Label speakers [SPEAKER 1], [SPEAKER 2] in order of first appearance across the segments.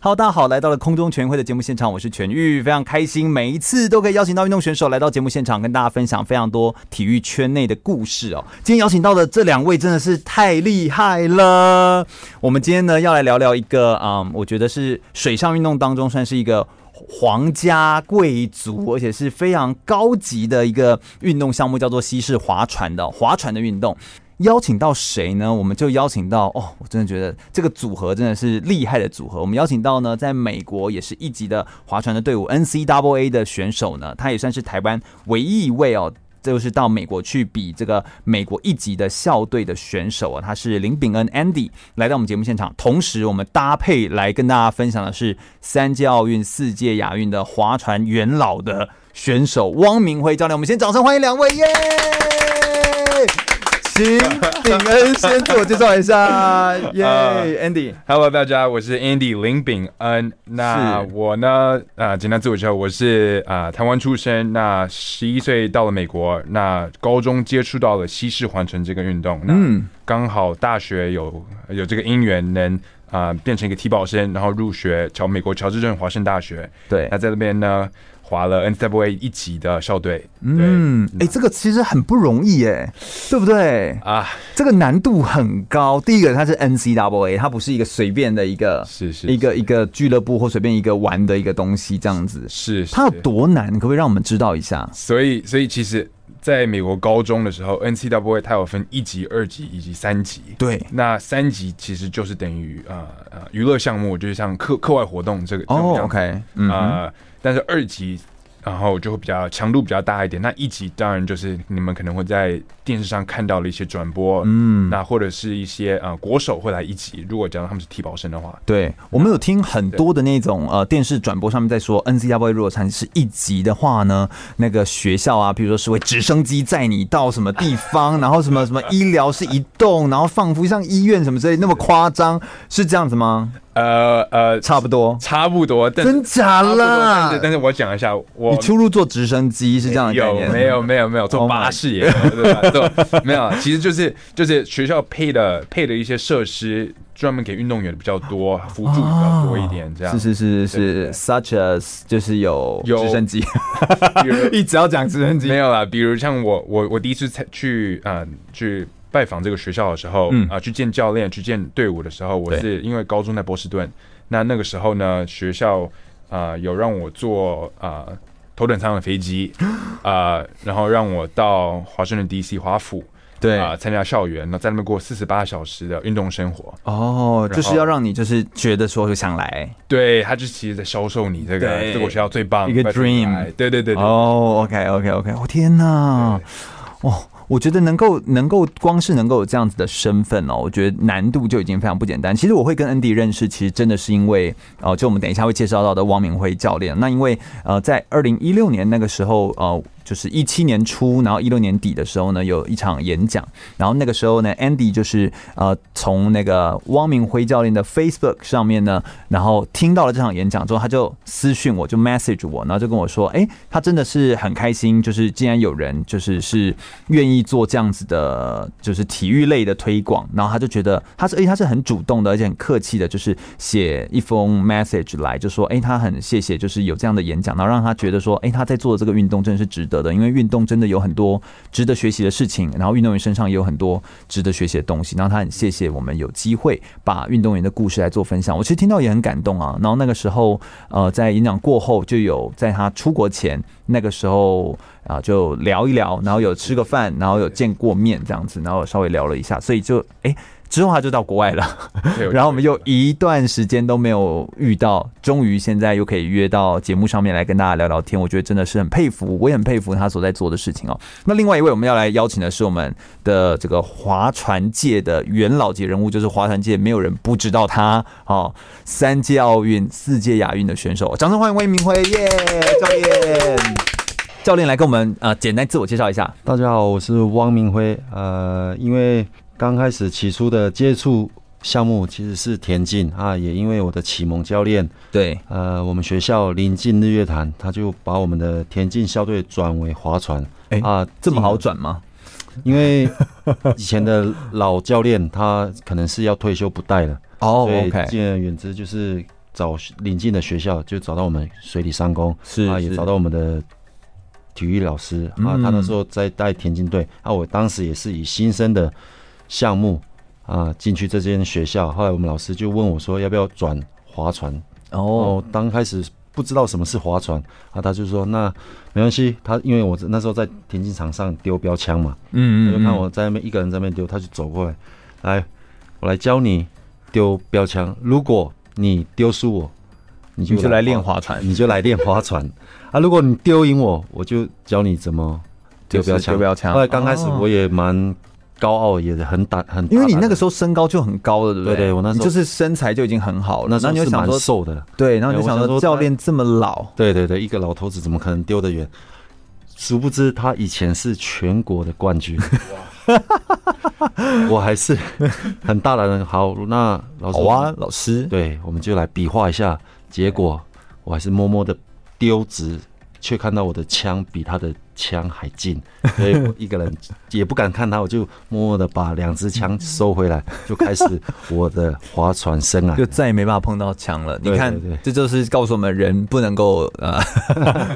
[SPEAKER 1] Hello，大家好，来到了空中全运会的节目现场，我是全玉，非常开心，每一次都可以邀请到运动选手来到节目现场，跟大家分享非常多体育圈内的故事哦。今天邀请到的这两位真的是太厉害了。我们今天呢要来聊聊一个，嗯，我觉得是水上运动当中算是一个。皇家贵族，而且是非常高级的一个运动项目，叫做西式划船的划船的运动。邀请到谁呢？我们就邀请到哦，我真的觉得这个组合真的是厉害的组合。我们邀请到呢，在美国也是一级的划船的队伍 N C W A 的选手呢，他也算是台湾唯一一位哦。就是到美国去比这个美国一级的校队的选手啊，他是林炳恩 Andy 来到我们节目现场。同时，我们搭配来跟大家分享的是三届奥运、四届亚运的划船元老的选手汪明辉教练。我们先掌声欢迎两位，耶！请炳恩先自我介绍一下， 耶、a
[SPEAKER 2] 啊
[SPEAKER 1] n d y
[SPEAKER 2] Hello，大家，我是 Andy 林炳恩。那
[SPEAKER 1] 是
[SPEAKER 2] 我呢？啊，简单自我介绍，我是啊、台湾出生。那十一岁到了美国，那高中接触到了西式环城这个运动。嗯，刚好大学有有这个因缘能。啊、变成一个体保生，然后入学乔美国乔治镇华盛大学。
[SPEAKER 1] 对
[SPEAKER 2] 那在那边呢，划了 NCAA 一级的校队。对
[SPEAKER 1] 嗯，哎、这个其实很不容易哎、对不对？
[SPEAKER 2] 啊，
[SPEAKER 1] 这个难度很高。第一个，它是 NCAA，它不是一个随便的一个，
[SPEAKER 2] 是是
[SPEAKER 1] 一个
[SPEAKER 2] 是
[SPEAKER 1] 一个俱乐部或随便一个玩的一个东西这样子。
[SPEAKER 2] 是是
[SPEAKER 1] 它有多难？可不可以让我们知道一下？
[SPEAKER 2] 所以，所以其实在美国高中的时候，NCAA 它有分一级、二级以及三级。
[SPEAKER 1] 对
[SPEAKER 2] 那三级其实就是等于呃呃娱乐项目，就是像课课外活动这个。这种
[SPEAKER 1] 哦、
[SPEAKER 2] 样子
[SPEAKER 1] o k 嗯哼，
[SPEAKER 2] 呃，但是二级。然后就会比较强度比较大一点。那一级当然就是你们可能会在电视上看到的一些转播，嗯，那或者是一些呃国手会来一级。如果讲他们是体保生的话，
[SPEAKER 1] 对，我们有听很多的那种呃电视转播上面在说，NCAA 如果参是一级的话呢，那个学校啊，比如说是会直升机载你到什么地 方，然后什么什么医疗是一栋，然后仿佛像医院什么之类，那么夸张，是这样子吗？
[SPEAKER 2] 呃呃，
[SPEAKER 1] 差不 多，
[SPEAKER 2] 差不多，但
[SPEAKER 1] 真假
[SPEAKER 2] 差不多但
[SPEAKER 1] 啦
[SPEAKER 2] 是？但是我讲一下，我
[SPEAKER 1] 你出入坐直升机是这样的概
[SPEAKER 2] 有
[SPEAKER 1] 念？
[SPEAKER 2] 没有没有没有
[SPEAKER 1] Oh
[SPEAKER 2] 坐
[SPEAKER 1] my
[SPEAKER 2] 巴士也有对吧？坐 没有，其实就是就是学校配的配的一些设施，专门给运动员的比较多，辅助比较多一点，这样
[SPEAKER 1] 是是是是
[SPEAKER 2] 对对对
[SPEAKER 1] 是，such as 就是有
[SPEAKER 2] 有
[SPEAKER 1] 直升 机，
[SPEAKER 2] 比如
[SPEAKER 1] 一直要讲直升
[SPEAKER 2] 没
[SPEAKER 1] 机。
[SPEAKER 2] 有啦，比如像我我我第一次参去啊、呃去拜访这个学校的时候，啊、
[SPEAKER 1] 嗯
[SPEAKER 2] 去见教练去见队伍的时候，我
[SPEAKER 1] 对
[SPEAKER 2] 是因为高中在波士顿，那那个时候呢，学校啊、呃有让我坐啊、呃头等舱的 飞机啊、然后让我到华盛顿 D.C. 华府。
[SPEAKER 1] 对
[SPEAKER 2] 啊、参加校园，然后在那边过四十八小时的运动生活。
[SPEAKER 1] 哦，
[SPEAKER 2] 然
[SPEAKER 1] 就
[SPEAKER 2] 后
[SPEAKER 1] 是要让你就是觉得说就想来
[SPEAKER 2] 对，他就其实在销售你这个
[SPEAKER 1] 对
[SPEAKER 2] 这个我学校最棒
[SPEAKER 1] 一个
[SPEAKER 2] 拜托你
[SPEAKER 1] dream
[SPEAKER 2] 来对对对对。
[SPEAKER 1] 哦，OK OK OK，我天哪，哦，我觉得能够能够光是能够有这样子的身份哦，我觉得难度就已经非常不简单。其实我会跟恩迪认识，其实真的是因为呃，就我们等一下会介绍到的汪明辉教练。那因为呃，在二零一六年那个时候，呃，就是一七年初，然后一六年底的时候呢，有一场演讲，然后那个时候呢，Andy 就是呃，从那个汪明辉教练的 Facebook 上面呢，然后听到了这场演讲之后，他就私讯我，就 message 我，然后就跟我说，哎、他真的是很开心，就是竟然有人就是是愿意做这样子的，就是体育类的推广，然后他就觉得他是，而且他是很主动的，而且很客气的，就是写一封 message 来，就说，哎、他很谢谢，就是有这样的演讲，然后让他觉得说，哎、他在做的这个运动真的是值得的，因为运动真的有很多值得学习的事情，然后运动员身上也有很多值得学习的东西，然后他很谢谢我们有机会把运动员的故事来做分享，我其实听到也很感动啊，然后那个时候，呃，在演讲过后就有在他出国前那个时候。啊，就聊一聊，然后有吃个饭，然后有见过面这样子，然后稍微聊了一下，所以就哎、之后他就到国外了，
[SPEAKER 2] 对
[SPEAKER 1] 然后我们又一段时间都没有遇到，终于现在又可以约到节目上面来跟大家聊聊天，我觉得真的是很佩服，我也很佩服他所在做的事情哦。那另外一位我们要来邀请的是我们的这个划船界的元老级人物，就是划船界没有人不知道他哦，三届奥运、四届亚运的选手，掌声欢迎魏明辉耶，教练。教练来跟我们呃简单自我介绍一下。
[SPEAKER 3] 大家好，我是汪明辉。呃，因为刚开始起初的接触项目其实是田径啊，也因为我的启蒙教练，
[SPEAKER 1] 对，
[SPEAKER 3] 呃，我们学校临近日月潭，他就把我们的田径校队转为划船。
[SPEAKER 1] 哎
[SPEAKER 3] 啊，
[SPEAKER 1] 这么
[SPEAKER 3] 进
[SPEAKER 1] 好转吗？
[SPEAKER 3] 因为以前的老教练他可能是要退休不带了，
[SPEAKER 1] 哦
[SPEAKER 3] 所以
[SPEAKER 1] ，OK，
[SPEAKER 3] 敬而远之就是找临近的学校，就找到我们水里三公，
[SPEAKER 1] 是
[SPEAKER 3] 啊，也
[SPEAKER 1] 是
[SPEAKER 3] 找到我们的体育老师啊，
[SPEAKER 1] 嗯
[SPEAKER 3] 他那时候在带田径队啊，我当时也是以新生的项目啊进去这间学校，后来我们老师就问我说要不要转划船，
[SPEAKER 1] 哦，
[SPEAKER 3] 哦，刚开始不知道什么是划船啊，他就说那没关系，他因为我那时候在田径场上丢标枪嘛，他
[SPEAKER 1] 嗯
[SPEAKER 3] 就看我在那边一个人在那边丢，他就走过来，来，我来教你丢标枪。如果你丢输我，你就
[SPEAKER 1] 你就来练
[SPEAKER 3] 划，
[SPEAKER 1] 划船，
[SPEAKER 3] 你就来练划船啊。如果你丢赢我，我就教你怎么丢标
[SPEAKER 1] 就是
[SPEAKER 3] 枪。
[SPEAKER 1] 丢标枪
[SPEAKER 3] 后来刚开始
[SPEAKER 1] 哦
[SPEAKER 3] 我也蛮高傲，也很胆很大胆的，
[SPEAKER 1] 因为你那个时候身高就很高了，对不对
[SPEAKER 3] 对对我那时候
[SPEAKER 1] 你就是身材就已经很好了，
[SPEAKER 3] 那时
[SPEAKER 1] 然后
[SPEAKER 3] 候
[SPEAKER 1] 你
[SPEAKER 3] 是
[SPEAKER 1] 就想
[SPEAKER 3] 蛮
[SPEAKER 1] 说，
[SPEAKER 3] 瘦的，
[SPEAKER 1] 对，然后你就
[SPEAKER 3] 对我
[SPEAKER 1] 想
[SPEAKER 3] 想
[SPEAKER 1] 说
[SPEAKER 3] 说
[SPEAKER 1] 教
[SPEAKER 3] 他
[SPEAKER 1] 练这么老，
[SPEAKER 3] 对对对，一个老头子怎么可能丢得远？殊不知他以前是全国的冠 军，我还是很大胆的。好，那老师
[SPEAKER 1] 好啊，老师，
[SPEAKER 3] 对，我们就来比划一下。结果我还是默默的丢直，却看到我的枪比他的枪还 近，所以我一个人也不敢看他，我就默默的把两支枪收回来，就开始我的划船啊生 涯。
[SPEAKER 1] 就再也没办法碰到枪了。你
[SPEAKER 3] 对
[SPEAKER 1] 看
[SPEAKER 3] 对对，
[SPEAKER 1] 这就是告诉我们人不能够 呃，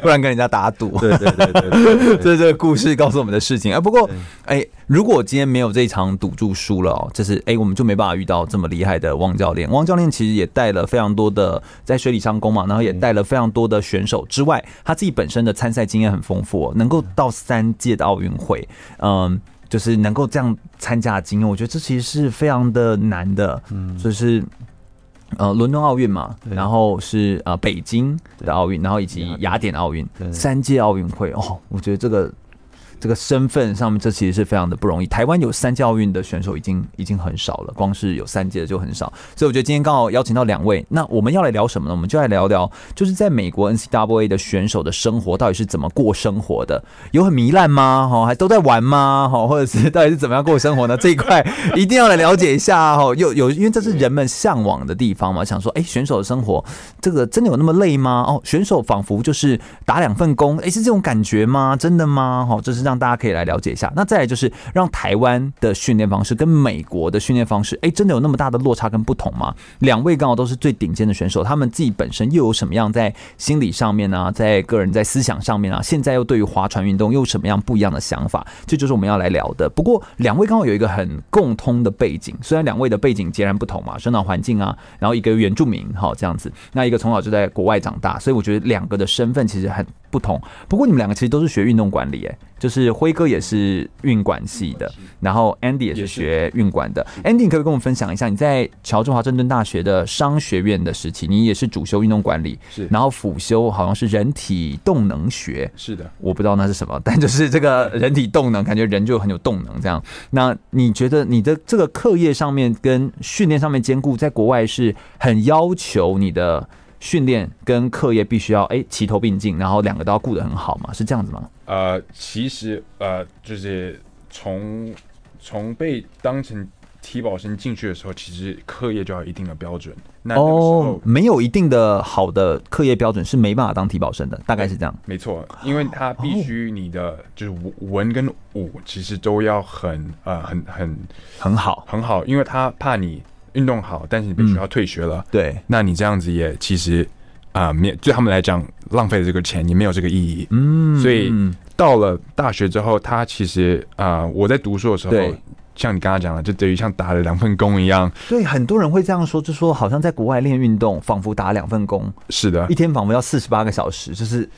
[SPEAKER 1] 不然跟人家打赌。
[SPEAKER 3] 对对对对对对
[SPEAKER 1] 这是这个故事告诉我们的事情啊。不过，哎、如果今天没有这一场赌注输了、哦，就是哎、我们就没办法遇到这么厉害的汪教练。汪教练其实也带了非常多的在水里上攻嘛，然后也
[SPEAKER 3] 嗯
[SPEAKER 1] 带了非常多的选手之外，他自己本身的参赛经验很丰富、哦，能够到三届的奥运会，嗯。就是能够这样参加的经验，我觉得这其实是非常的难的。嗯，就是呃，伦敦奥运嘛，
[SPEAKER 3] 对
[SPEAKER 1] 然后是呃北京的奥运，然后以及
[SPEAKER 3] 雅典
[SPEAKER 1] 雅典奥运，
[SPEAKER 3] 对
[SPEAKER 1] 三届奥运会哦，我觉得这个这个身份上面，这其实是非常的不容易。台湾有三届奥运的选手已经已经很少了，光是有三届的就很少，所以我觉得今天刚好邀请到两位，那我们要来聊什么呢？我们就来聊聊，就是在美国 NCAA 的选手的生活到底是怎么过生活的？有很糜烂吗？哈，还都在玩吗？哈，或者是到底是怎么样过生活呢？这一块一定要来了解一下哈。有有，因为这是人们向往的地方嘛，想说，哎、选手的生活这个真的有那么累吗？哦，选手仿佛就是打两份工，诶，是这种感觉吗？真的吗？哦，这是让大家可以来了解一下。那再来就是让台湾的训练方式跟美国的训练方式，诶，真的有那么大的落差跟不同吗？两位刚好都是最顶尖的选手，他们自己本身又有什么样在心理上面啊，在个人在思想上面啊，现在又对于划船运动又有什么样不一样的想法？这就是我们要来聊的。不过两位刚好有一个很共通的背景，虽然两位的背景截然不同嘛，生长环境啊，然后一个原住民，好这样子，那一个从小就在国外长大，所以我觉得两个的身份其实很不同。不过你们两个其实都是学运动管理、诶，就是辉哥也是运管系的，然后 Andy 也是学运管的。Andy，你可不可以跟我们分享一下你在乔治华盛顿大学的商学院的时期，你也是主修运动管理，
[SPEAKER 2] 是
[SPEAKER 1] 然后辅修好像是人体动能学，
[SPEAKER 2] 是的，
[SPEAKER 1] 我不知道那是什么， 但就是这个人体动能，感觉人就很有动能这样。那你觉得你的这个课业上面跟训练上面兼顾，在国外是很要求你的训练跟课业必须要哎齐头并进，然后两个都要顾得很好嘛？是这样子吗？
[SPEAKER 2] 呃，其实呃，就是从从被当成体保生进去的时候，其实课业就要有一定的标准。那那个时候，
[SPEAKER 1] 呃没有一定的好的课业标准是没办法当体保生的，大概是这样。
[SPEAKER 2] 没错，因为它必须你的、就是文跟武其实都要很呃很很
[SPEAKER 1] 很好，
[SPEAKER 2] 很好，因为他怕你运动好，但是你被学校退学了，
[SPEAKER 1] 对，
[SPEAKER 2] 那你这样子也其实啊、没有对他们来讲浪费了这个钱，也没有这个意义。
[SPEAKER 1] 嗯
[SPEAKER 2] 所以
[SPEAKER 1] 嗯
[SPEAKER 2] 到了大学之后，他其实啊、呃我在读书的时候
[SPEAKER 1] 对，
[SPEAKER 2] 像你刚刚讲的，就等于像打了两份工一样。
[SPEAKER 1] 对很多人会这样说，就说好像在国外练运动，仿佛打两份工，
[SPEAKER 2] 是的
[SPEAKER 1] 一，天仿佛要四十八个小时，就是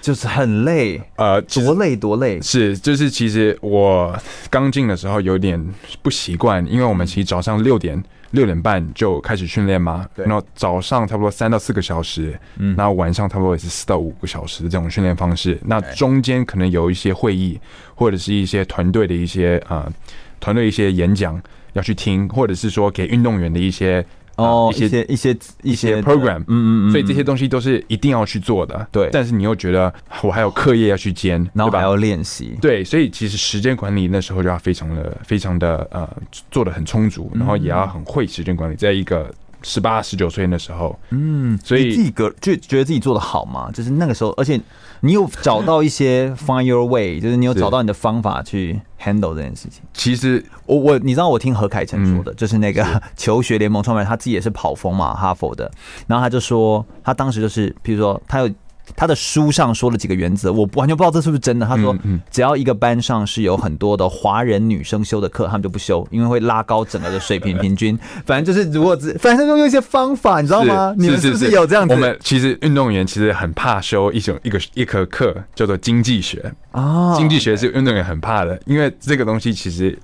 [SPEAKER 1] 就是很累，
[SPEAKER 2] 呃，其实
[SPEAKER 1] 多累多累。
[SPEAKER 2] 是就是其实我刚进的时候有点不习惯，因为我们其实早上六点六点半就开始训练嘛，
[SPEAKER 1] 对
[SPEAKER 2] 然后早上差不多三到四个小时，
[SPEAKER 1] 嗯
[SPEAKER 2] 那晚上差不多也是四到五个小时的这种训练方式。那中间可能有一些会议，或者是一些团队的一些啊，呃团队一些演讲要去听，或者是说给运动员的一些
[SPEAKER 1] 哦，
[SPEAKER 2] 一
[SPEAKER 1] 一
[SPEAKER 2] 些
[SPEAKER 1] 些一些一些
[SPEAKER 2] 一些 program
[SPEAKER 1] 嗯嗯嗯，
[SPEAKER 2] 所以这些东西都是一定要去做的。
[SPEAKER 1] 对
[SPEAKER 2] 但是你又觉得我还有课业要去兼，
[SPEAKER 1] 然后
[SPEAKER 2] 对吧
[SPEAKER 1] 还要练习，
[SPEAKER 2] 对，所以其实时间管理那时候就要非常的、非常的呃，做的很充足，
[SPEAKER 1] 嗯
[SPEAKER 2] 然后也要很会时间管理。在一个十八、十九岁那时候，
[SPEAKER 1] 嗯，
[SPEAKER 2] 所以
[SPEAKER 1] 你自己个就觉得自己做的好嘛，就是那个时候，而且你有找到一些 find your way，就是你有
[SPEAKER 2] 是
[SPEAKER 1] 找到你的方法去 handle 这件事情。
[SPEAKER 2] 其实
[SPEAKER 1] 我我你知道我听何凯成
[SPEAKER 2] 嗯
[SPEAKER 1] 说的，就是那 个求学联盟创办人，他自己也是跑风嘛，哈佛的。然后他就说，他当时就是，譬如说他有他的书上说了几个原则，我完全不知道这是不是真的。他说
[SPEAKER 2] 嗯嗯，
[SPEAKER 1] 只要一个班上是有很多的华人女生修的课，他们就不修，因为会拉高整个的水平平均。 反正就是如果只反正就用一些方法，你知道吗？你们是不是有这样子？
[SPEAKER 2] 我们其实运动员其实很怕修一种一个一科课叫做经济学，
[SPEAKER 1] 啊，
[SPEAKER 2] 经济学是运动员很怕的，因为这个东西其实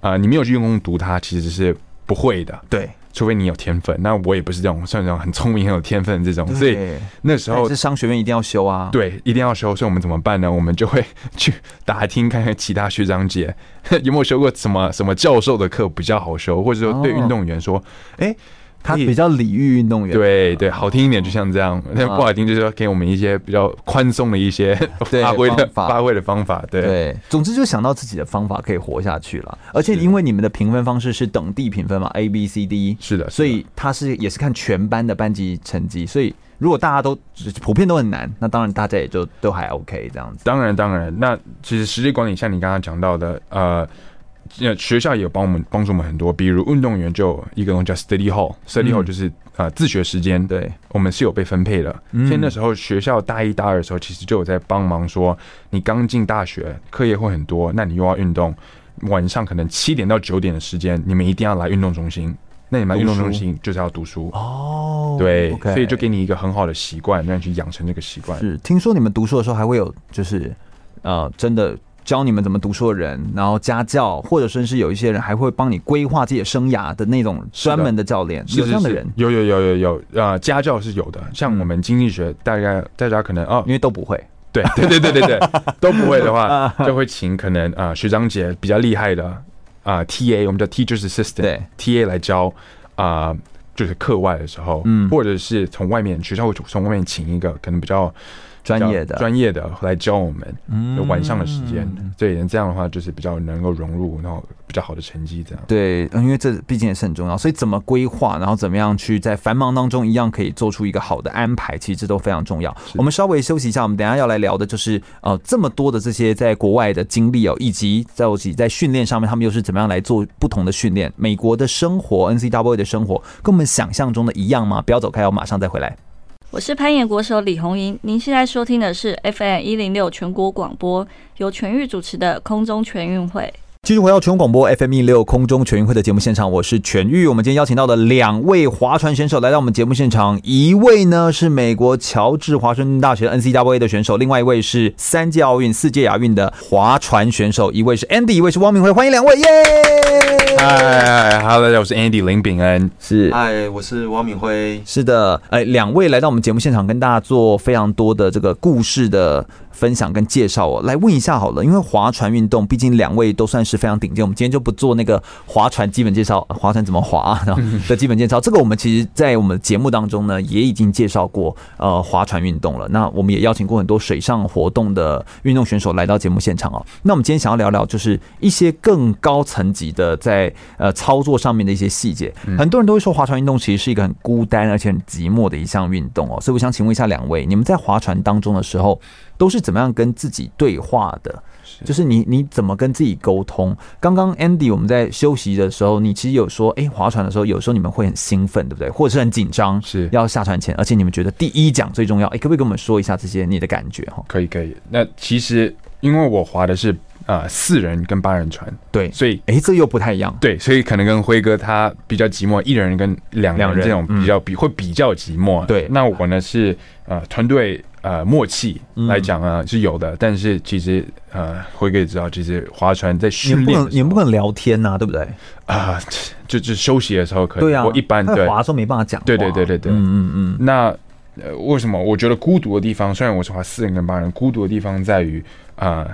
[SPEAKER 2] 呃，你没有去用功读它，其实是不会的。
[SPEAKER 1] 对，
[SPEAKER 2] 除非你有天分，那我也不是这种算这种很聪明、很有天分的这种，所以
[SPEAKER 1] 对
[SPEAKER 2] 那时
[SPEAKER 1] 然
[SPEAKER 2] 候
[SPEAKER 1] 后是商学院一定要修啊。
[SPEAKER 2] 对，一定要修，所以我们怎么办呢？我们就会去打听看看其他学长姐 有没有修过什么什么教授的课比较好修，或者说对
[SPEAKER 1] 哦
[SPEAKER 2] 运动员说，哎、
[SPEAKER 1] 他
[SPEAKER 2] 可以
[SPEAKER 1] 比较礼遇运动员，
[SPEAKER 2] 对对，好听一点就像这
[SPEAKER 1] 啊
[SPEAKER 2] 样，那不好听就是说给我们一些比较宽松的一些
[SPEAKER 1] 对
[SPEAKER 2] 发挥的
[SPEAKER 1] 方法
[SPEAKER 2] 发挥的方法，对。
[SPEAKER 1] 对，总之就想到自己的方法可以活下去了。而且因为你们的评分方式是等地评分嘛，A B C D，E
[SPEAKER 2] 是的是的
[SPEAKER 1] 所以它是也是看全班的班级成绩。所以如果大家都普遍都很难，那当然大家也就都还 OK 这样子。
[SPEAKER 2] 当然，当然。那其实实际管理，像你刚刚讲到的，呃，呃，学校也有帮我们帮助我们很多。比如运动员就有一个东西叫 study hall，study hall
[SPEAKER 1] 嗯
[SPEAKER 2] 就是、呃自学时间，
[SPEAKER 1] 对，
[SPEAKER 2] 我们是有被分配的。
[SPEAKER 1] 嗯
[SPEAKER 2] 所以那时候学校大一、大二的时候，其实就有在帮忙说，你刚进大学，课业会很多，那你又要运动，晚上可能七点到九点的时间，你们一定要来运动中心。那你们来运动中心就是要读书，
[SPEAKER 1] 嗯哦
[SPEAKER 2] 对
[SPEAKER 1] OK
[SPEAKER 2] 所以就给你一个很好的习惯，让你去养成这个习惯。
[SPEAKER 1] 是听说你们读书的时候还会有就是呃真的。教你们怎么读书的人，然后家教，或者甚至有一些人还会帮你规划自己的生涯的那种
[SPEAKER 2] 是的
[SPEAKER 1] 专门的教练，
[SPEAKER 2] 是
[SPEAKER 1] 有这样的
[SPEAKER 2] 是
[SPEAKER 1] 人，嗯
[SPEAKER 2] 有有有有有，呃，家教是有的。像我们经济学，大概大家可能哦
[SPEAKER 1] 因，为都不会。
[SPEAKER 2] 对 对对对对对，都不会 的
[SPEAKER 1] 啊
[SPEAKER 2] 话，就会请可能啊、呃、学长姐比较厉害的啊、呃 TA，我们叫 Teachers Assistant
[SPEAKER 1] 对
[SPEAKER 2] TA 来教啊、呃就是课外的时候，
[SPEAKER 1] 嗯
[SPEAKER 2] 或者是从外面学校会从外面请一个可能比较
[SPEAKER 1] 专业的
[SPEAKER 2] 比较专业的来教我们，
[SPEAKER 1] 嗯
[SPEAKER 2] 就晚上的时间，对，这样的话就是比较能够融入，然后比较好的成绩这样。
[SPEAKER 1] 对，嗯因为这毕竟也是很重要，所以怎么规划，然后怎么样去在繁忙当中一样可以做出一个好的安排，其实这都非常重要。我们稍微休息一下，我们等一下要来聊的就是呃这么多的这些在国外的经历哦，以及在我自己在训练上面，他们又是怎么样来做不同的训练？美国的生活，NCAA 的生活跟我们想象中的一样吗？不要走开哦，马上再回来。
[SPEAKER 4] 我是攀岩国手李红莹，您现在收听的是 FM 一零六全国广播，由全域主持的空中全运会。
[SPEAKER 1] 继续回到全国广播 FM 一六空中全运会的节目现场，我是全玉。我们今天邀请到的两位划船选手来到我们节目现场，一位呢是美国乔治华盛顿大学 NCAA 的选手，另外一位是三届奥运、四届亚运的划船选手，一位是 Andy，一位是汪明辉，欢迎两位，耶！哎
[SPEAKER 2] 嗨，Hello，大家好，我是 Andy 林炳恩。
[SPEAKER 1] 是
[SPEAKER 3] 嗨，我是王敏辉。
[SPEAKER 1] 是的，哎，两位来到我们节目现场，跟大家做非常多的这个故事的分享跟介绍哦。来问一下好了，因为划船运动，毕竟两位都算是非常顶尖，我们今天就不做那个划船基本介绍， 呃划船怎么划啊然后的基本介绍。这个我们其实，在我们节目当中呢，也已经介绍过呃划船运动了。那我们也邀请过很多水上活动的运动选手来到节目现场哦。那我们今天想要聊聊，就是一些更高层级的在呃操作上面的一些细节。很多人都会说划船运动其实是一个很孤单而且很寂寞的一项运动哦，所以我想请问一下两位，你们在划船当中的时候都是怎么样跟自己对话的？就是你你怎么跟自己沟通？刚刚 Andy 我们在休息的时候，你其实有说，哎、划船的时候有时候你们会很兴奋，对不对？或者是很紧张，
[SPEAKER 2] 是
[SPEAKER 1] 要下船前，而且你们觉得第一讲最重要，哎、可不可以跟我们说一下这些你的感觉哈？
[SPEAKER 2] 可以可以。那其实因为我划的是呃四人跟八人船，
[SPEAKER 1] 对，
[SPEAKER 2] 所以
[SPEAKER 1] 哎、这又不太一样，
[SPEAKER 2] 对，所以可能跟辉哥他比较寂寞，一人跟两
[SPEAKER 1] 两人嗯
[SPEAKER 2] 人这种比较比、会比较寂寞。
[SPEAKER 1] 对
[SPEAKER 2] 那我呢是呃团队呃默契
[SPEAKER 1] 嗯
[SPEAKER 2] 来讲啊、是有的，但是其实呃辉哥也知道，其实划船在
[SPEAKER 1] 你们
[SPEAKER 2] 训
[SPEAKER 1] 不
[SPEAKER 2] 练
[SPEAKER 1] 能
[SPEAKER 2] 的时
[SPEAKER 1] 你
[SPEAKER 2] 候
[SPEAKER 1] 们不能聊天呐、对不对？
[SPEAKER 2] 啊、就就休息的时候可以。
[SPEAKER 1] 对啊，
[SPEAKER 2] 我一般
[SPEAKER 1] 在
[SPEAKER 2] 对
[SPEAKER 1] 滑的时候没办法讲话。
[SPEAKER 2] 对对对对对
[SPEAKER 1] 嗯嗯嗯，
[SPEAKER 2] 那呃，为什么我觉得孤独的地方？虽然我是划四人跟八人，孤独的地方在于啊、呃，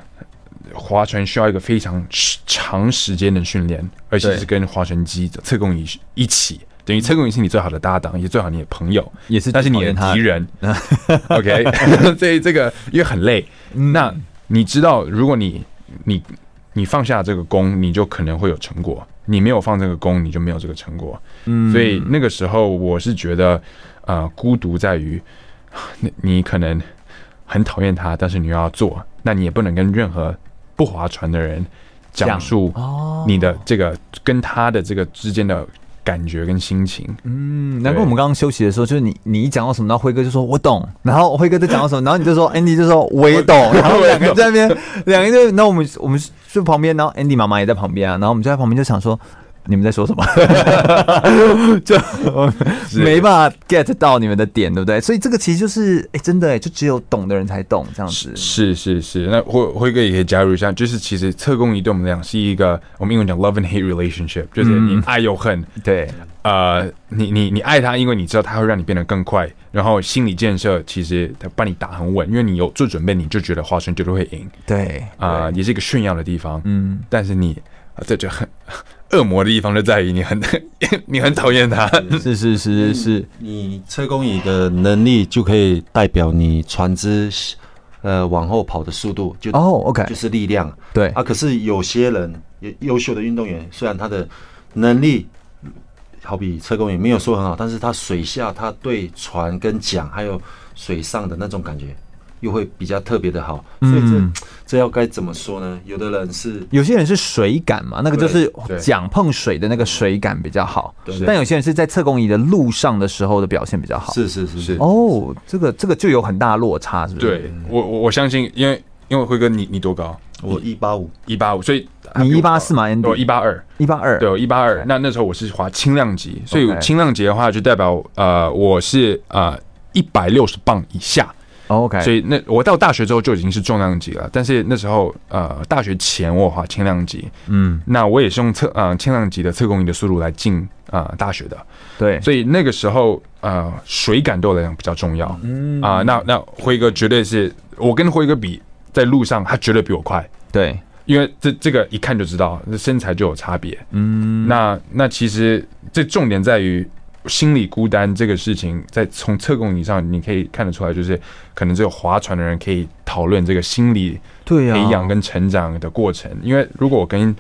[SPEAKER 2] 划船需要一个非常长长时间的训练，而且
[SPEAKER 1] 对
[SPEAKER 2] 是跟划船机测控仪一起，等于车公云是你最好的搭档，也最好你的朋友，
[SPEAKER 1] 也是
[SPEAKER 2] 但是你
[SPEAKER 1] 讨
[SPEAKER 2] 的
[SPEAKER 1] 厌他
[SPEAKER 2] 敌人。OK，所以这个因为很累，
[SPEAKER 1] 嗯
[SPEAKER 2] 那你知道，如果你你你放下这个功，你就可能会有成果；你没有放这个功，你就没有这个成果。
[SPEAKER 1] 嗯
[SPEAKER 2] 所以那个时候，我是觉得，呃，孤独在于，你你可能很讨厌他，但是你又要做，那你也不能跟任何不划船的人讲
[SPEAKER 1] 讲
[SPEAKER 2] 述
[SPEAKER 1] 哦
[SPEAKER 2] 你的这个跟他的这个之间的感觉跟心情。
[SPEAKER 1] 嗯，难怪我们刚刚休息的时候，就是你你一讲到什么，然后辉哥就说我懂，然后辉哥在讲到什么，然后你就说 Andy 就说 我也懂，然后两个人在那边，两个人就，然后我们我们就旁边，然后 Andy 妈妈也在旁边啊，然后我们就在旁边就想说。你们在说什么？ 就没办法 get 到你们的点，对不对？所以这个其实就是，哎、真的、哎，就只有懂的人才懂这样子。
[SPEAKER 2] 是是是，那辉辉哥也可以加入一下，就是其实侧共仪对我们来讲是一个我们英文讲 love and hate relationship，就是你
[SPEAKER 1] 嗯
[SPEAKER 2] 爱又恨，
[SPEAKER 1] 对，
[SPEAKER 2] 呃，你你你爱他，因为你知道他会让你变得更快，然后心理建设其实他帮你打很稳，因为你有做准备，你就觉得华生绝对会赢
[SPEAKER 1] 对，
[SPEAKER 2] 啊、也是一个炫耀的地方。
[SPEAKER 1] 嗯，
[SPEAKER 2] 但是你啊这就很恶魔的地方就在于你很 你很讨厌他，
[SPEAKER 1] 是是是是是，
[SPEAKER 3] 你车工椅的能力就可以代表你船只，呃，往后跑的速度，就
[SPEAKER 1] 哦，OK
[SPEAKER 3] 就是力量。
[SPEAKER 1] 对
[SPEAKER 3] 啊，可是有些人优优秀的运动员，虽然他的能力好比车工椅没有说很好，但是他水下他对船跟桨还有水上的那种感觉，又会比较特别的好。所以这、
[SPEAKER 1] 嗯
[SPEAKER 3] 这要该怎么说呢？有的人是
[SPEAKER 1] 有些人是水感嘛，那个就是
[SPEAKER 2] 对
[SPEAKER 1] 桨碰水的那个水感比较好
[SPEAKER 3] 对，对
[SPEAKER 1] 但有些人是在测功仪的路上的时候的表现比较好。
[SPEAKER 3] 是是是
[SPEAKER 2] 是
[SPEAKER 1] 哦，这个这个就有很大的落差，是不是？
[SPEAKER 2] 对我我我相信，因为因为辉哥你你多高？
[SPEAKER 3] 我一八五，
[SPEAKER 2] 一八五，所以
[SPEAKER 1] 你184吗
[SPEAKER 2] 我
[SPEAKER 1] Andy
[SPEAKER 2] 哦一八二。
[SPEAKER 1] 对，一八二，
[SPEAKER 2] 对，我一八二。那那时候我是滑轻量级，所以
[SPEAKER 1] OK
[SPEAKER 2] 轻量级的话就代表呃我是呃一百六十磅以下。
[SPEAKER 1] 哦，OK，
[SPEAKER 2] 所以那我到大学之后就已经是重量级了，但是那时候呃，大学前我滑轻量级，
[SPEAKER 1] 嗯，
[SPEAKER 2] 那我也是用测呃轻量级的测功仪的速度来进呃大学的，
[SPEAKER 1] 对，
[SPEAKER 2] 所以那个时候呃水感对我来讲比较重要，嗯啊、那那辉哥绝对是我跟辉哥比，在路上他绝对比我快，
[SPEAKER 1] 对，
[SPEAKER 2] 因为这这个一看就知道，这身材就有差别。嗯，那那其实这重点在于心理孤单这个事情，在从测功仪上你可以看得出来，就是可能只有划船的人可以讨论这个心理
[SPEAKER 1] 对
[SPEAKER 2] 培养
[SPEAKER 1] 啊，
[SPEAKER 2] 跟成长的过程。因为如果我跟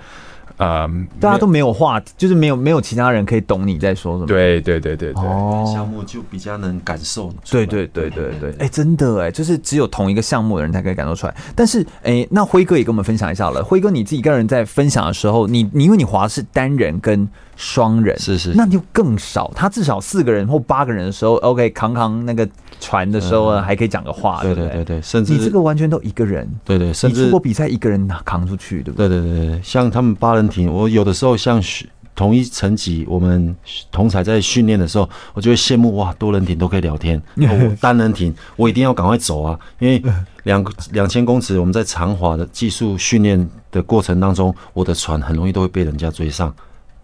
[SPEAKER 2] 呃，
[SPEAKER 1] 大家都没有话，就是没有没有其他人可以懂你在说什么。，
[SPEAKER 2] 对对对对对，
[SPEAKER 3] 项
[SPEAKER 1] 哦。
[SPEAKER 3] 目就比较能感受出
[SPEAKER 1] 对
[SPEAKER 3] 来。
[SPEAKER 1] 对对对对，哎、真的哎、就是只有同一个项目的人才可以感受出来。但是哎、那辉哥也跟我们分享一下好了。辉哥你自己一个人在分享的时候，你你因为你滑的是单人跟双人，
[SPEAKER 3] 是是
[SPEAKER 1] 那就更少。他至少四个人或八个人的时候，OK，扛扛那个船的时候啊还可以讲个话，对
[SPEAKER 3] 嗯对对
[SPEAKER 1] 不
[SPEAKER 3] 对对，甚至
[SPEAKER 1] 你这个完全都一个人，
[SPEAKER 3] 对对，甚
[SPEAKER 1] 你
[SPEAKER 3] 至
[SPEAKER 1] 出国比赛一个人拿扛出去，对不对？
[SPEAKER 3] 对对对对，像他们八人艇，我有的时候像训同一层级，我们同才在训练的时候，我就会羡慕哇，多人艇都可以聊天，哦我单人艇我一定要赶快走啊，因为两两千公尺我们在长滑的技术训练的过程当中，我的船很容易都会被人家追上。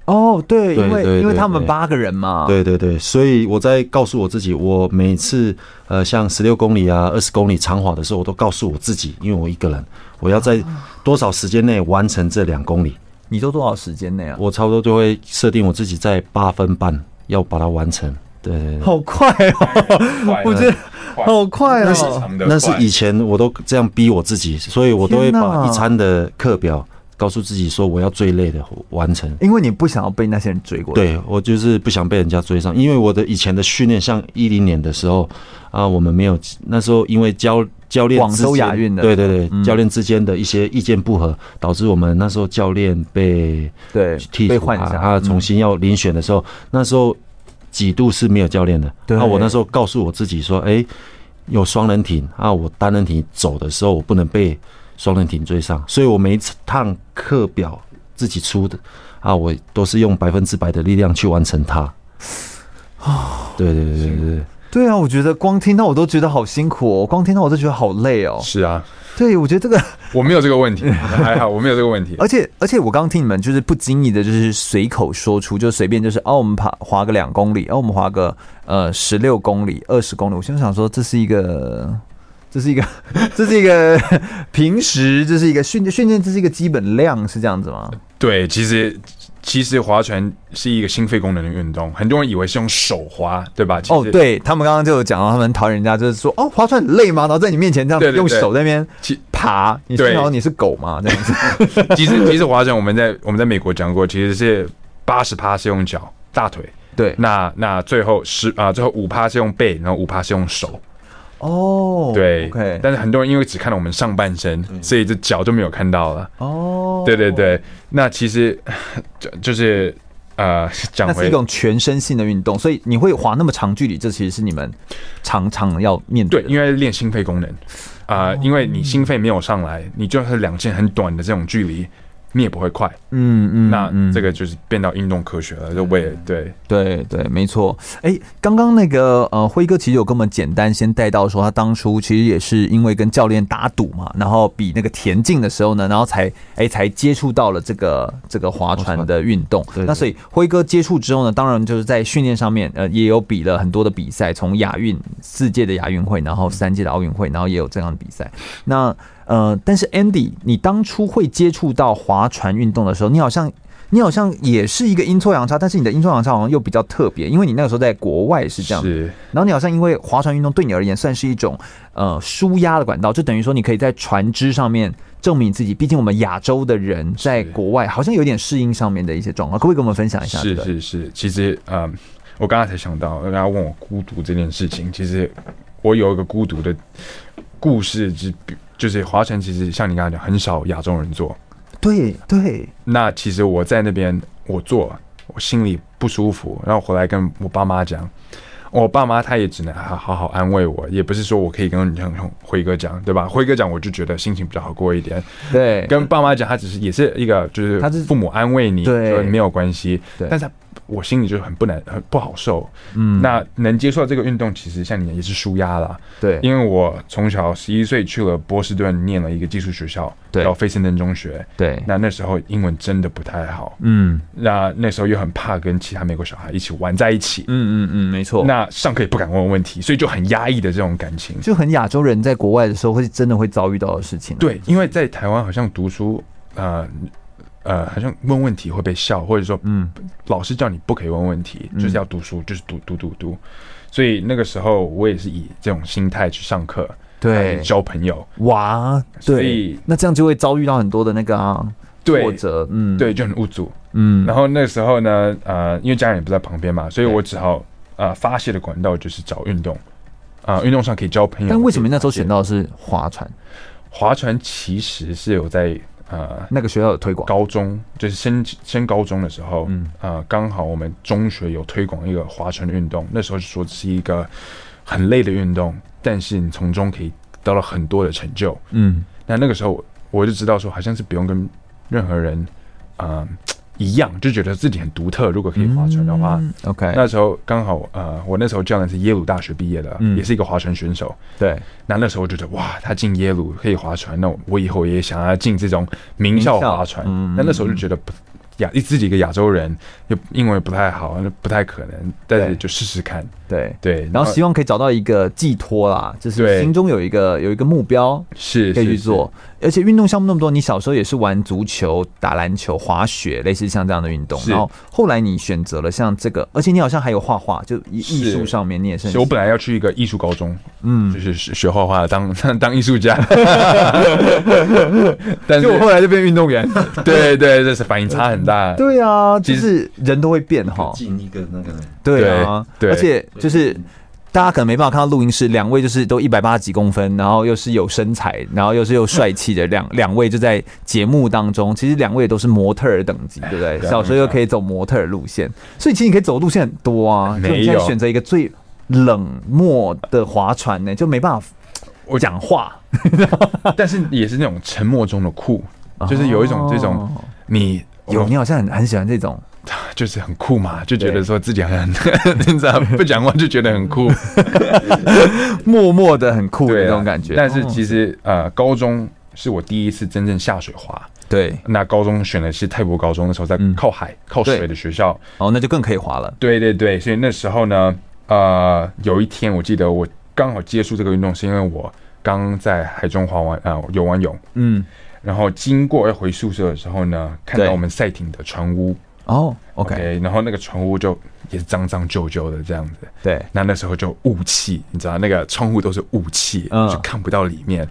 [SPEAKER 1] 哦，对，因
[SPEAKER 3] 对
[SPEAKER 1] 为
[SPEAKER 3] 对对
[SPEAKER 1] 因为他们
[SPEAKER 3] 对
[SPEAKER 1] 八个人嘛，
[SPEAKER 3] 对对对，所以我在告诉我自己，我每次呃像十六公里啊、二十公里长跑的时候，我都告诉我自己，因为我一个人，我要在多少时间内完成这两公里。
[SPEAKER 1] 你都多少时间内啊？
[SPEAKER 3] 我差不多就会设定我自己在八分半要把它完成。对对对，
[SPEAKER 1] 好快哦，我觉
[SPEAKER 3] 呃
[SPEAKER 1] 得好快
[SPEAKER 2] 那是
[SPEAKER 1] 哦，
[SPEAKER 3] 那是以前我都这样逼我自己，所以我都会
[SPEAKER 1] 天哪
[SPEAKER 3] 把一餐的课表告诉自己说我要最累的完成。
[SPEAKER 1] 因为你不想要被那些人追过来。
[SPEAKER 3] 对我就是不想被人家追上，因为我的以前的训练，像一零年的时候啊，我们没有那时候因为教教练
[SPEAKER 1] 广州
[SPEAKER 3] 之间
[SPEAKER 1] 亚运的
[SPEAKER 3] 对对
[SPEAKER 1] 嗯
[SPEAKER 3] 对，教练之间的一些意见不合，导致我们那时候教练被
[SPEAKER 1] 对
[SPEAKER 3] 替
[SPEAKER 1] 被嗯
[SPEAKER 3] 补
[SPEAKER 1] 换
[SPEAKER 3] 啊
[SPEAKER 1] 下
[SPEAKER 3] 啊，重新要遴选的时候，那时候几度是没有教练的。
[SPEAKER 1] 对
[SPEAKER 3] 那我那时候告诉我自己说，哎、有双人艇啊，我单人艇走的时候，我不能被双人艇追上，所以我每一趟课表自己出的啊，我都是用百分之百的力量去完 成它。
[SPEAKER 1] 哦
[SPEAKER 3] 对对对对对，
[SPEAKER 1] 对啊，我觉得光听到我都觉得好辛苦哦，光听到我都觉得好累哦。
[SPEAKER 2] 是啊，
[SPEAKER 1] 对，我觉得这个，
[SPEAKER 2] 我没有这个问 题，还好我没有这个问题
[SPEAKER 1] 而。且而且我刚听你们就是不经意的，就是随口说出，就随便就是哦，我们爬滑个两公里，哦，我们滑个呃十六公里、二十公里，我心想说这是一个。这是一个， 这是一个平时，这是一个训练训练，这是一个基本量，是这样子吗？
[SPEAKER 2] 对，其实其实划船是一个心肺功能的运动，很多人以为是用手划，对吧？其实
[SPEAKER 1] 哦，，对他们刚刚就有讲到，他们讨厌人家就是说，哦，划船很累吗？然后在你面前这样
[SPEAKER 2] 对对对
[SPEAKER 1] 用手在那边
[SPEAKER 2] 其
[SPEAKER 1] 爬，你
[SPEAKER 2] 对
[SPEAKER 1] 幸好你是狗嘛，这样子。
[SPEAKER 2] 其实其实划船我们在我们在美国讲过，其实是八十趴是用脚大腿，
[SPEAKER 1] 对，
[SPEAKER 2] 那那最后十啊、最后五趴是用背，然后五趴是用手，
[SPEAKER 1] 哦，
[SPEAKER 2] 对。
[SPEAKER 1] ，OK，嗯
[SPEAKER 2] 但是很多人因为只看到我们上半身，所以这脚就没有看到了。
[SPEAKER 1] 哦，
[SPEAKER 2] 对对，对，那其实就就是呃，讲
[SPEAKER 1] 那是
[SPEAKER 2] 回
[SPEAKER 1] 一种全身性的运动，所以你会滑那么长距离，这其实是你们常常要面
[SPEAKER 2] 对，
[SPEAKER 1] 的。
[SPEAKER 2] 因为练心肺功能啊、
[SPEAKER 1] 哦
[SPEAKER 2] 因为你心肺没有上来，你就是两件很短的这种距离，你也不会快。
[SPEAKER 1] 嗯嗯
[SPEAKER 2] 那
[SPEAKER 1] 嗯
[SPEAKER 2] 这个就是变到运动科学了，就为了对
[SPEAKER 1] 对对，没错。哎、刚刚那个呃，辉哥其实有跟我们简单先带到说，他当初其实也是因为跟教练打赌嘛，然后比那个田径的时候呢，然后才哎、才接触到了这个这个划船的运动。
[SPEAKER 3] 对对
[SPEAKER 1] 那所以辉哥接触之后呢，当然就是在训练上面呃也有比了很多的比赛，从亚运四届的亚运会，然后三届的奥运会，然后也有这样的比赛。那呃，但是 Andy，你当初会接触到划船运动的时候，你好像你好像也是一个阴错阳差，但是你的阴错阳差好像又比较特别，因为你那个时候在国外是这样，
[SPEAKER 2] 是
[SPEAKER 1] 然后你好像因为划船运动对你而言算是一种呃舒压的管道，就等于说你可以在船只上面证明自己。毕竟我们亚洲的人在国外好像有点适应上面的一些状况，可不可以跟我们分享一下、这
[SPEAKER 2] 是
[SPEAKER 1] 个？
[SPEAKER 2] 是是，其实嗯，我刚刚才想到，刚刚问我孤独这件事情，其实我有一个孤独的故事，就是比就是华晨，其实像你刚刚讲，很少亚洲人做。
[SPEAKER 1] 对对，
[SPEAKER 2] 那其实我在那边我做，我心里不舒服，然后回来跟我爸妈讲，哦我爸妈他也只能好好好安慰我，也不是说我可以跟你像辉哥讲，对吧？辉哥讲我就觉得心情比较好过一点，
[SPEAKER 1] 对，
[SPEAKER 2] 跟爸妈讲，他只是也是一个就是
[SPEAKER 1] 他是
[SPEAKER 2] 父母安慰你，
[SPEAKER 1] 对
[SPEAKER 2] 说没有关系
[SPEAKER 1] 对，
[SPEAKER 2] 但是他我心里就很不能很不好受。
[SPEAKER 1] 嗯
[SPEAKER 2] 那能接受这个运动，其实像你也是舒压啦，
[SPEAKER 1] 对
[SPEAKER 2] 因为我从小十一岁去了波士顿念了一个技术学校，
[SPEAKER 1] 对
[SPEAKER 2] 叫费森登中学。
[SPEAKER 1] 对，
[SPEAKER 2] 那那时候英文真的不太好，
[SPEAKER 1] 嗯
[SPEAKER 2] 那那时候又很怕跟其他美国小孩一起玩在一起，
[SPEAKER 1] 嗯嗯嗯，没错。
[SPEAKER 2] 那上课也不敢问问题，所以就很压抑的这种感情。
[SPEAKER 1] 就很亚洲人在国外的时候会真的会遭遇到的事情、，啊
[SPEAKER 2] 对，因为在台湾好像读书，呃呃，好像问问题会被笑，或者说
[SPEAKER 1] 嗯，
[SPEAKER 2] 老师叫你不可以问问题，
[SPEAKER 1] 嗯
[SPEAKER 2] 就是要读书，就是读读读读。所以那个时候我也是以这种心态去上课，
[SPEAKER 1] 对
[SPEAKER 2] 呃，交朋友，
[SPEAKER 1] 哇，
[SPEAKER 2] 所
[SPEAKER 1] 对
[SPEAKER 2] 以，
[SPEAKER 1] 那这样就会遭遇到很多的那个啊
[SPEAKER 2] 对
[SPEAKER 1] 挫折，嗯，
[SPEAKER 2] 对，，就很无助。
[SPEAKER 1] 嗯，
[SPEAKER 2] 然
[SPEAKER 1] 后
[SPEAKER 2] 后那时候呢，呃，因为家人也不在旁边嘛，所以我只好呃发泄的管道就是找运动，啊、运动上可以交朋友。
[SPEAKER 1] 但为什么那时候选
[SPEAKER 2] 到
[SPEAKER 1] 到的是划船？
[SPEAKER 2] 划船？其实是有在呃
[SPEAKER 1] 那个学校有推广，
[SPEAKER 2] 高中，就是升升高中的时候，
[SPEAKER 1] 嗯
[SPEAKER 2] 嗯，呃，刚好我们中学有推广一个划船的运动，那时候说是一个很累的运动，但是你从中可以得到很多的成就。
[SPEAKER 1] 嗯，
[SPEAKER 2] 那那个时候我就知道说，好像是不用跟任何人，呃，一样，就觉得自己很独特。如果可以划船的话，
[SPEAKER 1] 嗯，OK，
[SPEAKER 2] 那时候刚好呃，我那时候教练是耶鲁大学毕业的，
[SPEAKER 1] 嗯
[SPEAKER 2] 也是一个划船选手。
[SPEAKER 1] 对，
[SPEAKER 2] 那那时候我觉得哇，他进耶鲁可以划船，那我以后也想要进这种名校划船
[SPEAKER 1] 名校嗯。
[SPEAKER 2] 那、那时候就觉得不亚自己一个亚洲人，又英文也不太好，那不太可能，但
[SPEAKER 1] 对
[SPEAKER 2] 是就试试看。
[SPEAKER 1] 对。
[SPEAKER 2] 对，
[SPEAKER 1] 然后希望可以找到一个寄托啦，就是
[SPEAKER 2] 对
[SPEAKER 1] 心中有一个有一个目标
[SPEAKER 2] 是
[SPEAKER 1] 可以去
[SPEAKER 2] 是
[SPEAKER 1] 做，而且运动项目那么多，你小时候也是玩足球、打篮球、滑雪，类似像这样的运动。
[SPEAKER 2] 是
[SPEAKER 1] 然后后来你选择了像这个，而且你好像还有画画，就艺
[SPEAKER 2] 是
[SPEAKER 1] 艺术上面你也是
[SPEAKER 2] 是
[SPEAKER 1] 很
[SPEAKER 2] 是我本来要去一个艺术高中，
[SPEAKER 1] 嗯
[SPEAKER 2] 就是学学画画当 当艺术家，但是
[SPEAKER 1] 就我后来就变运动员。
[SPEAKER 2] 对对，这是反应差很大。
[SPEAKER 1] 对啊，就
[SPEAKER 2] 其实
[SPEAKER 1] 是人都会变哈。
[SPEAKER 3] 进一个那个
[SPEAKER 1] 对啊，
[SPEAKER 2] 对
[SPEAKER 1] 而且就是。大家可能没办法看到录音室，两位就是都一百八十几公分，然后又是有身材，然后又是又帅气的两 两位就在节目当中，其实两位也都是模特儿等级，对不对？
[SPEAKER 2] 对啊
[SPEAKER 1] 小时候又可以走模特儿路线，所以其实你可以走的路线很多啊。
[SPEAKER 2] 没
[SPEAKER 1] 就你现在
[SPEAKER 2] 有
[SPEAKER 1] 选择一个最冷漠的划船呢、就没办法
[SPEAKER 2] 我
[SPEAKER 1] 讲话，
[SPEAKER 2] 但是也是那种沉默中的酷，就是有一种这种
[SPEAKER 1] 哦
[SPEAKER 2] 你
[SPEAKER 1] 有你好像很很喜欢这种，
[SPEAKER 2] 就是很酷嘛，就觉得说自己很 你知道不讲话就觉得 很酷，
[SPEAKER 1] 默默的很酷的
[SPEAKER 2] 对啊
[SPEAKER 1] 那种感觉。
[SPEAKER 2] 但是
[SPEAKER 1] 哦
[SPEAKER 2] 其实呃，高中是我第一次真正下水滑。
[SPEAKER 1] 哦对，
[SPEAKER 2] 那高中选的是泰国高中，那时候在
[SPEAKER 1] 嗯
[SPEAKER 2] 靠海、靠水的学校。
[SPEAKER 1] 哦，那就更可以滑了。
[SPEAKER 2] 对对对，所以那时候呢，呃，有一天我记得我刚好接触这个运动，是因为我刚在海中滑完啊、呃游完泳，
[SPEAKER 1] 嗯，
[SPEAKER 2] 然后经过要回宿舍的时候呢，看
[SPEAKER 1] 对
[SPEAKER 2] 到我们赛艇的船屋
[SPEAKER 1] 哦，OK，
[SPEAKER 2] 然后那个船屋就也是脏脏旧旧的这样子。
[SPEAKER 1] 对，
[SPEAKER 2] 那那时候就雾气，你知道那个窗户都是雾气，
[SPEAKER 1] 嗯
[SPEAKER 2] 就看不到里面，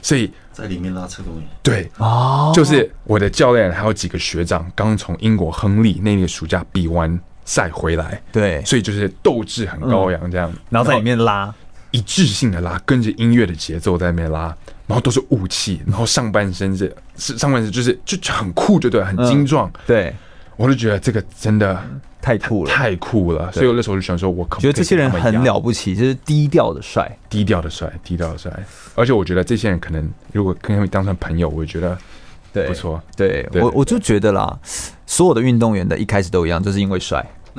[SPEAKER 2] 所以
[SPEAKER 3] 在里面拉车东西，
[SPEAKER 2] 对，
[SPEAKER 1] 哦，
[SPEAKER 2] 就是我的教练还有几个学长刚从英国亨利那年的暑假比完赛回来，
[SPEAKER 1] 对，
[SPEAKER 2] 所以就是斗志很高扬这样，
[SPEAKER 1] 然后在里面拉，
[SPEAKER 2] 一致性的拉，跟着音乐的节奏在那边拉，然后都是雾气，然后上半身是是上半身就是就就很酷，就对了，很
[SPEAKER 1] 嗯
[SPEAKER 2] 精壮，
[SPEAKER 1] 对，
[SPEAKER 2] 我就觉得这个真的
[SPEAKER 1] 太酷了，
[SPEAKER 2] 太酷了，所以我那时候就想说，我可不可
[SPEAKER 1] 觉
[SPEAKER 2] 以
[SPEAKER 1] 得这些人
[SPEAKER 2] 跟他们一
[SPEAKER 1] 很
[SPEAKER 2] 样
[SPEAKER 1] 了不起，就是低调的帅，
[SPEAKER 2] 低调的帅，低调的帅。而且我觉得这些人可能，如果跟他们当成朋友，我觉得
[SPEAKER 1] 对，
[SPEAKER 2] 不。错。
[SPEAKER 1] 对
[SPEAKER 2] 对
[SPEAKER 1] 我，
[SPEAKER 2] 对
[SPEAKER 1] 我就觉得啦，所有的运动员的一开始都一样，就是因为帅。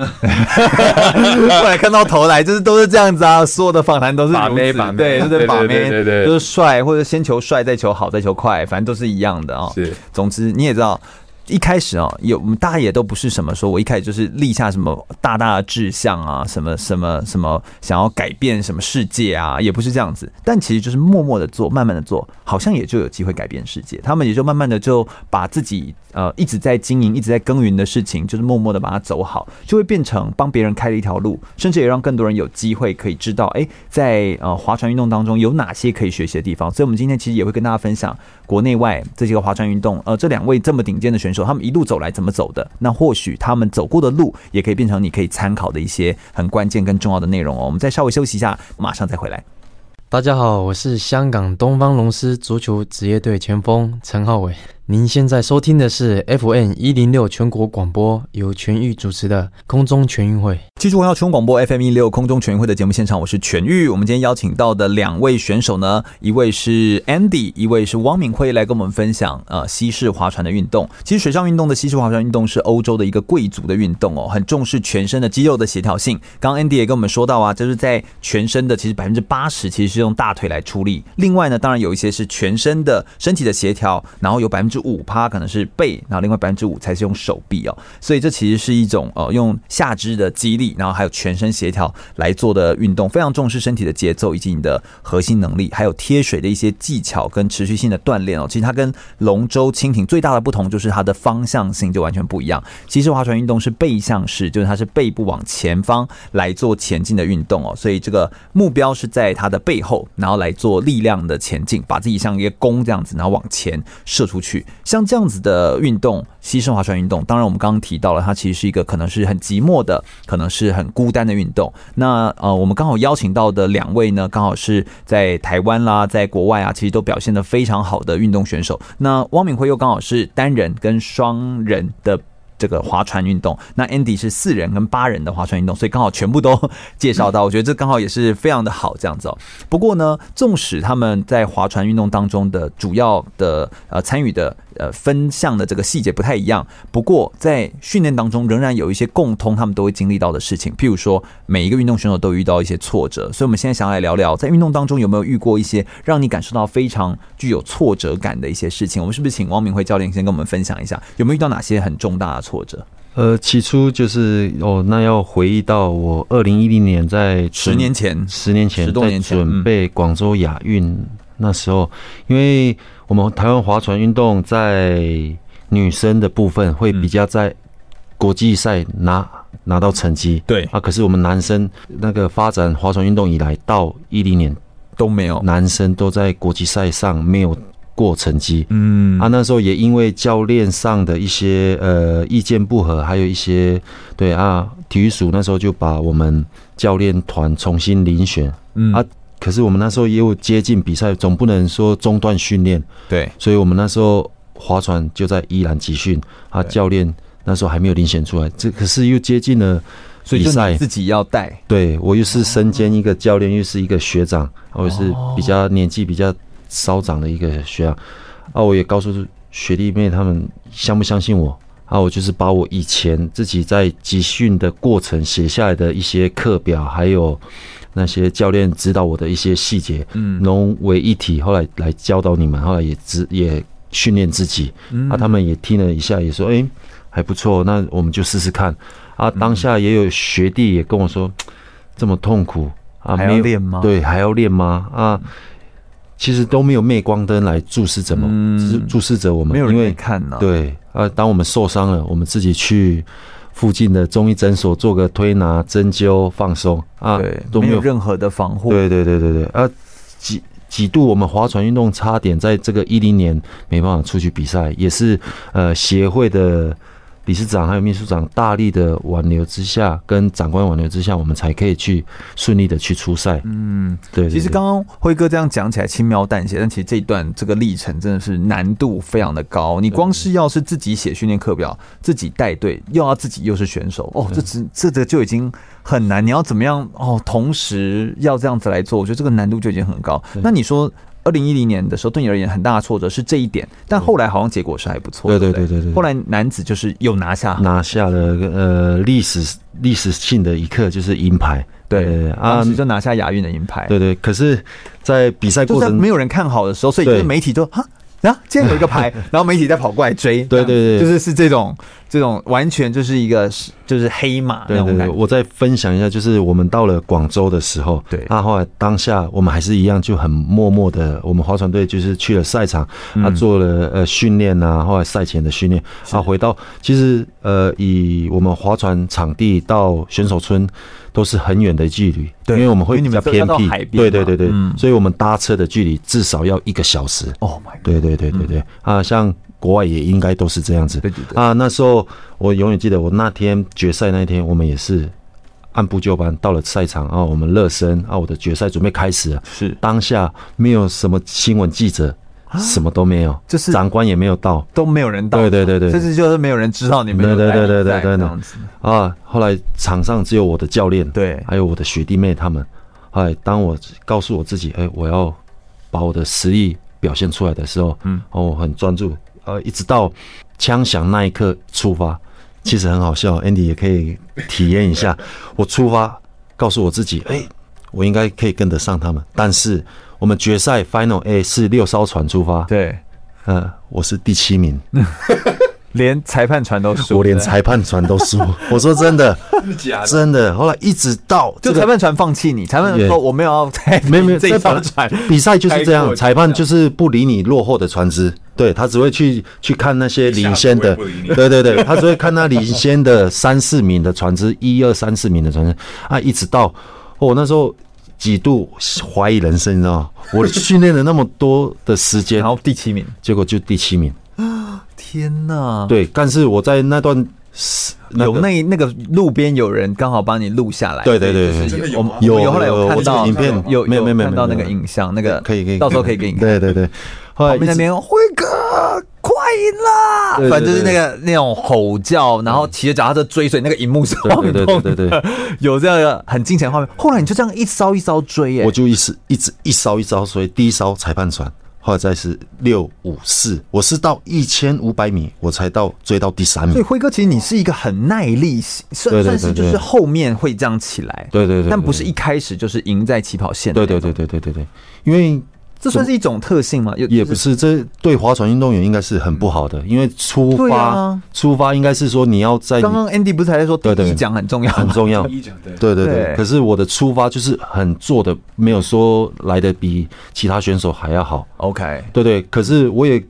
[SPEAKER 1] 后来看到头来，就是都是这样子啊，所有的访谈都是
[SPEAKER 2] 把
[SPEAKER 1] 如
[SPEAKER 2] 妹
[SPEAKER 1] 此
[SPEAKER 2] 把妹
[SPEAKER 1] 对，就是
[SPEAKER 2] 对
[SPEAKER 1] 把
[SPEAKER 2] 对
[SPEAKER 1] 妹，
[SPEAKER 2] 对对对
[SPEAKER 1] 就是帅，或者先求帅，再求好，再求快，反正都是一样的啊、哦。
[SPEAKER 2] 是
[SPEAKER 1] 总之你也知道，一开始哦，有我们大家也都不是什么说，我一开始就是立下什么大大的志向啊，什么什么什么想要改变什么世界啊，也不是这样子。但其实就是默默的做，慢慢的做，好像也就有机会改变世界。他们也就慢慢的就把自己呃一直在经营、一直在耕耘的事情，就是默默的把它走好，就会变成帮别人开了一条路，甚至也让更多人有机会可以知道，哎、在呃划船运动当中有哪些可以学习的地方。所以，我们今天其实也会跟大家分享国内外这些个划船运动，呃，这两位这么顶尖的选手，他们一路走来怎么走的？那或许他们走过的路，也可以变成你可以参考的一些很关键跟重要的内容哦。我们再稍微休息一下，马上再回来。
[SPEAKER 5] 大家好，我是香港东方龙狮足球职业队前锋陈浩伟。您现在收听的是 FM 一零六全国广播，由全域主持的空中全运会。
[SPEAKER 1] 继续回到全国广播 FM 一六空中全运会的节目现场，我是全玉。我们今天邀请到的两位选手呢，一位是 Andy，一位是汪敏慧，来跟我们分享呃西式划船的运动。其实水上运动的西式划船运动是欧洲的一个贵族的运动哦，很重视全身的肌肉的协调性。刚刚 Andy 也跟我们说到啊，就是在全身的其实百分之八十其实是用大腿来出力，另外呢，当然有一些是全身的身体的协调，然后有百分之五趴可能是背，然后另外百分之五才是用手臂哦。所以这其实是一种呃用下肢的肌力，然后还有全身协调来做的运动，非常重视身体的节奏以及你的核心能力，还有贴水的一些技巧跟持续性的锻炼哦。其实它跟龙舟、蜻蜓最大的不同就是它的方向性就完全不一样。其实划船运动是背向式，就是它是背部往前方来做前进的运动哦，所以这个目标是在它的背后，然后来做力量的前进，把自己像一个弓这样子，然后往前射出去。像这样子的运动，牺牲划船运动，当然我们刚刚提到了，它其实是一个可能是很寂寞的，可能是很孤单的运动。那呃，我们刚好邀请到的两位呢，刚好是在台湾啦，在国外啊，其实都表现的非常好的运动选手。那汪敏辉又刚好是单人跟双人的。这个划船运动，那 Andy 是四人跟八人的划船运动，所以刚好全部都 介绍到，我觉得这刚好也是非常的好这样子哦。不过呢，纵使他们在划船运动当中的主要的呃参与的呃分项的这个细节不太一样，不过在训练当中仍然有一些共通，他们都会经历到的事情。譬如说，每一个运动选手都遇到一些挫折，所以我们现在想要来聊聊，在运动当中有没有遇过一些让你感受到非常具有挫折感的一些事情？我们是不是请汪明辉教练先跟我们分享一下，有没有遇到哪些很重大的挫折？
[SPEAKER 3] 呃，起初就是哦，那要回忆到我二零一零年在
[SPEAKER 1] 十年前，
[SPEAKER 3] 十年
[SPEAKER 1] 嗯
[SPEAKER 3] 前
[SPEAKER 1] 十多年前嗯
[SPEAKER 3] 在准备广州亚运那时候，因为我们台湾划船运动在女生的部分会比较在国际赛拿拿到成绩，
[SPEAKER 1] 对，
[SPEAKER 3] 啊，可是我们男生那个发展划船运动以来到一零年，
[SPEAKER 1] 都没有，
[SPEAKER 3] 男生都在国际赛上没有过成绩，
[SPEAKER 1] 嗯
[SPEAKER 3] 啊，那时候也因为教练上的一些呃意见不合，还有一些对啊，体育署那时候就把我们教练团重新遴选。
[SPEAKER 1] 嗯
[SPEAKER 3] 啊可是我们那时候也有接近比赛，总不能说中断训练，
[SPEAKER 1] 对，
[SPEAKER 3] 所以我们那时候划船就在依兰集训啊，
[SPEAKER 1] 对
[SPEAKER 3] 教练那时候还没有遴选出来，这可是又接近了
[SPEAKER 1] 所以就
[SPEAKER 3] 比赛
[SPEAKER 1] 你自己要带，
[SPEAKER 3] 对我又是身兼一个教练，又是一个学长，
[SPEAKER 1] 哦
[SPEAKER 3] 我是比较年纪比较稍长的一个学长，啊，我也告诉学弟妹他们相不相信我啊，我就是把我以前自己在集训的过程写下来的一些课表，还有那些教练指导我的一些细节，
[SPEAKER 1] 嗯
[SPEAKER 3] 融为一体，后来来教导你们，后来也指也训练自己，
[SPEAKER 1] 嗯
[SPEAKER 3] 啊，他们也听了一下，也说，哎、还不错，那我们就试试看。啊，当下也有学弟也跟我说，这么痛苦啊，
[SPEAKER 1] 还要
[SPEAKER 3] 没有
[SPEAKER 1] 练吗
[SPEAKER 3] 对，还要练吗？啊，其实都没有灭光灯来注视着我
[SPEAKER 1] 嗯
[SPEAKER 3] 们，只是注视着我们，
[SPEAKER 1] 没有
[SPEAKER 3] 因
[SPEAKER 1] 人可以
[SPEAKER 3] 为
[SPEAKER 1] 看呢、，
[SPEAKER 3] 对啊，当我们受伤了，我们自己去附近的中医诊所做个推拿、针灸、放松啊，
[SPEAKER 1] 对，
[SPEAKER 3] 都
[SPEAKER 1] 没
[SPEAKER 3] 没
[SPEAKER 1] 有
[SPEAKER 3] 有
[SPEAKER 1] 任何的防护。
[SPEAKER 3] 对对对对对啊，几几度我们划船运动差点在这个一零年没办法出去比赛，也是呃协会的理事长还有秘书长大力的挽留之下，跟长官挽留之下，我们才可以去顺利的去出赛。
[SPEAKER 1] 嗯，
[SPEAKER 3] 对对
[SPEAKER 1] 其实
[SPEAKER 3] 对
[SPEAKER 1] 刚刚辉哥这样讲起来轻描淡写，但其实这一段这个历程真的是难度非常的高。你光是要是自己写训练课表，自己带队，又要自己又是选手，哦，这只这个就已经很难。你要怎么样哦？同时要这样子来做，我觉得这个难度就已经很高。那你说？二零一零年的时候，对你而言很大的挫折是这一点，但后来好像结果是还不错。
[SPEAKER 3] 对
[SPEAKER 1] 对
[SPEAKER 3] 对
[SPEAKER 1] 不
[SPEAKER 3] 对对对对
[SPEAKER 1] 后来男子就是有拿下，
[SPEAKER 3] 拿下了呃历史历史性的一刻，就是银牌。
[SPEAKER 1] 对
[SPEAKER 3] 对
[SPEAKER 1] 当
[SPEAKER 3] 啊
[SPEAKER 1] 时就拿下亚运的银牌。
[SPEAKER 3] 对对，可是，在比赛
[SPEAKER 1] 哎就
[SPEAKER 3] 哎过
[SPEAKER 1] 在
[SPEAKER 3] 程
[SPEAKER 1] 没有人看好的时候，所以就是
[SPEAKER 3] 对
[SPEAKER 1] 媒体都哈。啊，今天有一个 牌，然后媒体在跑过来追，
[SPEAKER 3] 对对
[SPEAKER 1] 这样
[SPEAKER 3] 对
[SPEAKER 1] 就是是这种这种完全就是一个就是黑马那
[SPEAKER 3] 对
[SPEAKER 1] 种
[SPEAKER 3] 对对，
[SPEAKER 1] 感觉，
[SPEAKER 3] 我再分享一下，就是我们到了广州的时候，
[SPEAKER 1] 对
[SPEAKER 3] 那后来当下我们还是一样，就很默默的，我们划船队就是去了赛场，
[SPEAKER 1] 嗯
[SPEAKER 3] 啊，做了呃训练啊，后来赛前的训练，啊，回到其实呃，以我们划船场地到选手村都是很远的距离，
[SPEAKER 1] 对
[SPEAKER 3] 因为我们会
[SPEAKER 1] 因为
[SPEAKER 3] 比
[SPEAKER 1] 你们
[SPEAKER 3] 较
[SPEAKER 1] 都要
[SPEAKER 3] 偏
[SPEAKER 1] 到
[SPEAKER 3] 僻
[SPEAKER 1] 海，边嘛
[SPEAKER 3] 对对对对
[SPEAKER 1] 嗯，
[SPEAKER 3] 所以我们搭车的距离至少要一个小时，
[SPEAKER 1] ，Oh my god，
[SPEAKER 3] 对对对对对，啊，像国外也应该都是这样子，
[SPEAKER 1] 嗯对对对，
[SPEAKER 3] 啊，那时候我永远记得，我那天决赛那一天，我们也是按部就班到了赛场啊，我们热身啊，我的决赛准备开始了。
[SPEAKER 1] 是
[SPEAKER 3] 当下没有什么新闻记者，什么都没有，
[SPEAKER 1] 啊就是
[SPEAKER 3] 长官也没有到
[SPEAKER 1] 都没有人到，
[SPEAKER 3] 对对对对
[SPEAKER 1] 甚至就是没有人知道你们有
[SPEAKER 3] 对对对
[SPEAKER 1] 来
[SPEAKER 3] 对对
[SPEAKER 1] 比赛
[SPEAKER 3] 对对
[SPEAKER 1] 这样子，
[SPEAKER 3] 啊。后来场上只有我的教练，
[SPEAKER 1] 对
[SPEAKER 3] 还有我的学弟妹他们。后来当我告诉我自己，哎，我要把我的实力表现出来的时候，
[SPEAKER 1] 嗯，
[SPEAKER 3] 哦，我很专注，呃，一直到枪响那一刻出发，其实很好笑，Andy 也可以体验一下。我出发，告诉我自己，哎、我应该可以跟得上他们，但是我们决赛 Final A 是六艘船出发，
[SPEAKER 1] 对，
[SPEAKER 3] 呃，我是第七名，
[SPEAKER 1] 连裁判传都输，
[SPEAKER 3] 我连裁判船都输。我说真 的，真的。后来一直到
[SPEAKER 1] 就
[SPEAKER 3] 这
[SPEAKER 1] 裁
[SPEAKER 3] 个
[SPEAKER 1] 判传放弃你，裁判
[SPEAKER 3] 也
[SPEAKER 1] 说我没有要再
[SPEAKER 3] 没有没有，
[SPEAKER 1] 这一
[SPEAKER 3] 在
[SPEAKER 1] 艘
[SPEAKER 3] 法
[SPEAKER 1] 船，
[SPEAKER 3] 比赛就是
[SPEAKER 2] 开
[SPEAKER 3] 这
[SPEAKER 2] 过
[SPEAKER 3] 样，
[SPEAKER 2] 去
[SPEAKER 3] 裁判就是不理你落后的船只，对他只会去去看那些领先
[SPEAKER 2] 一
[SPEAKER 3] 的
[SPEAKER 2] 下子我也不理，你
[SPEAKER 3] 对 对对，他只会看那领先的三四名的船只， 一二三四名的船只啊，一直到我、哦那时候几度怀疑人生，你知道吗？我训练了那么多的时 间
[SPEAKER 1] 然，后第七名，
[SPEAKER 3] 结果就第七名，
[SPEAKER 1] 天哪，
[SPEAKER 3] 对，但是我在那段时个
[SPEAKER 1] 有那那个路边有人刚好帮你录下来，
[SPEAKER 3] 对对对
[SPEAKER 1] 所以
[SPEAKER 3] 对
[SPEAKER 1] 就是
[SPEAKER 2] 对
[SPEAKER 1] 我们
[SPEAKER 2] 真的
[SPEAKER 1] 我
[SPEAKER 2] 有吗
[SPEAKER 1] 们后来有
[SPEAKER 3] 有
[SPEAKER 1] 看到
[SPEAKER 3] 有影片
[SPEAKER 1] 有
[SPEAKER 3] 没有没有没有
[SPEAKER 1] 看到
[SPEAKER 3] 没
[SPEAKER 1] 那
[SPEAKER 3] 有
[SPEAKER 1] 个影像，那个
[SPEAKER 3] 可以可以，
[SPEAKER 1] 到时候可以给你看。
[SPEAKER 3] 对对对，后来
[SPEAKER 1] 旁
[SPEAKER 3] 一
[SPEAKER 1] 边那
[SPEAKER 3] 直
[SPEAKER 1] 边辉哥快赢啦，
[SPEAKER 3] 对对对
[SPEAKER 1] 反正就是那个那种吼叫，然后骑着脚踏车追随那个荧幕上
[SPEAKER 3] 对对对对对对，
[SPEAKER 1] 有这样的很精彩的画面。后来你就这样一艘一艘追哎耶，
[SPEAKER 3] 我就一直一直一烧一烧，所以第一烧裁判船，后来再是六五四，我是到一千五百米我才到追到第三
[SPEAKER 1] 所以
[SPEAKER 3] 名。
[SPEAKER 1] 辉哥其实你是一个很耐力型，算
[SPEAKER 3] 对
[SPEAKER 1] 算
[SPEAKER 3] 对对
[SPEAKER 1] 是就
[SPEAKER 3] 对
[SPEAKER 1] 是后面会这样起来，
[SPEAKER 3] 对对对对
[SPEAKER 1] 但不是一开始就是赢在起跑线。
[SPEAKER 3] 对对对，对对对对，因为
[SPEAKER 1] 这算是一种特性吗？有
[SPEAKER 3] 也不
[SPEAKER 1] 就是
[SPEAKER 3] 这对划船运动员应该是很不好的，因为出
[SPEAKER 1] 嗯对
[SPEAKER 3] 发、
[SPEAKER 1] 啊
[SPEAKER 3] 出发应该是说你要在你
[SPEAKER 1] 刚刚 Andy 不是还在说第
[SPEAKER 3] 对对
[SPEAKER 1] 一奖很重要
[SPEAKER 3] 很
[SPEAKER 1] 吗？
[SPEAKER 3] 重要，
[SPEAKER 2] 一讲对
[SPEAKER 3] 对对
[SPEAKER 1] 对
[SPEAKER 3] 对，可是我的出发就是很做的，没有说来的比其他选手还要好。
[SPEAKER 1] OK，
[SPEAKER 3] 对对，可是我也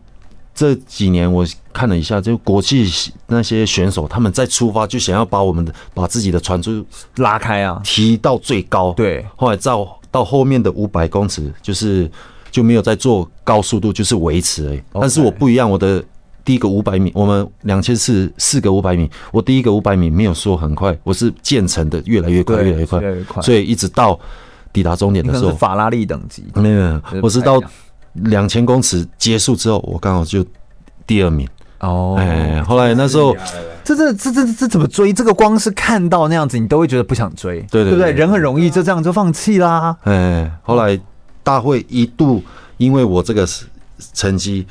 [SPEAKER 3] 这几年我看了一下，就国际那些选手，他们在出发就想要把我们的把自己的船速
[SPEAKER 1] 拉开啊，
[SPEAKER 3] 提到最高。，
[SPEAKER 1] 对，
[SPEAKER 3] 后来到到后面的五百公尺，就是就没有再做高速度，就是维持而已。但是我不一样，我的。第一个五百米，我们两千四四个五百米，我第一个五百米没有说很快，我是渐层的，越来越快，
[SPEAKER 1] 对
[SPEAKER 3] 越来越快
[SPEAKER 1] 越来越快，
[SPEAKER 3] 所以一直到抵达终点
[SPEAKER 1] 你
[SPEAKER 3] 的
[SPEAKER 1] 可
[SPEAKER 3] 时
[SPEAKER 1] 能
[SPEAKER 3] 候
[SPEAKER 1] 是，法拉利等级，
[SPEAKER 3] 没有没有没
[SPEAKER 1] 是
[SPEAKER 3] 有，我是
[SPEAKER 1] 呃不太一
[SPEAKER 3] 到
[SPEAKER 1] 样
[SPEAKER 3] 两千公尺结束之后，我刚好就第二名。
[SPEAKER 1] 哦
[SPEAKER 3] 哎，后来那时候，
[SPEAKER 1] 这这这这这怎么追？这个光是看到那样子，你都会觉得不想追，
[SPEAKER 3] 对对
[SPEAKER 1] 不对？
[SPEAKER 3] 对对
[SPEAKER 1] 人很容易就这样就放弃啦。
[SPEAKER 3] 哎，后来大会一度因为我这个成绩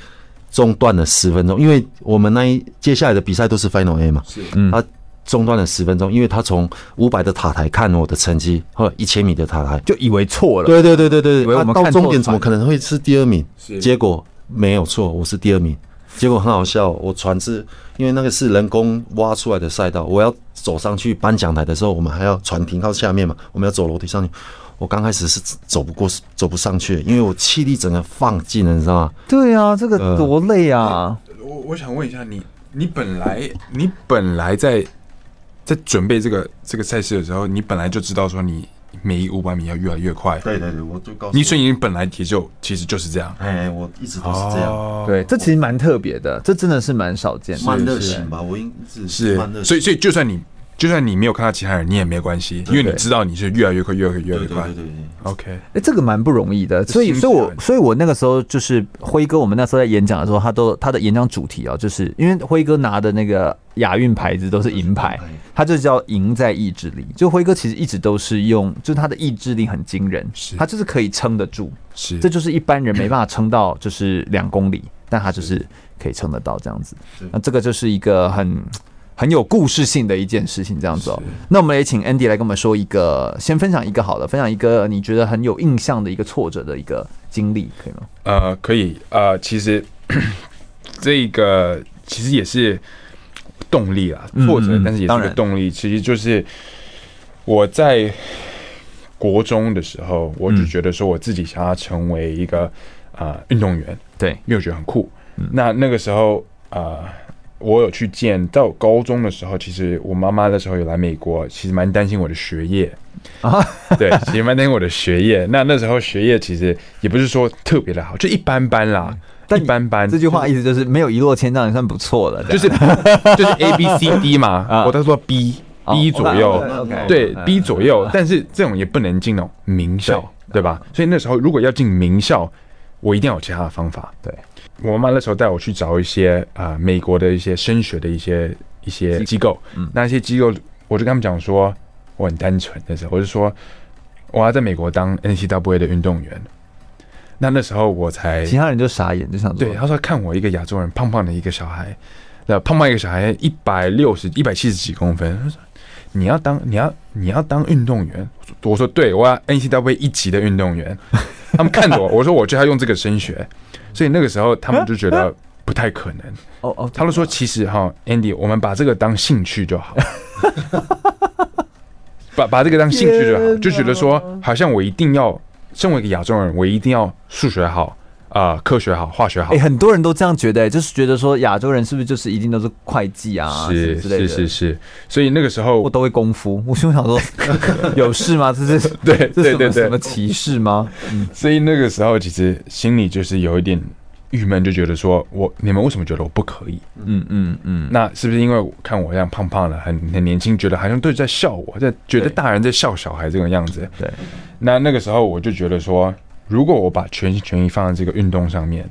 [SPEAKER 3] 中断了十分钟，因为我们那一接下来的比赛都是 Final A 嘛，是，
[SPEAKER 1] 嗯
[SPEAKER 3] 他中断了十分钟，因为他从五百的塔台看我的成绩，后来一千米的塔台，
[SPEAKER 1] 就以为错了，
[SPEAKER 3] 对对对对对，
[SPEAKER 1] 以为我
[SPEAKER 3] 他
[SPEAKER 1] 们
[SPEAKER 3] 到
[SPEAKER 1] 看错
[SPEAKER 3] 终点怎么
[SPEAKER 1] 船
[SPEAKER 3] 可能会是第二名
[SPEAKER 2] 是？
[SPEAKER 3] 结果没有错，我是第二名。结果很好笑，我船是因为那个是人工挖出来的赛道，我要走上去颁奖台的时候，我们还要船停靠下面嘛，我们要走楼梯上去。我刚开始是走不过，走不上去，因为我气力整个放尽了，你知道吗？
[SPEAKER 1] 对啊，这个多累啊！
[SPEAKER 2] 我我想问一下你，你本来你本来在在准备这个这个赛事的时候，你本来就知道说你每一五百米要越来越快，
[SPEAKER 3] 对对对，我就告诉
[SPEAKER 2] 你所以你本来也就其实就是这样，
[SPEAKER 3] 哎，我一直都是这样，
[SPEAKER 2] 哦
[SPEAKER 1] 对，这其实蛮特别的，这真的是蛮少见的。
[SPEAKER 3] 慢热型吧，我应是慢热
[SPEAKER 2] 是，
[SPEAKER 3] 型，
[SPEAKER 2] 所以所以就算你就算你没有看到其他人，你也没关系，因为你知道你是越来越快，越来越越来
[SPEAKER 3] 对
[SPEAKER 2] 越
[SPEAKER 3] 对对
[SPEAKER 2] 快
[SPEAKER 3] 对。对，
[SPEAKER 2] OK，
[SPEAKER 1] 哎、这个蛮不容易的，所以，
[SPEAKER 2] 心
[SPEAKER 1] 所以我
[SPEAKER 2] 态，
[SPEAKER 1] 所以我那个时候就是辉哥，我们那时候在演讲的时候，他都他的演讲主题啊，就是因为辉哥拿的那个亚运牌子都是银牌
[SPEAKER 3] 都是银牌，
[SPEAKER 1] 他就叫赢在意志力。就辉哥其实一直都是用，就是他的意志力很惊人
[SPEAKER 2] 是，
[SPEAKER 1] 他就是可以撑得住，
[SPEAKER 2] 是
[SPEAKER 1] 这就是一般人没办法撑到，就是两公里，但他就是可以撑得到这样子
[SPEAKER 3] 是。
[SPEAKER 1] 那这个就是一个很很有故事性的一件事情，这样子哦。那我们也请 Andy 来跟我们说一个，先分享一个好了，分享一个你觉得很有印象的一个挫折的一个经历，可以吗？
[SPEAKER 2] 呃，可以，呃，其实 这个其实也是动力啦，
[SPEAKER 1] 嗯
[SPEAKER 2] 挫折
[SPEAKER 1] 嗯，
[SPEAKER 2] 但是也是
[SPEAKER 1] 当
[SPEAKER 2] 个
[SPEAKER 1] 然
[SPEAKER 2] 动力。其实就是我在国中的时候，我就
[SPEAKER 1] 嗯
[SPEAKER 2] 觉得说我自己想要成为一个啊运、动员，
[SPEAKER 1] 对，
[SPEAKER 2] 因为我觉得很酷。那那个时候啊、呃我有去见，到高中的时候，其实我妈妈那时候有来美国，其实蛮担心我的学业
[SPEAKER 1] 啊。
[SPEAKER 2] 对，其实蛮担心我的学业。那那时候学业其实也不是说特别的好，就一般般啦，
[SPEAKER 1] 但
[SPEAKER 2] 一般般。
[SPEAKER 1] 这句话意思就是没有一落千丈也算不错了，
[SPEAKER 2] 就是就是 A B C D 嘛啊
[SPEAKER 1] 啊，
[SPEAKER 2] 我都说 B B 左右，
[SPEAKER 1] 哦嗯
[SPEAKER 2] 对 B 左右，但是这种也不能进那种名校，对吧？所以那时候如果要进名校，我一定要有其他的方法。
[SPEAKER 1] 对，
[SPEAKER 2] 我妈妈那时候带我去找一些啊、呃美国的一些升学的一些一些机构，那些机构我就跟他们讲说，我很单纯那时候，我就说我要在美国当 NCAA 的运动员。那那时候我才
[SPEAKER 1] 其他人就傻眼，就想说哦
[SPEAKER 2] 对，他说看我一个亚洲人，胖胖的一个小孩，那胖胖一个小孩一百六十、一百七十几公分，他说你要当你要你要当运动员，我说我说对，我要 NCAA 一级的运动员，他们看着我，我说我就要用这个升学，所以那个时候他们就觉
[SPEAKER 1] 啊
[SPEAKER 2] 得不太可能，
[SPEAKER 1] 哦哦，
[SPEAKER 2] 他们说其实哈，Andy，我们把这个当兴趣就好。 把把这个当兴趣就
[SPEAKER 1] 天
[SPEAKER 2] 好，
[SPEAKER 1] 哪
[SPEAKER 2] 就觉得说，好像我一定要，身为一个亚洲人，我一定要数学好，啊、科学好，化学好
[SPEAKER 1] 哎、，很多人都这样觉得、就是觉得说亚洲人是不是就是一定都是会计啊，什
[SPEAKER 2] 是
[SPEAKER 1] 么之类的，
[SPEAKER 2] 是是是，所以那个时
[SPEAKER 1] 我
[SPEAKER 2] 候，
[SPEAKER 1] 都会功夫。我心想 说，有事吗？这是
[SPEAKER 2] 对
[SPEAKER 1] 这是什
[SPEAKER 2] 对对
[SPEAKER 1] 么什
[SPEAKER 2] 对
[SPEAKER 1] 么，歧视吗？
[SPEAKER 2] 所以那个时候其实心里就是有一点郁闷，就觉得说我你们为什么觉得我不可以？
[SPEAKER 1] 嗯嗯嗯，
[SPEAKER 2] 那是不是因为我看我这样胖胖的，很很年轻，觉得好像都在笑我，在觉得
[SPEAKER 1] 对
[SPEAKER 2] 大人在笑小孩这个样子？
[SPEAKER 1] 对。
[SPEAKER 2] 那那个时候我就觉得说，如果我把全心全意放在这个运动上面，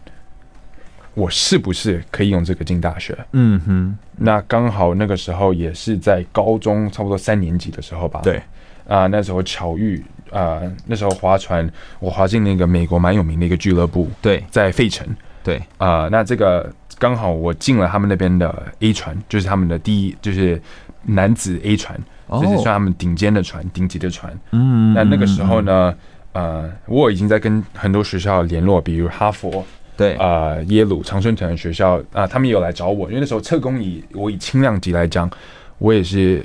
[SPEAKER 2] 我是不是可以用这个进大学？
[SPEAKER 1] 嗯哼，
[SPEAKER 2] 那刚好那个时候也是在高中差不多三年级的时候吧。
[SPEAKER 1] 对，
[SPEAKER 2] 啊、那时候巧遇啊、那时候划船，我划进那个美国蛮有名的一个俱乐部，
[SPEAKER 1] 对
[SPEAKER 2] 在费城
[SPEAKER 1] 对，
[SPEAKER 2] 啊、那这个刚好我进了他们那边的 A 船，就是他们的第一，就是男子 A 船，
[SPEAKER 1] 哦
[SPEAKER 2] 就是算他们顶尖的船，顶级的船。
[SPEAKER 1] 嗯
[SPEAKER 2] 那那个时候呢，呃，我已经在跟很多学校联络，比如哈佛。
[SPEAKER 1] 对
[SPEAKER 2] 啊，耶鲁常春藤学校啊、他们也有来找我，因为那时候测功以我以轻量级来讲，我也是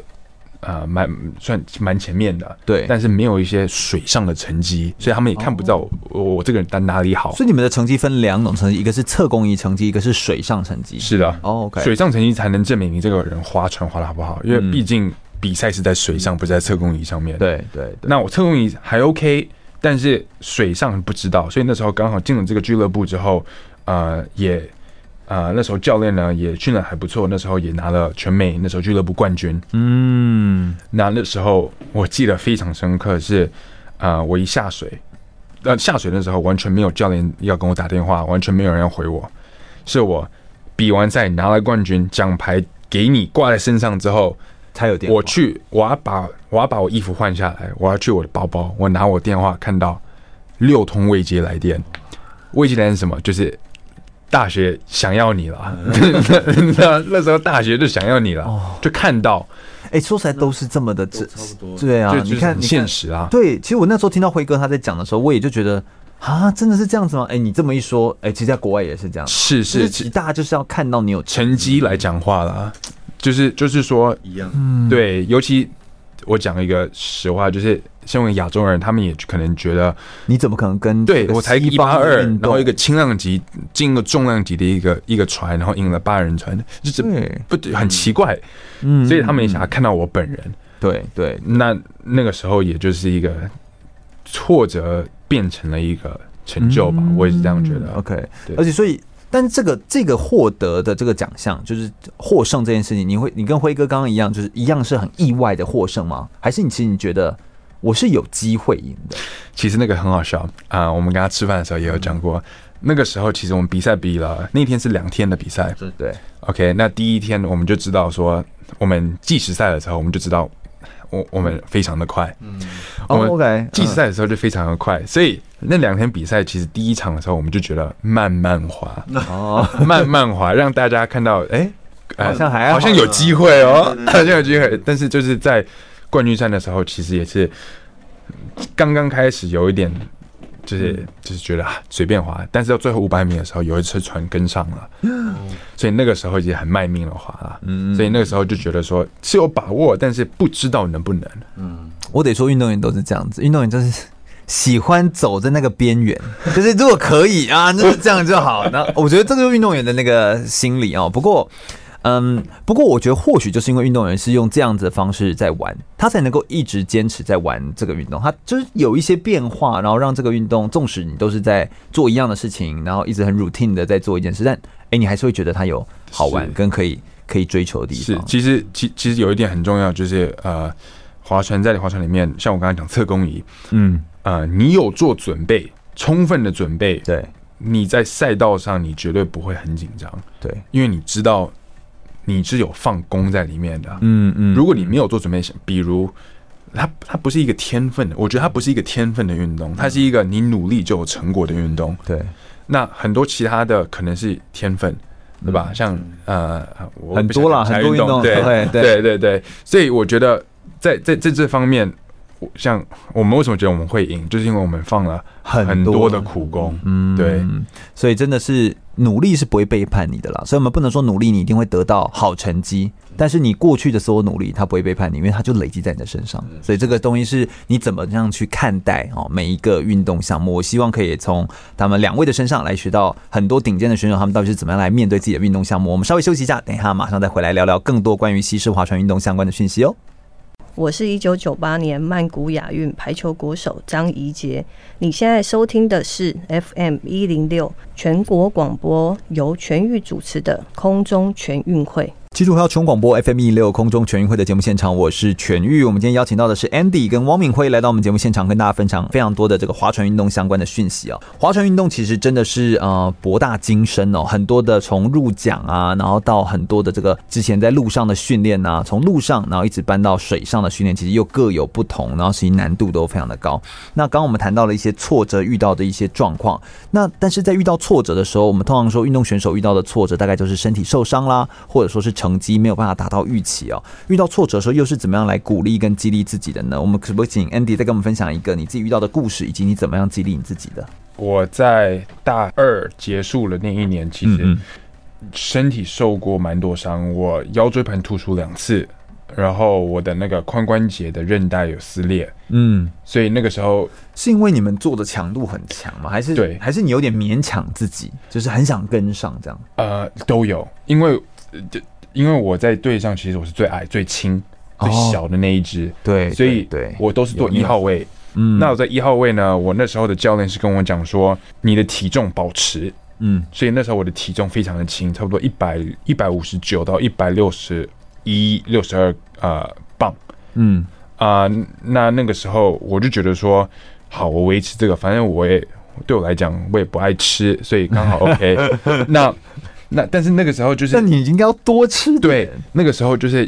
[SPEAKER 2] 啊蛮、算蛮前面的，
[SPEAKER 1] 对
[SPEAKER 2] 但是没有一些水上的成绩，所以他们也看不到我、我我这个人在哪里好。
[SPEAKER 1] 哦所以你们的成绩分两种成绩，一个是测工艺成绩，一个是水上成绩。
[SPEAKER 2] 是的、
[SPEAKER 1] 哦，OK，
[SPEAKER 2] 水上成绩才能证明你这个人划船划的好不好，因为
[SPEAKER 1] 嗯
[SPEAKER 2] 毕竟比赛是在水上，不是在测功仪上面。，
[SPEAKER 1] 对对对，
[SPEAKER 2] 那我测功仪还 OK，但是水上不知道，所以那时候刚好进了这个俱乐部之后，呃，也呃那时候教练呢也训练还不错，那时候也拿了全美那时候俱乐部冠军。
[SPEAKER 1] 嗯，
[SPEAKER 2] 那那时候我记得非常深刻是，呃，我一下水，呃，下水的时候完全没有教练要跟我打电话，完全没有人要回我，是我比完赛拿了冠军，奖牌给你挂在身上之后，
[SPEAKER 1] 才有点
[SPEAKER 2] 我去，我要把我要把我衣服换下来，我要去我的包包，我拿我电话看到六通未接来电，未接来电是什么？就是。大学想要你了，
[SPEAKER 1] 嗯
[SPEAKER 2] 那那时候大学就想要你
[SPEAKER 1] 哦
[SPEAKER 2] 了，就看到，
[SPEAKER 1] 哎、说起来都是这么的，这
[SPEAKER 3] 都差不多
[SPEAKER 1] 对啊，
[SPEAKER 2] 就
[SPEAKER 1] 你
[SPEAKER 2] 就是
[SPEAKER 1] 看
[SPEAKER 2] 很
[SPEAKER 1] 你看
[SPEAKER 2] 现实啊。
[SPEAKER 1] 对，其实我那时候听到辉哥他在讲的时候，我也就觉得啊，真的是这样子吗？哎、你这么一说，哎、其实在国外也是这样，就
[SPEAKER 2] 是
[SPEAKER 1] 是极
[SPEAKER 2] 是
[SPEAKER 1] 大家就是要看到你有成
[SPEAKER 2] 成绩来讲话啦，就是就是说，
[SPEAKER 1] 嗯
[SPEAKER 3] 一样，
[SPEAKER 2] 对，尤其我讲一个实话，就是身为亚洲人，他们也可能觉得，
[SPEAKER 1] 你怎么可能跟
[SPEAKER 2] 对
[SPEAKER 1] 这个
[SPEAKER 2] 我才
[SPEAKER 1] 西
[SPEAKER 2] 一八
[SPEAKER 1] 方
[SPEAKER 2] 二
[SPEAKER 1] 的运，
[SPEAKER 2] 然
[SPEAKER 1] 动
[SPEAKER 2] 后一个轻量级进一个重量级的一个一个船，然后赢了八人船，就是
[SPEAKER 1] 对，
[SPEAKER 2] 不很奇怪，
[SPEAKER 1] 嗯
[SPEAKER 2] 所以他们也想要
[SPEAKER 1] 嗯
[SPEAKER 2] 看到我本人。
[SPEAKER 1] 对对
[SPEAKER 2] 那那个时候也就是一个挫折变成了一个成就吧，
[SPEAKER 1] 嗯
[SPEAKER 2] 我也是这样觉得。
[SPEAKER 1] OK，
[SPEAKER 2] 对
[SPEAKER 1] 而且所以，但这个这个获得的这个奖项，就是获胜这件事情，你会你跟辉哥刚刚一样，就是一样是很意外的获胜吗？还是你其实你觉得我是有机会赢的？
[SPEAKER 2] 其实那个很好笑啊、我们跟他吃饭的时候也有讲过。那个时候其实我们比赛比了，那天是两天的比赛。
[SPEAKER 1] 对，
[SPEAKER 2] OK，那第一天我们就知道说，我们计时赛的时候我们就知道我我们非常的快，
[SPEAKER 1] 哦
[SPEAKER 2] 我们
[SPEAKER 1] ，OK，
[SPEAKER 2] 计时赛的时候就非常的快，所以那两天比赛其实第一场的时候我们就觉得慢慢滑，
[SPEAKER 1] 嗯哦，
[SPEAKER 2] 慢慢滑，让大家看到， 哎、呃
[SPEAKER 1] 好嗯像还
[SPEAKER 2] 好像有机会哦， 好像有机会。但是就是在冠军赛的时候，其实也是刚刚开始有一点，就是、
[SPEAKER 1] 嗯
[SPEAKER 2] 就是觉得啊随便滑，但是到最后五百米的时候，有一次船跟上了，所以那个时候也很卖命的滑了。
[SPEAKER 1] 嗯
[SPEAKER 2] 所以那个时候就觉得说是有把握，但是不知道能不能。
[SPEAKER 1] 我得说，运动员都是这样子，运动员就是。喜欢走在那个边缘， 就是如果可以啊，就是这样就好。那我觉得这个就是运动员的那个心理哦。不过，嗯，不过我觉得或许就是因为运动员是用这样子的方式在玩，他才能够一直坚持在玩这个运动。他就是有一些变化，然后让这个运动，纵使你都是在做一样的事情，然后一直很 routine 的在做一件事，但哎、你还是会觉得它有好玩
[SPEAKER 2] 是
[SPEAKER 1] 跟可以可以追求的地
[SPEAKER 2] 是
[SPEAKER 1] 方，。
[SPEAKER 2] 其实其其实有一点很重要，就是呃，划船在划船里面，像我刚才讲侧弓移，
[SPEAKER 1] 嗯，
[SPEAKER 2] 呃，你有做准备，充分的准备，
[SPEAKER 1] 对
[SPEAKER 2] 你在赛道上你绝对不会很紧张，
[SPEAKER 1] 对，
[SPEAKER 2] 因为你知道你是有放弓在里面的。
[SPEAKER 1] 嗯嗯
[SPEAKER 2] 如果你没有做准备，比如它它不是一个天分的，我觉得它不是一个天分的运动，它是一个你努力就有成果的运动。
[SPEAKER 1] 嗯对。
[SPEAKER 2] 那很多其他的可能是天分，对吧？像呃，我
[SPEAKER 1] 嗯很多啦
[SPEAKER 2] 不想
[SPEAKER 1] 很多
[SPEAKER 2] 讲其
[SPEAKER 1] 运
[SPEAKER 2] 他
[SPEAKER 1] 动
[SPEAKER 2] 对
[SPEAKER 1] 对对
[SPEAKER 2] 对对对，所以我觉得在在在这方面，我像我们为什么觉得我们会赢，就是因为我们放了
[SPEAKER 1] 很
[SPEAKER 2] 很
[SPEAKER 1] 多
[SPEAKER 2] 多的苦功。
[SPEAKER 1] 嗯
[SPEAKER 2] 对，
[SPEAKER 1] 所以真的是努力是不会背叛你的啦，所以我们不能说努力你一定会得到好成绩，但是你过去的所有努力，它不会背叛你，因为它就累积在你的身上。所以这个东西是你怎么样去看待哦每一个运动项目。我希望可以从他们两位的身上来学到很多顶尖的选手他们到底是怎么样来面对自己的运动项目。我们稍微休息一下，等一下马上再回来聊聊更多关于西式划船运动相关的讯息哦。
[SPEAKER 6] 我是一九九八年曼谷亚运排球国手张怡杰。你现在收听的是 FM 一零六全国广播，由全域主持的空中全运会。
[SPEAKER 1] 基础还有全广播 FM 一六空中全运会的节目现场，我是全玉。我们今天邀请到的是 Andy 跟汪敏辉来到我们节目现场，跟大家分享非常多的这个划船运动相关的讯息哦。划船运动其实真的是呃博大精深哦，很多的从入桨啊，然后到很多的这个之前在路上的训练啊，从路上然后一直搬到水上的训练，其实又各有不同，然后其实难度都非常的高。那刚刚我们谈到了一些挫折遇到的一些状况，那但是在遇到挫折的时候，我们通常说运动选手遇到的挫折大概就是身体受伤啦，或者说是成绩没有办法达到预期哦。遇到挫折的时候，又是怎么样来鼓励跟激励自己的呢？我们可不可以请 Andy 再跟我们分享一个你自己遇到的故事，以及你怎么样激励你自己的？
[SPEAKER 2] 我在大二结束了那一年，其
[SPEAKER 1] 嗯
[SPEAKER 2] 实身体受过蛮多伤，我腰椎盘突出两次，然后我的那个髋关节的韧带有撕裂，
[SPEAKER 1] 嗯，
[SPEAKER 2] 所以那个时候
[SPEAKER 1] 是因为你们做的强度很强吗？还是
[SPEAKER 2] 对
[SPEAKER 1] 还是你有点勉强自己，就是很想跟上这样？
[SPEAKER 2] 呃都有，因为呃这因为我在队上其实我是最矮、最轻、
[SPEAKER 1] 哦
[SPEAKER 2] 最小的那一只，
[SPEAKER 1] 对
[SPEAKER 2] 所以
[SPEAKER 1] 对，
[SPEAKER 2] 我都是做
[SPEAKER 1] 有
[SPEAKER 2] 一号位。
[SPEAKER 1] 嗯
[SPEAKER 2] 那我在一号位呢，我那时候的教练是跟我讲说，你的体重保持，
[SPEAKER 1] 嗯
[SPEAKER 2] 所以那时候我的体重非常的轻，差不多一百一百五十九到一百六十一、六十二呃磅
[SPEAKER 1] 嗯
[SPEAKER 2] 啊、那那个时候我就觉得说，好，我维持这个，反正我也对我来讲我也不爱吃，所 以刚好 OK 那。那但是那个时候就是
[SPEAKER 1] 那你应该要多吃点
[SPEAKER 2] 对，那个时候就是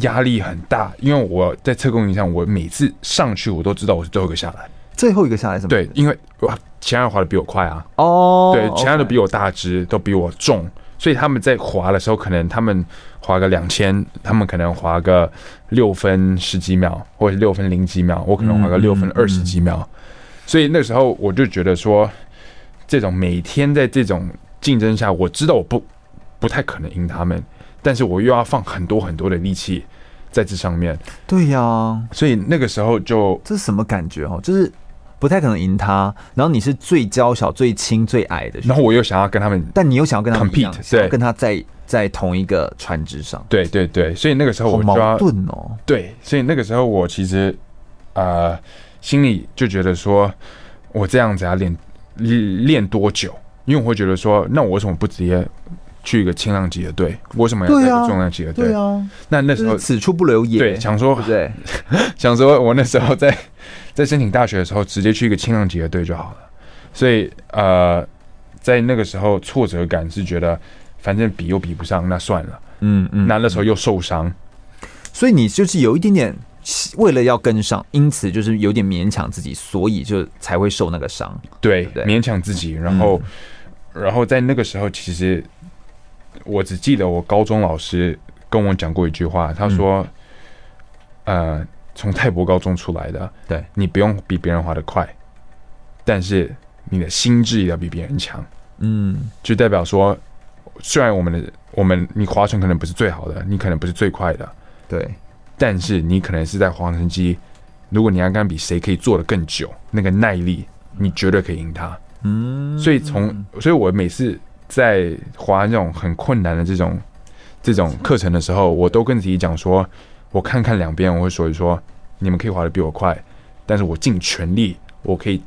[SPEAKER 2] 压力很大，因为我在侧供应上，我每次上去我都知道我是最后一个下来。
[SPEAKER 1] 最后一个下来什么？
[SPEAKER 2] 对，因为哇，其他人滑的比我快啊，
[SPEAKER 1] 哦，
[SPEAKER 2] 对，其他的
[SPEAKER 1] OK
[SPEAKER 2] 比我大只，都比我重，所以他们在滑的时候，可能他们滑个两千，他们可能滑个六分十几秒，或者六分零几秒，我可能滑个
[SPEAKER 1] 嗯
[SPEAKER 2] 六分
[SPEAKER 1] 嗯
[SPEAKER 2] 二十几秒，所以那时候我就觉得说，这种每天在这种竞争下，我知道我不不太可能赢他们，但是我又要放很多很多的力气。在这上面，
[SPEAKER 1] 对呀、
[SPEAKER 2] 所以那个时候就
[SPEAKER 1] 这是什么感觉哦？就是不太可能赢他，然后你是最娇小、最轻、最矮的，
[SPEAKER 2] 然后我又想要跟他们，
[SPEAKER 1] 但你又想要跟他们一样
[SPEAKER 2] Compete，
[SPEAKER 1] 想要
[SPEAKER 2] 对
[SPEAKER 1] 跟他在在同一个船只上，
[SPEAKER 2] 对对对，所以那个时候
[SPEAKER 1] 好
[SPEAKER 2] 我就
[SPEAKER 1] 矛
[SPEAKER 2] 要
[SPEAKER 1] 盾哦。
[SPEAKER 2] 对，所以那个时候我其实呃心里就觉得说，我这样子要练练练多久？因为我会觉得说，那我为什么不直接去一个轻量级的队？我为什么要在
[SPEAKER 1] 对
[SPEAKER 2] 一
[SPEAKER 1] 啊
[SPEAKER 2] 个重量级的队？
[SPEAKER 1] 对啊，
[SPEAKER 2] 那那时
[SPEAKER 1] 就
[SPEAKER 2] 候
[SPEAKER 1] 是此处不留爷，
[SPEAKER 2] 对想说
[SPEAKER 1] 对 不对？
[SPEAKER 2] 想说，我那时候在在申请大学的时候，直接去一个轻量级的队就好了。所以呃，在那个时候挫折感是觉得，反正比又比不上，那算了。
[SPEAKER 1] 嗯嗯
[SPEAKER 2] 那那时候又受伤，
[SPEAKER 1] 所以你就是有一点点为了要跟上，因此就是有点勉强自己，所以就才会受那个伤。
[SPEAKER 2] 对，
[SPEAKER 1] 对
[SPEAKER 2] 勉强自己，然后、然后在那个时候，其实我只记得我高中老师跟我讲过一句话，他说：“呃，从泰国高中出来的，
[SPEAKER 1] 对
[SPEAKER 2] 你不用比别人滑得快，但是你的心智也要比别人强。”
[SPEAKER 1] 嗯，
[SPEAKER 2] 就代表说，虽然我们的我们你划船可能不是最好的，你可能不是最快的，
[SPEAKER 1] 对，
[SPEAKER 2] 但是你可能是在划船机，如果你要跟他比谁可以做的更久，那个耐力你绝对可以赢他。
[SPEAKER 1] 嗯，
[SPEAKER 2] 所以从所以我每次在划那种很困难的这种这种课程的时候，我都跟自己讲说，我看看两边，我会说一说，你们可以划的比我快，但是我尽全力，我可以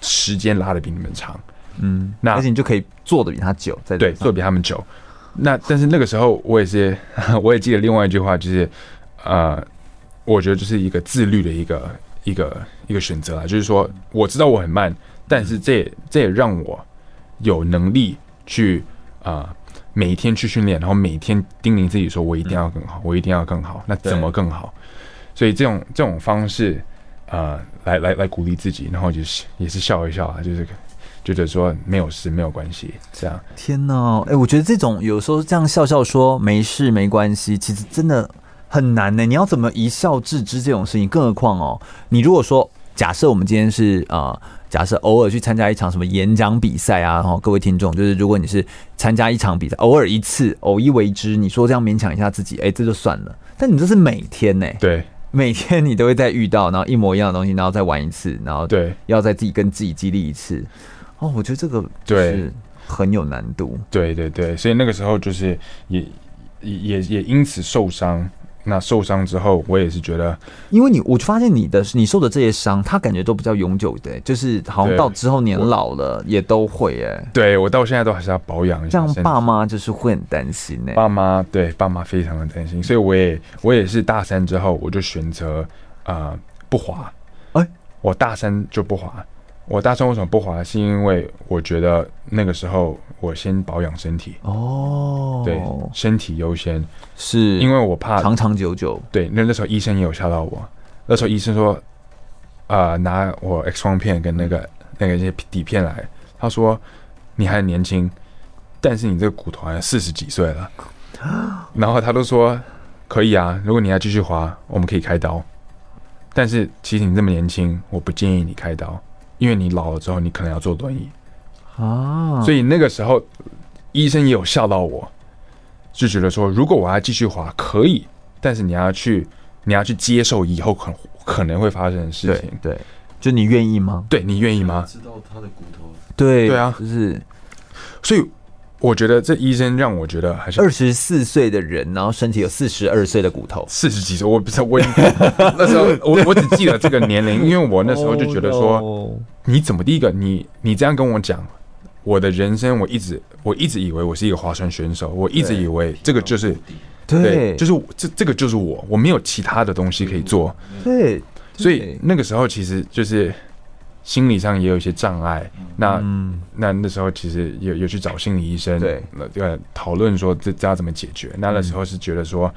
[SPEAKER 2] 时间拉的比你们长。
[SPEAKER 1] 嗯，
[SPEAKER 2] 那
[SPEAKER 1] 而且你就可以做的比他久，在这
[SPEAKER 2] 对，
[SPEAKER 1] 上
[SPEAKER 2] 做得比他们久。那但是那个时候我也是， 我也记得另外一句话，就是呃，我觉得就是一个自律的一个一个一个选择啊，就是说我知道我很慢，但是这也这也让我有能力去啊、呃每一天去训练，然后每天叮咛自己说我一定要更好，我一定要更好，那怎么更好？所以这种这种方式呃，来来来鼓励自己，然后就是也是笑一笑啊，就是觉得说没有事，没有关系，这样。
[SPEAKER 1] 天哪，哎、我觉得这种有时候这样笑笑说没事没关系，其实真的很难呢、你要怎么一笑置之这种事情？更何况哦，你如果说假设我们今天是呃，假设偶尔去参加一场什么演讲比赛啊，然后各位听众，就是如果你是参加一场比赛，偶尔一次，偶一为之，你说这样勉强一下自己，哎、这就算了。但你这是每天呢、
[SPEAKER 2] 对
[SPEAKER 1] 每天你都会再遇到，然后一模一样的东西，然后再玩一次，然后
[SPEAKER 2] 对
[SPEAKER 1] 要再自己跟自己激励一次。哦，我觉得这个
[SPEAKER 2] 对
[SPEAKER 1] 是很有难度。
[SPEAKER 2] 对对对，所以那个时候就是也也也也因此受伤。那受伤之后，我也是觉得
[SPEAKER 1] 因为你，我发现你的你受的这些伤，它感觉都比较永久的、欸就是好像
[SPEAKER 2] 对
[SPEAKER 1] 到之后年老了也都会哎、
[SPEAKER 2] 对我到现在都还是要保养一
[SPEAKER 1] 这
[SPEAKER 2] 下
[SPEAKER 1] 样
[SPEAKER 2] 身体。
[SPEAKER 1] 爸妈就是会很担心哎、
[SPEAKER 2] 爸妈对爸妈非常的担心，所以我也我也是大三之后我就选择啊不滑。
[SPEAKER 1] 哎
[SPEAKER 2] 我大三就不滑。我大三为什么不滑？是因为我觉得那个时候我先保养身体，
[SPEAKER 1] 哦，
[SPEAKER 2] 对，身体优先，
[SPEAKER 1] 是
[SPEAKER 2] 因为我怕
[SPEAKER 1] 长长久久，
[SPEAKER 2] 对，那那时候医生也有吓到我。那时候医生说，呃，拿我 X 光片跟那个那个一些底片来，他说你还很年轻，但是你这个骨头好像四十几岁了。然后他都说可以啊，如果你还继续滑，我们可以开刀。但是其实你这么年轻，我不建议你开刀，因为你老了之后你可能要坐轮椅。
[SPEAKER 1] 啊，
[SPEAKER 2] 所以那个时候医生也有笑到我，就觉得说，如果我要继续滑可以，但是你要去你要去接受以后可可能会发生的事
[SPEAKER 1] 对
[SPEAKER 2] 情。
[SPEAKER 1] 对，就你愿意吗？
[SPEAKER 2] 对你愿意吗？
[SPEAKER 3] 知道他的骨头
[SPEAKER 1] 对
[SPEAKER 2] 对啊
[SPEAKER 1] 就是
[SPEAKER 2] 所以我觉得这医生让我觉得还是
[SPEAKER 1] 二十四岁的人，然后身体有四十二岁的骨头，
[SPEAKER 2] 四十几岁，我不知道我已经那时候我我只记得这个年龄，因为我那时候就觉得说你怎么第一个你你这样跟我讲，我的人生我一直我一直以为我是一个划船选手，我一直以为这个就是对，就是是我这这个就是我，我没有其他的东西可以做，
[SPEAKER 1] 嗯对，
[SPEAKER 2] 所以那个时候其实就是心理上也有一些障碍。那、
[SPEAKER 1] 嗯，
[SPEAKER 2] 那那时候其实有有去找心理医生，
[SPEAKER 1] 对嗯
[SPEAKER 2] 那，呃，讨论说这这要怎么解决。那那时候是觉得说，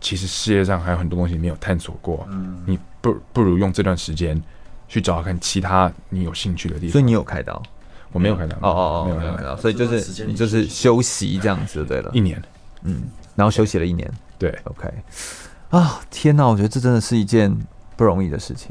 [SPEAKER 2] 其实世界上还有很多东西没有探索过，
[SPEAKER 1] 嗯
[SPEAKER 2] 你不不如用这段时间去找看其他你有兴趣的地
[SPEAKER 1] 所以
[SPEAKER 2] 方。
[SPEAKER 1] 你有开刀？
[SPEAKER 2] 我没有看到，
[SPEAKER 1] 哦哦哦，
[SPEAKER 2] 没有
[SPEAKER 1] 没有
[SPEAKER 2] 看
[SPEAKER 1] 开
[SPEAKER 2] 到，
[SPEAKER 1] 刀，所以就
[SPEAKER 3] 这段时
[SPEAKER 1] 是
[SPEAKER 3] 间
[SPEAKER 1] 你
[SPEAKER 3] 你
[SPEAKER 1] 就是休息这样子就对了
[SPEAKER 2] 一，年，
[SPEAKER 1] 然后休息了一年。
[SPEAKER 2] 对
[SPEAKER 1] OK，啊，天哪，我觉得这真的是一件不容易的事情。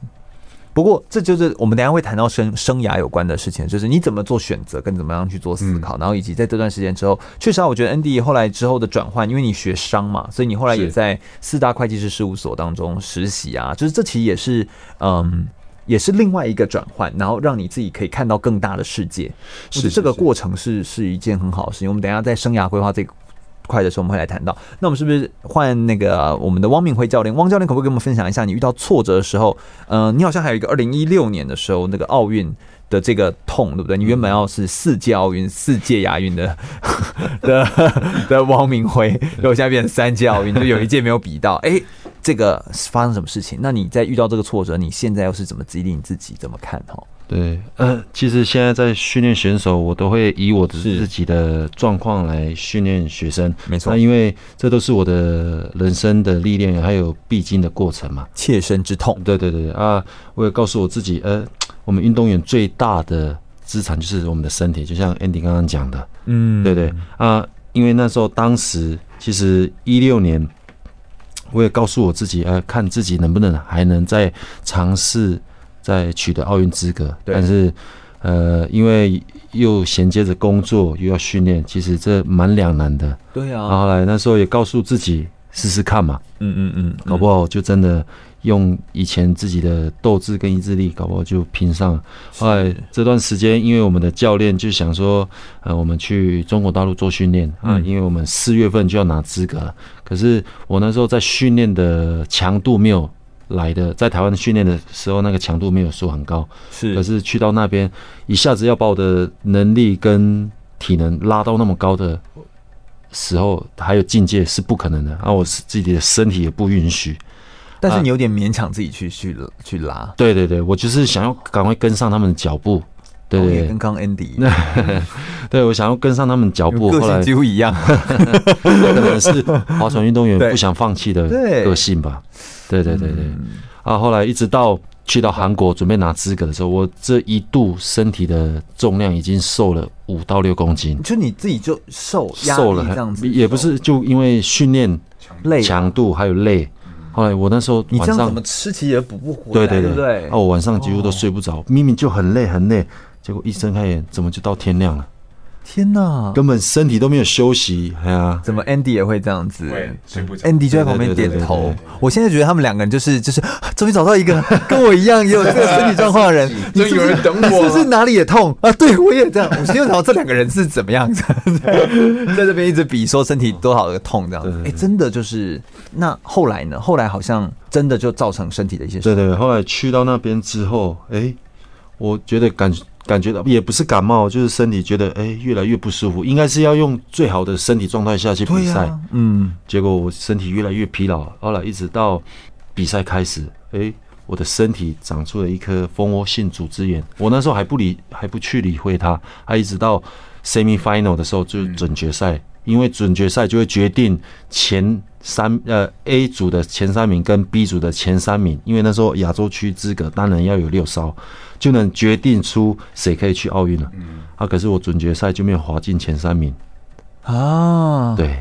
[SPEAKER 1] 不过这就是我们等一下会谈到生生涯有关的事情，就是你怎么做选择，跟怎么样去做思考，然后以及在这段时间之后，确实啊，我觉得 ND 后来之后的转换，因为你学商嘛，所以你后来也
[SPEAKER 2] 是
[SPEAKER 1] 在四大会计师事务所当中实习啊，就是这其实也是嗯。也是另外一个转换，然后让你自己可以看到更大的世界。我觉得
[SPEAKER 2] 是
[SPEAKER 1] 这个
[SPEAKER 2] 是
[SPEAKER 1] 过程是是一件很好的事情。我们等一下在生涯规划这块的时候，我们会来谈到。那我们是不是换那个呃我们的汪明辉教练？汪教练可不可以跟我们分享一下，你遇到挫折的时候，嗯、你好像还有一个二零一六年的时候那个奥运。的这个痛，对不对？你原本要是四届奥运、四届亚运的的的汪明辉，结果现在变成三届奥运，就有一届没有比 到。哎，这个发生什么事情？那你在遇到这个挫折，你现在又是怎么激励你自己？怎么看？哈，
[SPEAKER 3] 对，呃，其实现在在训练选手，我都会以我的自己的状况来训练学生。
[SPEAKER 1] 没错
[SPEAKER 3] 那，因为这都是我的人生的历练，还有必经的过程嘛。
[SPEAKER 1] 切身之痛。
[SPEAKER 3] 对对对对啊！我也告诉我自己，呃，我们运动员最大的资产就是我们的身体，就像 Andy 刚刚讲的，
[SPEAKER 1] 嗯，
[SPEAKER 3] 对对啊，因为那时候当时其实一六年，我也告诉我自己，呃，看自己能不能还能再尝试再取得奥运资格，
[SPEAKER 1] 对
[SPEAKER 3] 但是呃，因为又衔接着工作又要训练，其实这蛮两难的。
[SPEAKER 1] 对
[SPEAKER 3] 然后
[SPEAKER 1] 啊，
[SPEAKER 3] 后来那时候也告诉自己试试看嘛，
[SPEAKER 1] 嗯嗯嗯，
[SPEAKER 3] 搞不好就真的用以前自己的斗志跟意志力，搞不好就拼上了。后来哎这段时间，因为我们的教练就想说，呃，我们去中国大陆做训练啊，
[SPEAKER 1] 嗯
[SPEAKER 3] 因为我们四月份就要拿资格了。可是我那时候在训练的强度没有来的，在台湾训练的时候，那个强度没有说很高，
[SPEAKER 1] 是，
[SPEAKER 3] 可
[SPEAKER 1] 是
[SPEAKER 3] 是去到那边，一下子要把我的能力跟体能拉到那么高的时候，还有境界是不可能的。啊，我是自己的身体也不允许。
[SPEAKER 1] 但是你有点勉强自己去去去拉，
[SPEAKER 3] 对对对，我就是想要赶快跟上他们的脚步。对
[SPEAKER 1] 哦
[SPEAKER 3] 对
[SPEAKER 1] 也
[SPEAKER 3] 对
[SPEAKER 1] 跟刚刚 Andy 一样，
[SPEAKER 3] 对，我想要跟上他们脚步。
[SPEAKER 1] 个
[SPEAKER 3] 后来
[SPEAKER 1] 性几乎一样。
[SPEAKER 3] 可 能是划船运动员
[SPEAKER 1] 对
[SPEAKER 3] 不想放弃的
[SPEAKER 1] 对
[SPEAKER 3] 个性吧。对 对对对。
[SPEAKER 1] 嗯
[SPEAKER 3] 啊，后来一直到去到韩国准备拿资格的时候，我这一度身体的重量已经瘦了五到六公斤。
[SPEAKER 1] 就你自己就受压
[SPEAKER 3] 瘦
[SPEAKER 1] 力
[SPEAKER 3] 了，
[SPEAKER 1] 这样子，
[SPEAKER 3] 也不是就因为训练
[SPEAKER 1] 累啊，
[SPEAKER 3] 强度还有累。后来我那时候
[SPEAKER 1] 你这
[SPEAKER 3] 晚
[SPEAKER 1] 样
[SPEAKER 3] 上
[SPEAKER 1] 怎么吃其实也补不回
[SPEAKER 3] 对
[SPEAKER 1] 来，
[SPEAKER 3] 对
[SPEAKER 1] 不对哦
[SPEAKER 3] 对，啊，？我晚上几乎都睡不着，明明就很累很累，结果一睁开眼，怎么就到天亮了？
[SPEAKER 1] 天哪，
[SPEAKER 3] 根本身体都没有休息，哎呀，
[SPEAKER 1] 怎么 Andy 也会这样子？
[SPEAKER 2] 会睡不着
[SPEAKER 1] Andy 就在旁边
[SPEAKER 3] 对对
[SPEAKER 1] 点
[SPEAKER 3] 对对
[SPEAKER 1] 头
[SPEAKER 3] 对对。
[SPEAKER 1] 我现在觉得他们两个人就是就是，啊终于找到一个跟我一样也有这个身体状况的人，你
[SPEAKER 2] 终
[SPEAKER 1] 是不
[SPEAKER 2] 于有
[SPEAKER 1] 是
[SPEAKER 2] 人等我
[SPEAKER 1] 你是不是哪里也痛啊？对我也这样。我今天找到这两个人是怎么样子， 在这边一直比说身体多少个痛这样子。哎，真的就是那后来呢？后来好像真的就造成身体的一些事。
[SPEAKER 3] 对对，后来去到那边之后，哎，我觉得感感觉到也不是感冒，就是身体觉得哎越来越不舒服，应该是要用最好的身体状态下去
[SPEAKER 1] 对
[SPEAKER 3] 比赛
[SPEAKER 1] 呀，，嗯，
[SPEAKER 3] 结果我身体越来越疲劳，后来一直到比赛开始，诶，我的身体长出了一颗蜂窝性组织炎。我那时候还不理，还不去理会它，还一直到 semi final 的时候就是准决赛，因为准决赛就会决定前三呃 A 组的前三名跟 B 组的前三名，因为那时候亚洲区资格当然要有六烧，就能决定出谁可以去奥运了。啊，可是我准决赛就没有滑进前三名，
[SPEAKER 1] 啊，
[SPEAKER 3] 对。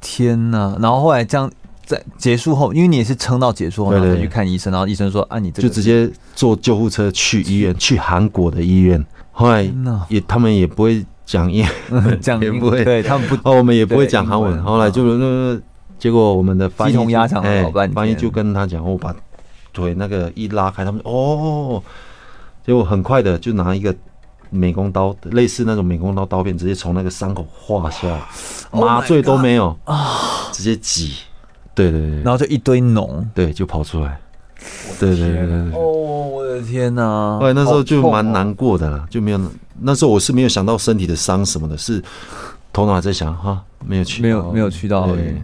[SPEAKER 1] 天呐！然后后来这样在结束后，因为你也是撑到结束后，
[SPEAKER 3] 对
[SPEAKER 1] 然
[SPEAKER 3] 对
[SPEAKER 1] 后再去看医生，然后医生说啊，你这个
[SPEAKER 3] 就直接坐救护车去医院，去韩国的医院。后来
[SPEAKER 1] 天哪
[SPEAKER 3] 也他们也不会讲英，
[SPEAKER 1] 这样
[SPEAKER 3] 也不会
[SPEAKER 1] 对他们 不
[SPEAKER 3] 哦，我们也不会讲韩
[SPEAKER 1] 对
[SPEAKER 3] 文。
[SPEAKER 1] 英文
[SPEAKER 3] 后来就那结果我们的翻译
[SPEAKER 1] 鸡同鸭
[SPEAKER 3] 就
[SPEAKER 1] 讲了
[SPEAKER 3] 哎
[SPEAKER 1] 老半天
[SPEAKER 3] 翻译就跟他讲，我把腿那个一拉开，他们就哦，结果很快的就拿一个。美工刀类似那种美工刀刀片，直接从那个伤口划下来，
[SPEAKER 1] Oh my
[SPEAKER 3] 麻醉都没有啊，直接挤，对对对
[SPEAKER 1] 然后就一堆脓。
[SPEAKER 3] 对，就跑出来，对对对对对
[SPEAKER 1] 哦，。我的天呐！
[SPEAKER 3] 哎后来那时候就
[SPEAKER 1] 好痛哦
[SPEAKER 3] 蛮难过的啦，就没有那时候我是没有想到身体的伤什么的，是头脑还在想哈，没有去到，
[SPEAKER 1] 没有没有去到而已
[SPEAKER 3] 对，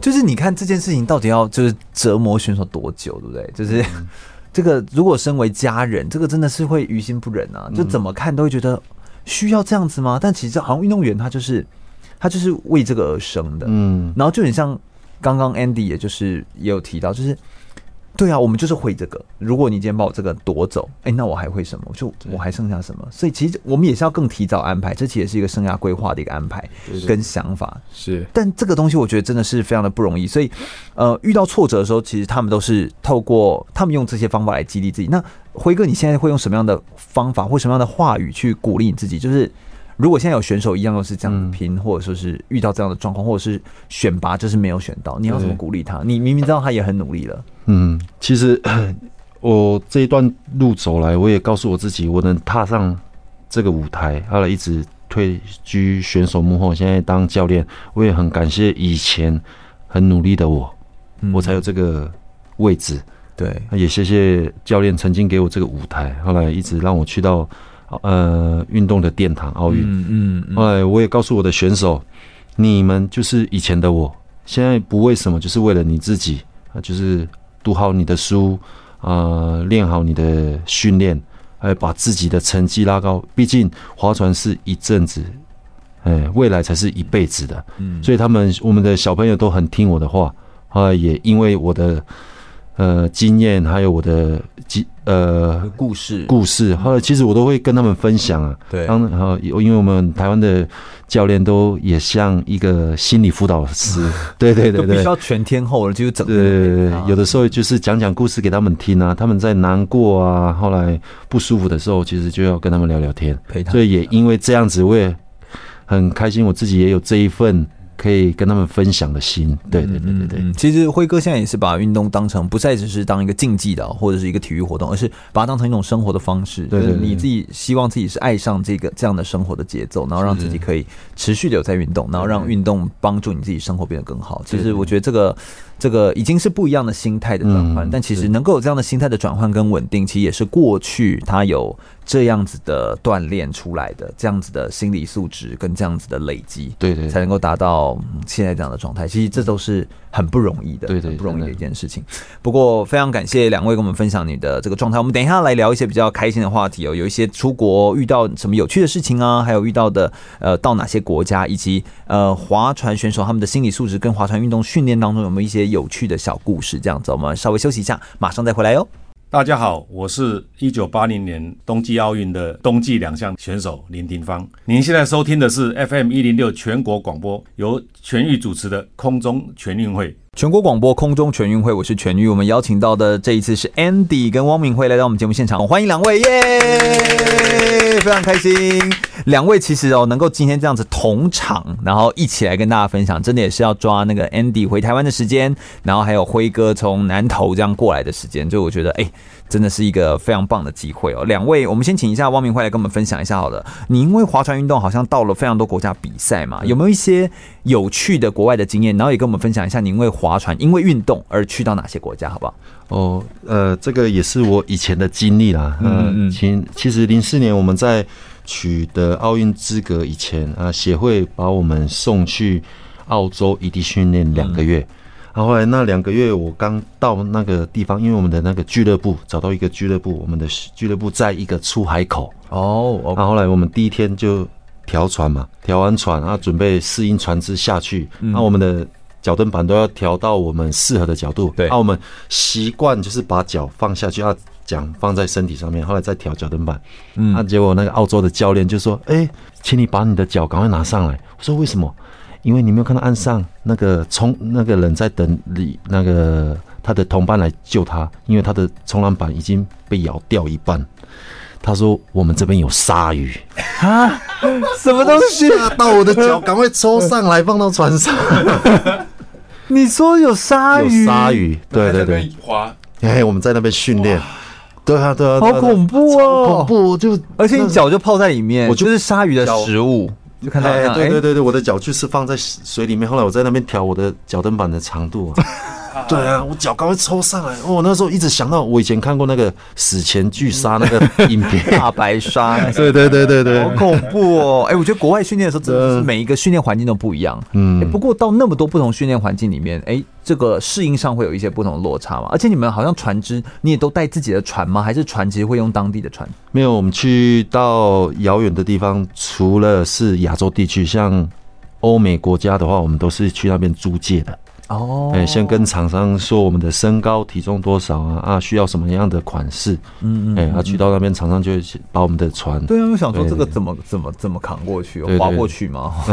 [SPEAKER 1] 就是你看这件事情到底要就是折磨选手多久，对不对？就是、
[SPEAKER 3] 嗯
[SPEAKER 1] 这个，如果身为家人，这个真的是会于心不忍
[SPEAKER 3] 嗯
[SPEAKER 1] 啊！就怎么看都会觉得需要这样子吗？但其实好像运动员他就是他就是为这个而生的，
[SPEAKER 3] 嗯，
[SPEAKER 1] 然后就很像刚刚 Andy，也就是也有提到，就是对啊，我们就是会这个。如果你今天把我这个夺走，哎、那我还会什么？我就我还剩下什么？所以其实我们也是要更提早安排，这其实也是一个生涯规划的一个安排跟想法。
[SPEAKER 2] 是
[SPEAKER 1] 但这个东西我觉得真的是非常的不容易，所以呃，遇到挫折的时候，其实他们都是透过他们用这些方法来激励自己。那辉哥，你现在会用什么样的方法或什么样的话语去鼓励你自己？就是如果现在有选手一样都是这
[SPEAKER 3] 嗯
[SPEAKER 1] 样子拼，或者说是遇到这样的状况，或者是选拔就是没有选到，你要怎么鼓励他？你明明知道他也很努力了，
[SPEAKER 3] 嗯，其实 我这一段路走来，我也告诉我自己，我能踏上这个舞台，后来一直退居选手幕后，现在当教练，我也很感谢以前很努力的我，
[SPEAKER 1] 嗯
[SPEAKER 3] 我才有这个位置。
[SPEAKER 1] 对，
[SPEAKER 3] 也谢谢教练曾经给我这个舞台，后来一直让我去到呃运动的殿堂奥运。
[SPEAKER 1] 嗯嗯，
[SPEAKER 3] 后
[SPEAKER 2] 哦
[SPEAKER 3] 来我也告诉我的选手，你们就是以前的我，现在不为什么，就是为了你自己啊，就是读好你的书，啊，练好你的训练，还有把自己的成绩拉高。毕竟划船是一阵子，哎，未来才是一辈子的。
[SPEAKER 1] 嗯
[SPEAKER 3] 所以他们我们的小朋友都很听我的话，后来也因为我的呃经验，还有我的经呃
[SPEAKER 1] 故事
[SPEAKER 3] 故事，后来其实我都会跟他们分享啊。
[SPEAKER 1] 对
[SPEAKER 3] 当然后因为我们台湾的教练都也像一个心理辅导师，对对
[SPEAKER 1] 都啊
[SPEAKER 3] 对
[SPEAKER 1] 必须
[SPEAKER 3] 对。
[SPEAKER 1] 要全天候了，就是整个
[SPEAKER 3] 对，有
[SPEAKER 1] 的
[SPEAKER 3] 的时候就是讲讲故事给他们听啊，他们在难过啊，后来不舒服的时候，其实就要跟他们聊聊天。
[SPEAKER 1] 陪他
[SPEAKER 3] 所，以也因为这样子，我也很开心，我自己也有这一份可以跟他们分享的心。对对对对对，
[SPEAKER 1] 嗯，其实辉哥现在也是把运动当成不再只是当一个竞技的或者是一个体育活动，而是把它当成一种生活的方式。
[SPEAKER 3] 对对
[SPEAKER 1] 就是
[SPEAKER 3] 对
[SPEAKER 1] 你自己希望自己是爱上这个这样的生活的节奏，然后让自己可以持续的有在运动，然后让运动帮助你自己生活变得更好。其实我觉得这个这个已经是不一样的心态的转换，
[SPEAKER 3] 嗯
[SPEAKER 1] 但其实能够有这样的心态的转换跟稳定，其实也是过去他有这样子的锻炼出来的，这样子的心理素质跟这样子的累积。
[SPEAKER 3] 对对
[SPEAKER 1] 才能够达到嗯现在这样的状态。其实这都是很不容易的，
[SPEAKER 3] 对对
[SPEAKER 1] 很不容易的
[SPEAKER 3] 真
[SPEAKER 1] 一
[SPEAKER 3] 的
[SPEAKER 1] 件事情。不过非常感谢两位跟我们分享你的这个状态。我们等一下来聊一些比较开心的话题哦，有一些出国遇到什么有趣的事情啊，还有遇到的呃到哪些国家，以及呃划船选手他们的心理素质跟划船运动训练当中有没有一些有趣的小故事，这样子我们稍微休息一下，马上再回来哟。
[SPEAKER 7] 大家好，我是一九八零年冬季奥运的冬季两项选手林廷芳。您现在收听的是 FM 一零六全国广播，由全域主持的空中全运会。
[SPEAKER 1] 全国广播空中全运会，我是全玉。我们邀请到的这一次是 Andy 跟汪明辉来到我们节目现场，欢迎两位，耶、非常开心。两位其实哦，能够今天这样子同场，然后一起来跟大家分享，真的也是要抓那个 Andy 回台湾的时间，然后还有辉哥从南投这样过来的时间，就我觉得哎、真的是一个非常棒的机会哦。两位，我们先请一下汪明辉来跟我们分享一下好了。你因为划船运动好像到了非常多国家比赛嘛，有没有一些有趣的国外的经验？然后也跟我们分享一下，你因为划船、因为运动而去到哪些国家，好不好？
[SPEAKER 3] 哦，呃，这个也是我以前的经历啦。
[SPEAKER 1] 嗯嗯
[SPEAKER 3] 嗯，其其实零四年我们在取得奥运资格以前啊、协会把我们送去澳洲异地训练两个月。然后后来那两个月，我刚到那个地方，因为我们的那个俱乐部找到一个俱乐部，我们的俱乐部在一个出海口，
[SPEAKER 1] 哦，哦，
[SPEAKER 3] 然后后来我们第一天就调船嘛，调完船啊，准备适应船只下去，
[SPEAKER 1] 嗯
[SPEAKER 3] 那、我们的脚蹬板都要调到我们适合的角度。
[SPEAKER 1] 对
[SPEAKER 3] 啊，我们习惯就是把脚放下去，啊，桨放在身体上面，后来再调脚蹬板。嗯，啊，结果那个澳洲的教练就说：“哎、请你把你的脚赶快拿上来。”我说：“为什么？”因为你没有看到岸上那个冲那个人在等你那个他的同伴来救他，因为他的冲浪板已经被咬掉一半。他说：“我们这边有鲨鱼。”
[SPEAKER 1] 什么东西？
[SPEAKER 3] 吓到我的脚，赶快抽上来放到船上。
[SPEAKER 1] 你说有鲨
[SPEAKER 3] 有
[SPEAKER 1] 鱼？
[SPEAKER 3] 鲨鱼，对对对，
[SPEAKER 2] 滑
[SPEAKER 3] 哎，我们在那边训练，对啊对啊，
[SPEAKER 1] 好
[SPEAKER 3] 对啊
[SPEAKER 1] 恐怖哦
[SPEAKER 3] 超恐怖就
[SPEAKER 1] 而且你脚就泡在里面，
[SPEAKER 3] 我就
[SPEAKER 1] 就是鲨鱼的食物，就看到
[SPEAKER 3] 哎
[SPEAKER 1] 这样
[SPEAKER 3] 对对
[SPEAKER 1] 哎
[SPEAKER 3] 对对，我的脚就是放在水里面，后来我在那边调我的脚蹬板的长度 啊。对啊，我脚刚快抽上来，哦我那时候一直想到我以前看过那个死前巨鲨那个影 片，
[SPEAKER 1] 哎大白 鲨。
[SPEAKER 3] 对对对对对
[SPEAKER 1] 好，恐怖 哦！哎、我觉得国外训练的时候，真的是每一个训练环境都不一样。嗯、
[SPEAKER 3] 嗯
[SPEAKER 1] 不过到那么多不同训练环境里面，哎、这个适应上会有一些不同的落差嘛。而且你们好像船只，你也都带自己的船吗？还是船其实会用当地的船？
[SPEAKER 3] 没有，我们去到遥远的地方，除了是亚洲地区，像欧美国家的话，我们都是去那边租借的。
[SPEAKER 1] 哦
[SPEAKER 3] 哎，先跟厂商说我们的身高、体重多少啊啊，需要什么样的款式，
[SPEAKER 1] 嗯
[SPEAKER 3] 哎，啊，去到那边厂商就会把我们的船，
[SPEAKER 1] 对啊，我想说
[SPEAKER 3] 对
[SPEAKER 1] 这个怎么怎么怎么扛过去
[SPEAKER 3] 对，对
[SPEAKER 1] 划过去吗？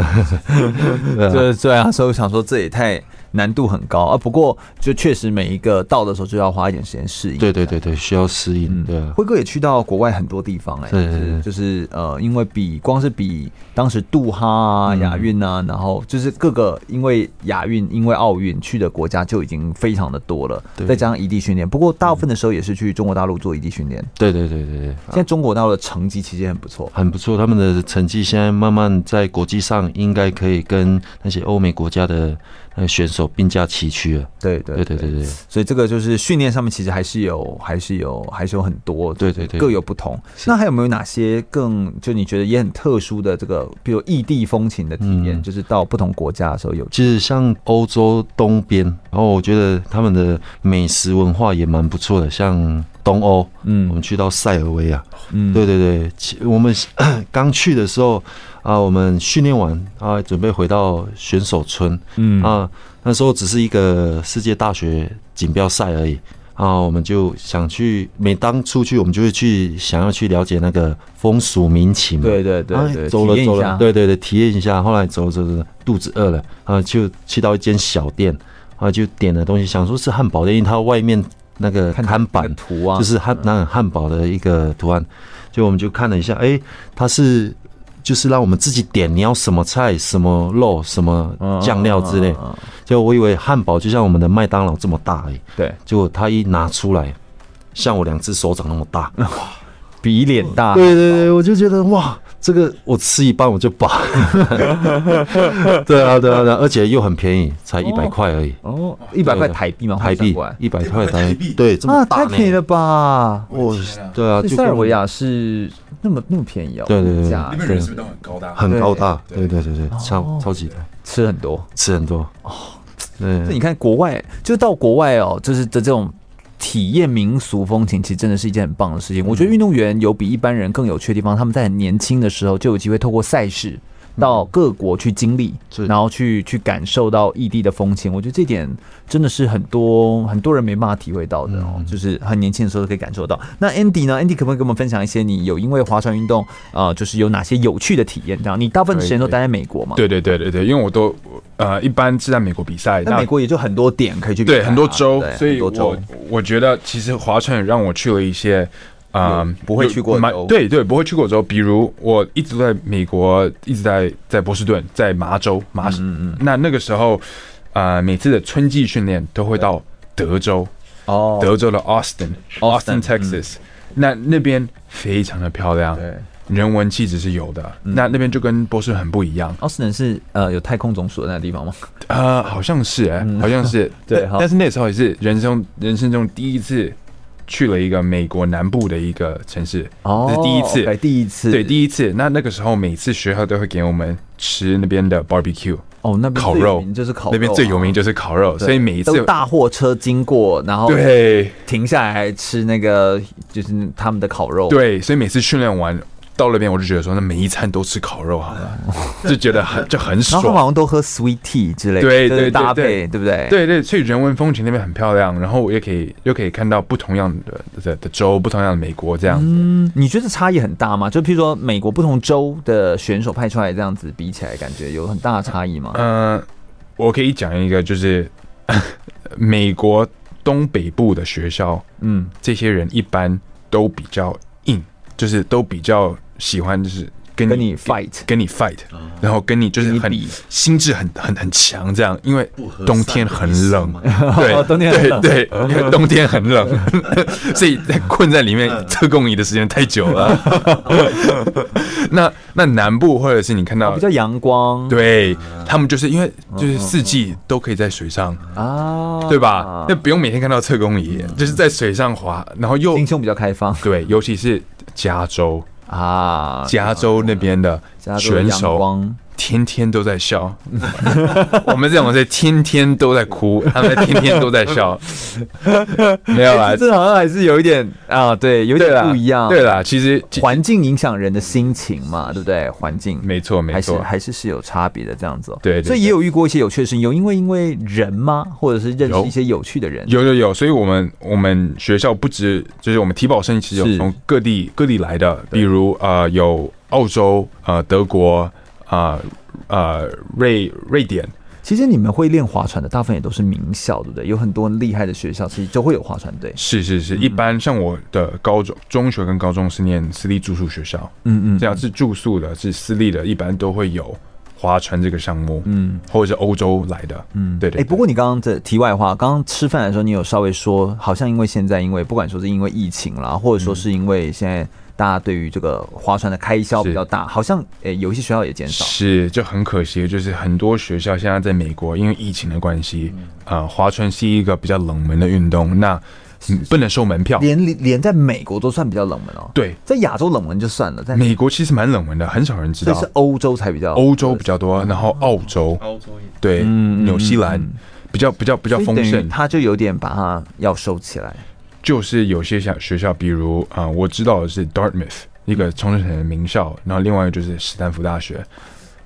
[SPEAKER 3] 对啊
[SPEAKER 1] 对对啊，所以我想说这也太难度很高啊。不过就确实每一个到的时候就要花一点时间适应。
[SPEAKER 3] 对对对对，需要适应，对啊，
[SPEAKER 1] 辉哥也去到国外很多地方哎、
[SPEAKER 3] 是
[SPEAKER 1] 就是
[SPEAKER 3] 是
[SPEAKER 1] 就是呃，因为比光是比当时杜哈啊、
[SPEAKER 3] 嗯
[SPEAKER 1] 亚运啊，然后就是各个因为亚运、因为奥运去的国家就已经非常的多了，
[SPEAKER 3] 对
[SPEAKER 1] 再加上异地训练。不过大部分的时候也是去中国大陆做异地训练。
[SPEAKER 3] 对对对对对，
[SPEAKER 1] 现在中国大陆的成绩其实也很不错，
[SPEAKER 3] 很不错，他们的成绩现在慢慢在国际上应该可以跟那些欧美国家的呃选手并驾齐驱了。
[SPEAKER 1] 对对
[SPEAKER 3] 对对对对
[SPEAKER 1] 所以这个就是训练上面其实还是有，还是有，还是有很多，
[SPEAKER 3] 对对对
[SPEAKER 1] 各有不同。
[SPEAKER 3] 是
[SPEAKER 1] 那还有没有哪些更就你觉得也很特殊的这个，比如异地风情的体验，
[SPEAKER 3] 嗯
[SPEAKER 1] 就是到不同国家的时候有
[SPEAKER 3] 其实像欧洲东边，然后我觉得他们的美食文化也蛮不错的，像东欧，我
[SPEAKER 1] 嗯
[SPEAKER 3] 们去到塞尔维亚，
[SPEAKER 1] 嗯
[SPEAKER 3] 对对对，其我们 刚去的时候啊，我们训练完啊，准备回到选手村，
[SPEAKER 1] 嗯
[SPEAKER 3] 啊，那时候只是一个世界大学锦标赛而已啊，我们就想去，每当出去，我们就会去想要去了解那个风俗民情嘛。
[SPEAKER 1] 对对对
[SPEAKER 3] 啊
[SPEAKER 1] 对，
[SPEAKER 3] 走
[SPEAKER 1] 体
[SPEAKER 3] 了
[SPEAKER 1] 验一
[SPEAKER 3] 走
[SPEAKER 1] 下
[SPEAKER 3] 了，对对对，体验一下。后来走走走，肚子饿了啊，就去到一间小店啊，就点了东西，想说是汉堡店，因为它外面那个
[SPEAKER 1] 看
[SPEAKER 3] 看
[SPEAKER 1] 那
[SPEAKER 3] 板
[SPEAKER 1] 个图啊，
[SPEAKER 3] 就是汉那汉堡的一个图案，就我们就看了一下，哎、它是就是让我们自己点你要什么菜、什么肉、什么
[SPEAKER 1] 嗯
[SPEAKER 3] 酱料之类
[SPEAKER 1] 嗯。嗯嗯嗯
[SPEAKER 3] 就我以为汉堡就像我们的麦当劳这么大而已，
[SPEAKER 1] 对，
[SPEAKER 3] 结果它一拿出来，像我两只手掌那么大。啊
[SPEAKER 1] 比脸大，
[SPEAKER 3] 对对对，我就觉得哇，这个我吃一半我就 饱。对啊对啊对啊，而且又很便宜，才一百块而已，
[SPEAKER 1] 哦，一百块
[SPEAKER 3] 对
[SPEAKER 1] 台币嘛，
[SPEAKER 3] 台
[SPEAKER 1] 换算
[SPEAKER 3] 币
[SPEAKER 1] 过来
[SPEAKER 3] 一百块
[SPEAKER 7] 台
[SPEAKER 3] 台
[SPEAKER 7] 币
[SPEAKER 3] 币，对，这么
[SPEAKER 1] 啊，
[SPEAKER 3] 大
[SPEAKER 1] 太
[SPEAKER 3] 呢
[SPEAKER 1] 便宜了吧？
[SPEAKER 3] 我对啊，
[SPEAKER 1] 这
[SPEAKER 3] 就
[SPEAKER 1] 塞尔
[SPEAKER 3] 跟
[SPEAKER 1] 维亚是那么那么便宜哦，
[SPEAKER 3] 对对对
[SPEAKER 1] 物
[SPEAKER 2] 啊
[SPEAKER 1] 价
[SPEAKER 7] 那边人是不是都很高大？
[SPEAKER 3] 很高大，
[SPEAKER 7] 对
[SPEAKER 3] 对对对对，
[SPEAKER 1] 哦
[SPEAKER 3] 超超级的，
[SPEAKER 1] 吃很多。
[SPEAKER 3] 吃很多哦。
[SPEAKER 1] 所以
[SPEAKER 3] 对
[SPEAKER 1] 你看国外，就到国外哦，就是的这种体验民俗风情，其实真的是一件很棒的事情。我觉得运动员有比一般人更有趣的地方，他们在很年轻的时候就有机会透过赛事。到各国去经
[SPEAKER 2] 嗯
[SPEAKER 1] 历，
[SPEAKER 3] 是
[SPEAKER 1] 然后去去感受到异地的风情，我觉得这点真的是很多很多人没办法体会到的哦，
[SPEAKER 2] 嗯
[SPEAKER 1] 就是很年轻的时候就可以感受到。那 Andy 呢？Andy 可不可以跟我们分享一些你有因为划船运动啊、呃就是有哪些有趣的体验？这样，你大部分时间都待在美国嘛？
[SPEAKER 2] 对对对对对，因为我都呃一般是在美国比赛，
[SPEAKER 1] 那美国也就很多点可以去比赛啊、
[SPEAKER 2] 对很多州，
[SPEAKER 1] 对
[SPEAKER 2] 所以
[SPEAKER 1] 很多州
[SPEAKER 2] 我我觉得其实划船让我去了一些。啊、
[SPEAKER 1] 有不会去过的
[SPEAKER 2] 蛮
[SPEAKER 1] 州
[SPEAKER 2] 对对，不会去过的州，比如我一直都在美国，一直在在波士顿，在麻州，麻省。嗯嗯那那个时候，啊，每次的春季训练都会到德州，
[SPEAKER 1] 哦，
[SPEAKER 2] 德州的 Austin，Austin
[SPEAKER 1] Austin，
[SPEAKER 2] 嗯 Texas，、那那边非常的漂亮，
[SPEAKER 1] 对，
[SPEAKER 2] 人文气质是有的。那那边就跟波士顿很不一样，
[SPEAKER 1] 奥斯汀是呃有太空总署的那个地方吗？
[SPEAKER 2] 呃，好像是哎、好像是
[SPEAKER 1] 嗯 对
[SPEAKER 2] 但
[SPEAKER 1] 好
[SPEAKER 2] 但是那时候也是人生人生中第一次去了一个美国南部的一个城市，
[SPEAKER 1] 哦
[SPEAKER 2] 这是第一次
[SPEAKER 1] OK，第一次，
[SPEAKER 2] 对，
[SPEAKER 1] 一
[SPEAKER 2] 第一次。那那个时候每次学校都会给我们吃那边的 barbecue，
[SPEAKER 1] 哦那边
[SPEAKER 2] 烤
[SPEAKER 1] 最有
[SPEAKER 2] 肉
[SPEAKER 1] 名就是烤肉啊，
[SPEAKER 2] 那边最有名就是烤肉，
[SPEAKER 1] 对，
[SPEAKER 2] 所以每一次
[SPEAKER 1] 都大货车经过，然后
[SPEAKER 2] 对
[SPEAKER 1] 停下来吃那个就是他们的烤肉，，
[SPEAKER 2] 对，所以每次训练完。到那边我就觉得说，那每一餐都吃烤肉好了，就觉得很就很
[SPEAKER 1] 哦然
[SPEAKER 2] 爽。
[SPEAKER 1] 后他们好像都喝 sweet tea 之类的，
[SPEAKER 2] 对
[SPEAKER 1] 就是
[SPEAKER 2] 对对
[SPEAKER 1] 搭配
[SPEAKER 2] 对
[SPEAKER 1] 对不对？
[SPEAKER 2] 对对，所以人文风情那边很漂亮，然后我也可以又可以看到不同样的的的州，不同样的美国这样子。
[SPEAKER 1] 嗯，你觉得差异很大吗？就譬如说美国不同州的选手派出来这样子比起来，感觉有很大的差异吗？
[SPEAKER 2] 嗯、我可以讲一个，就是 美国东北部的学校，
[SPEAKER 1] 嗯，
[SPEAKER 2] 这些人一般都比较硬，就是都比较喜欢就是跟
[SPEAKER 1] 跟你 fight
[SPEAKER 2] 跟你 fight，然后跟你就是
[SPEAKER 1] 跟你
[SPEAKER 2] 很
[SPEAKER 1] 比
[SPEAKER 2] 心智很很很强这样，因为冬天很冷，
[SPEAKER 1] 哦
[SPEAKER 2] 对，
[SPEAKER 1] 冬天很冷
[SPEAKER 2] 对对，因为冬天很冷，所以在困在里面特供你的时间太久了。 那那南部或者是你看
[SPEAKER 1] 哦
[SPEAKER 2] 到
[SPEAKER 1] 比较阳光，
[SPEAKER 2] 对他们就是因为就是四季都可以在水上，
[SPEAKER 1] 啊，嗯
[SPEAKER 2] 对吧？那不用每天看到侧公仪，就是在水上滑，然后又
[SPEAKER 1] 心胸比较开放
[SPEAKER 2] 对，尤其是加州，
[SPEAKER 1] 啊，
[SPEAKER 2] 加州那边的
[SPEAKER 1] 加州的
[SPEAKER 2] 选
[SPEAKER 1] 阳
[SPEAKER 2] 手
[SPEAKER 1] 光
[SPEAKER 2] 天天都在笑， 我们这种是天天都在 哭，他们天天都在笑，没有啦，
[SPEAKER 1] 这好像还是有一点啊，对，有
[SPEAKER 2] 啊对
[SPEAKER 1] 点
[SPEAKER 2] 啦，
[SPEAKER 1] 不一样。
[SPEAKER 2] 对啦，其实其
[SPEAKER 1] 环境影响人的心情嘛，对不对？环境
[SPEAKER 2] 没错没
[SPEAKER 1] 还是
[SPEAKER 2] 错，
[SPEAKER 1] 还是是有差别的这样子、哦。
[SPEAKER 2] 对对对
[SPEAKER 1] 所以也有遇过一些有趣的事情，有因为因为人吗，或者是认识
[SPEAKER 2] 有
[SPEAKER 1] 一些有趣的人，
[SPEAKER 2] 有有有，所以我们我们学校不止就是我们体保生其实有
[SPEAKER 1] 是
[SPEAKER 2] 从各地各地来的，比如呃有澳洲、呃德国、啊呃瑞瑞典，
[SPEAKER 1] 其实你们会练划船的，大部分也都是名校，对不对？有很多厉害的学校，其实都会有划船队。
[SPEAKER 2] 是是
[SPEAKER 1] 嗯
[SPEAKER 2] 是，一般像我的高中、中学跟高中是念私立住宿学校，
[SPEAKER 1] 嗯嗯，
[SPEAKER 2] 这样是住宿的，是私立的，一般都会有划船这个项目，
[SPEAKER 1] 嗯
[SPEAKER 2] 或者是欧洲来的，
[SPEAKER 1] 嗯，
[SPEAKER 2] 对对
[SPEAKER 1] 哎、不过你刚刚的题外话，刚刚吃饭的时候，你有稍微说，好像因为现在因为不管说是因为疫情啦，或者
[SPEAKER 2] 嗯
[SPEAKER 1] 说是因为现在大家对于这个划船的开销比较大，好像诶、有一些学校也减少。
[SPEAKER 2] 是就很可惜，就是很多学校现在在美国，因为疫情的关系，
[SPEAKER 1] 嗯
[SPEAKER 2] 呃，划船是一个比较冷门的运动，那嗯不能收门票。
[SPEAKER 1] 连连在美国都算比较冷门哦，
[SPEAKER 2] 对，
[SPEAKER 1] 在亚洲冷门就算了，在
[SPEAKER 2] 美国其实蛮冷门的，很少人知
[SPEAKER 1] 所
[SPEAKER 2] 道
[SPEAKER 1] 以。是欧洲才比较
[SPEAKER 2] 欧洲比较多，然后澳洲，
[SPEAKER 3] 澳洲也
[SPEAKER 2] 对，
[SPEAKER 1] 嗯嗯
[SPEAKER 2] 纽西兰
[SPEAKER 1] 嗯
[SPEAKER 2] 比较比较比较
[SPEAKER 1] 所
[SPEAKER 2] 丰
[SPEAKER 1] 以等于
[SPEAKER 2] 盛。
[SPEAKER 1] 它就有点把它要收起来。
[SPEAKER 2] 就是有些像学校，比如啊、呃我知道的是 Dartmouth 一个冲绳的名校，然后另外一个就是斯坦福大学，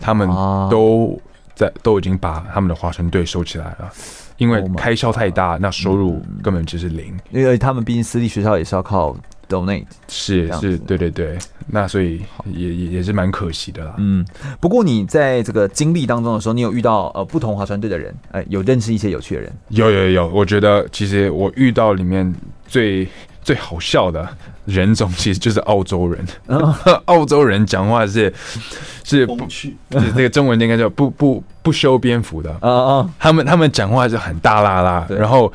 [SPEAKER 2] 他们
[SPEAKER 1] 啊
[SPEAKER 2] 都在、都已经把他们的划船队收起来了，因为
[SPEAKER 1] Oh my 嗯
[SPEAKER 2] 开销太大，那收入根本就是零。
[SPEAKER 1] 因为他们毕竟私立学校也是要靠 donate。
[SPEAKER 2] 是
[SPEAKER 1] 这样
[SPEAKER 2] 是，
[SPEAKER 1] 子
[SPEAKER 2] 对对对，那所以也也也是蛮可惜的啦。
[SPEAKER 1] 嗯，不过你在这个经历当中的时候，你有遇到呃不同划船队的人，呃，有认识一些有趣的人，
[SPEAKER 2] 有有有，我觉得其实我遇到里面最最好笑的人种，其实就是澳洲人。
[SPEAKER 1] 哦
[SPEAKER 2] 澳洲人讲话是是不
[SPEAKER 3] 风趣，
[SPEAKER 2] 就是 这个中文应该叫不不不修边幅的，
[SPEAKER 1] 啊啊，
[SPEAKER 2] 他们他们讲话是很大啦啦，
[SPEAKER 1] 对
[SPEAKER 2] 然后。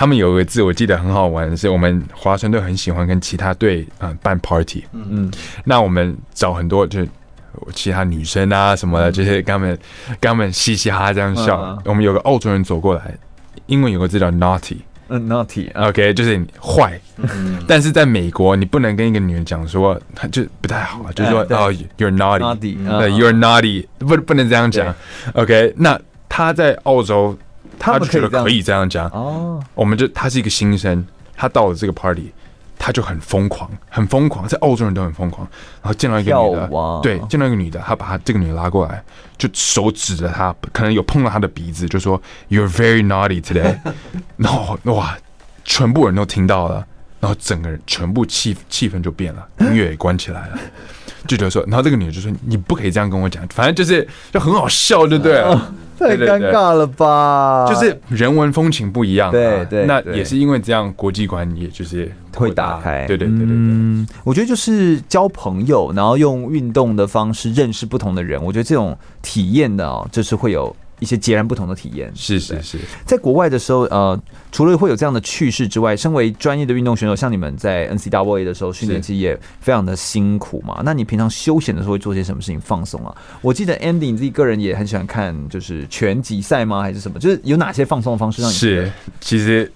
[SPEAKER 2] 他们有一个字我记得很好玩，是我们华盛队很喜欢跟其他队啊、呃办 party，
[SPEAKER 1] 嗯，
[SPEAKER 2] 那我们找很多就是呃其他女生啊什么的，这些跟他们跟他们嘻嘻哈哈这样笑。
[SPEAKER 1] 嗯嗯嗯
[SPEAKER 2] 我们有个澳洲人走过来，英文有个字叫 naughty，
[SPEAKER 1] 嗯，naughty 嗯啊，
[SPEAKER 2] OK，就是你坏，但是在美国，你不能跟一个女人讲说，她就不太好啊，就是说
[SPEAKER 1] 哎对
[SPEAKER 2] 哦，you're naughty，
[SPEAKER 1] Naughty，
[SPEAKER 2] 对
[SPEAKER 1] 嗯
[SPEAKER 2] ，you're naughty，不不能这样讲。OK，那他在澳洲，
[SPEAKER 1] 他
[SPEAKER 2] 就
[SPEAKER 1] 们
[SPEAKER 2] 觉得可
[SPEAKER 1] 可以
[SPEAKER 2] 以这样讲，
[SPEAKER 1] 哦，
[SPEAKER 2] 我们就他是一个新生，他到了这个 party，他就很疯狂，很疯狂，在澳洲人都很疯狂。然后见到一个女
[SPEAKER 1] 跳舞啊
[SPEAKER 2] 的，对，见到一个女的，他把他这个女的拉过来，就手指着她，可能有碰到她的鼻子，就说 You're very naughty today 。然后哇，全部人都听到了，然后整个人全部气气氛就变了，音乐也关起来了。 就觉得说，然后这个女的就说：“你不可以这样跟我讲，反正就是就很好笑，就对了。
[SPEAKER 1] 太
[SPEAKER 2] 对对
[SPEAKER 1] 尴尬了吧？
[SPEAKER 2] 就是人文风情不一样、啊，
[SPEAKER 1] 啊对对
[SPEAKER 2] 那
[SPEAKER 1] 对
[SPEAKER 2] 也是因为这样，国际观也就是
[SPEAKER 1] 会打开，
[SPEAKER 2] 对对对对对，
[SPEAKER 1] 嗯，我觉得就是交朋友，然后用运动的方式认识不同的人，我觉得这种体验呢、哦，就是会有一些截然不同的体验。
[SPEAKER 2] 是是是，
[SPEAKER 1] 在国外的时候，呃，除了会有这样的趣事之外，身为专业的运动选手，像你们在呃 NCAA 的时候训练，
[SPEAKER 2] 是
[SPEAKER 1] 其实也非常的辛苦嘛。那你平常休闲的时候会做些什么事情放松啊？我记得 Andy 你自己个人也很喜欢看，就是拳击赛吗？还是什么？就是有哪些放松的方式让你觉
[SPEAKER 2] 是
[SPEAKER 1] 得。
[SPEAKER 2] 其实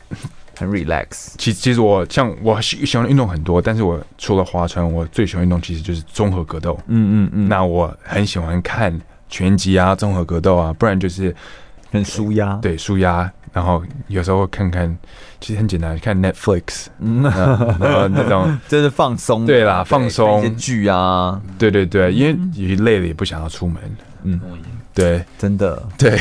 [SPEAKER 1] 很 relax？
[SPEAKER 2] 其其实我像我喜喜欢运动很多，但是我除了划船，我最喜欢运动其实就是综合格斗。
[SPEAKER 1] 嗯嗯嗯，
[SPEAKER 2] 那我很喜欢看拳击啊、综合格斗啊，不然就是
[SPEAKER 1] 很舒压。，
[SPEAKER 2] 对舒压，然后有时候看看，其实很简单，看 Netflix，
[SPEAKER 1] 嗯，
[SPEAKER 2] 嗯然后那种
[SPEAKER 1] 就是放松。啊
[SPEAKER 2] 对啦放
[SPEAKER 1] 看
[SPEAKER 2] 松
[SPEAKER 1] 一些剧啊，
[SPEAKER 2] 对对对，因为也累了也不想要出门，
[SPEAKER 1] 嗯，
[SPEAKER 2] 对。
[SPEAKER 1] 真的。
[SPEAKER 2] 对，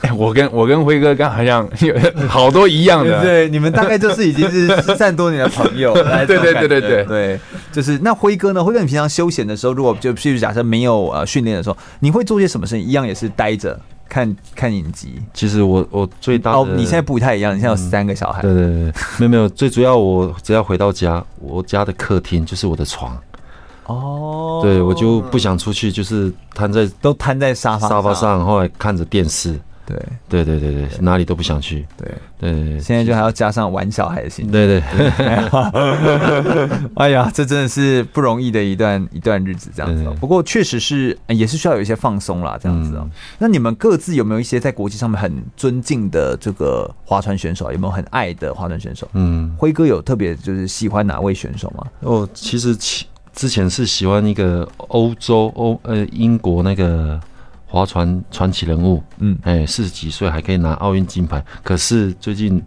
[SPEAKER 2] 哎， 我跟我跟辉哥刚好像 有好多一样的，
[SPEAKER 1] 对，你们大概就是已经是 失散多年的朋友。对
[SPEAKER 2] 对对对对对
[SPEAKER 1] 对，就是那辉哥呢？辉哥，你平常休闲的时候，如果就譬如假设没有呃训练的时候，你会做些什么事情？一样也是待着看看影集。
[SPEAKER 3] 其实我我最大的
[SPEAKER 1] 哦，你现在不太一样，你现在有
[SPEAKER 2] 嗯
[SPEAKER 1] 三个小孩。
[SPEAKER 3] 对对对，对没有没有，最主要我只要回到家，我家的客厅就是我的床，
[SPEAKER 1] 哦，
[SPEAKER 3] 对我就不想出去，就是瘫在
[SPEAKER 1] 都瘫在沙发
[SPEAKER 3] 沙发。上，后来看着电视，
[SPEAKER 1] 对
[SPEAKER 3] 对对对对，哪里都不想去，
[SPEAKER 1] 对，
[SPEAKER 3] 对对对
[SPEAKER 1] 现在就还要加上玩小孩的心情。
[SPEAKER 3] 对对对
[SPEAKER 1] 哎呀，这真的是不容易的一段一段日子，这样子、哦
[SPEAKER 3] 对。
[SPEAKER 1] 不过确实是呃也是需要有一些放松啦，这样子哦。
[SPEAKER 3] 嗯
[SPEAKER 1] 那你们各自有没有一些在国际上面很尊敬的这个划船选手？有没有很爱的划船选手？
[SPEAKER 3] 嗯，
[SPEAKER 1] 辉哥有特别就是喜欢哪位选手吗？
[SPEAKER 3] 哦，其实其之前是喜欢一个欧洲欧呃英国那个划船传奇人物，
[SPEAKER 1] 嗯
[SPEAKER 3] 哎，四十几岁还可以拿奥运金牌。可是最近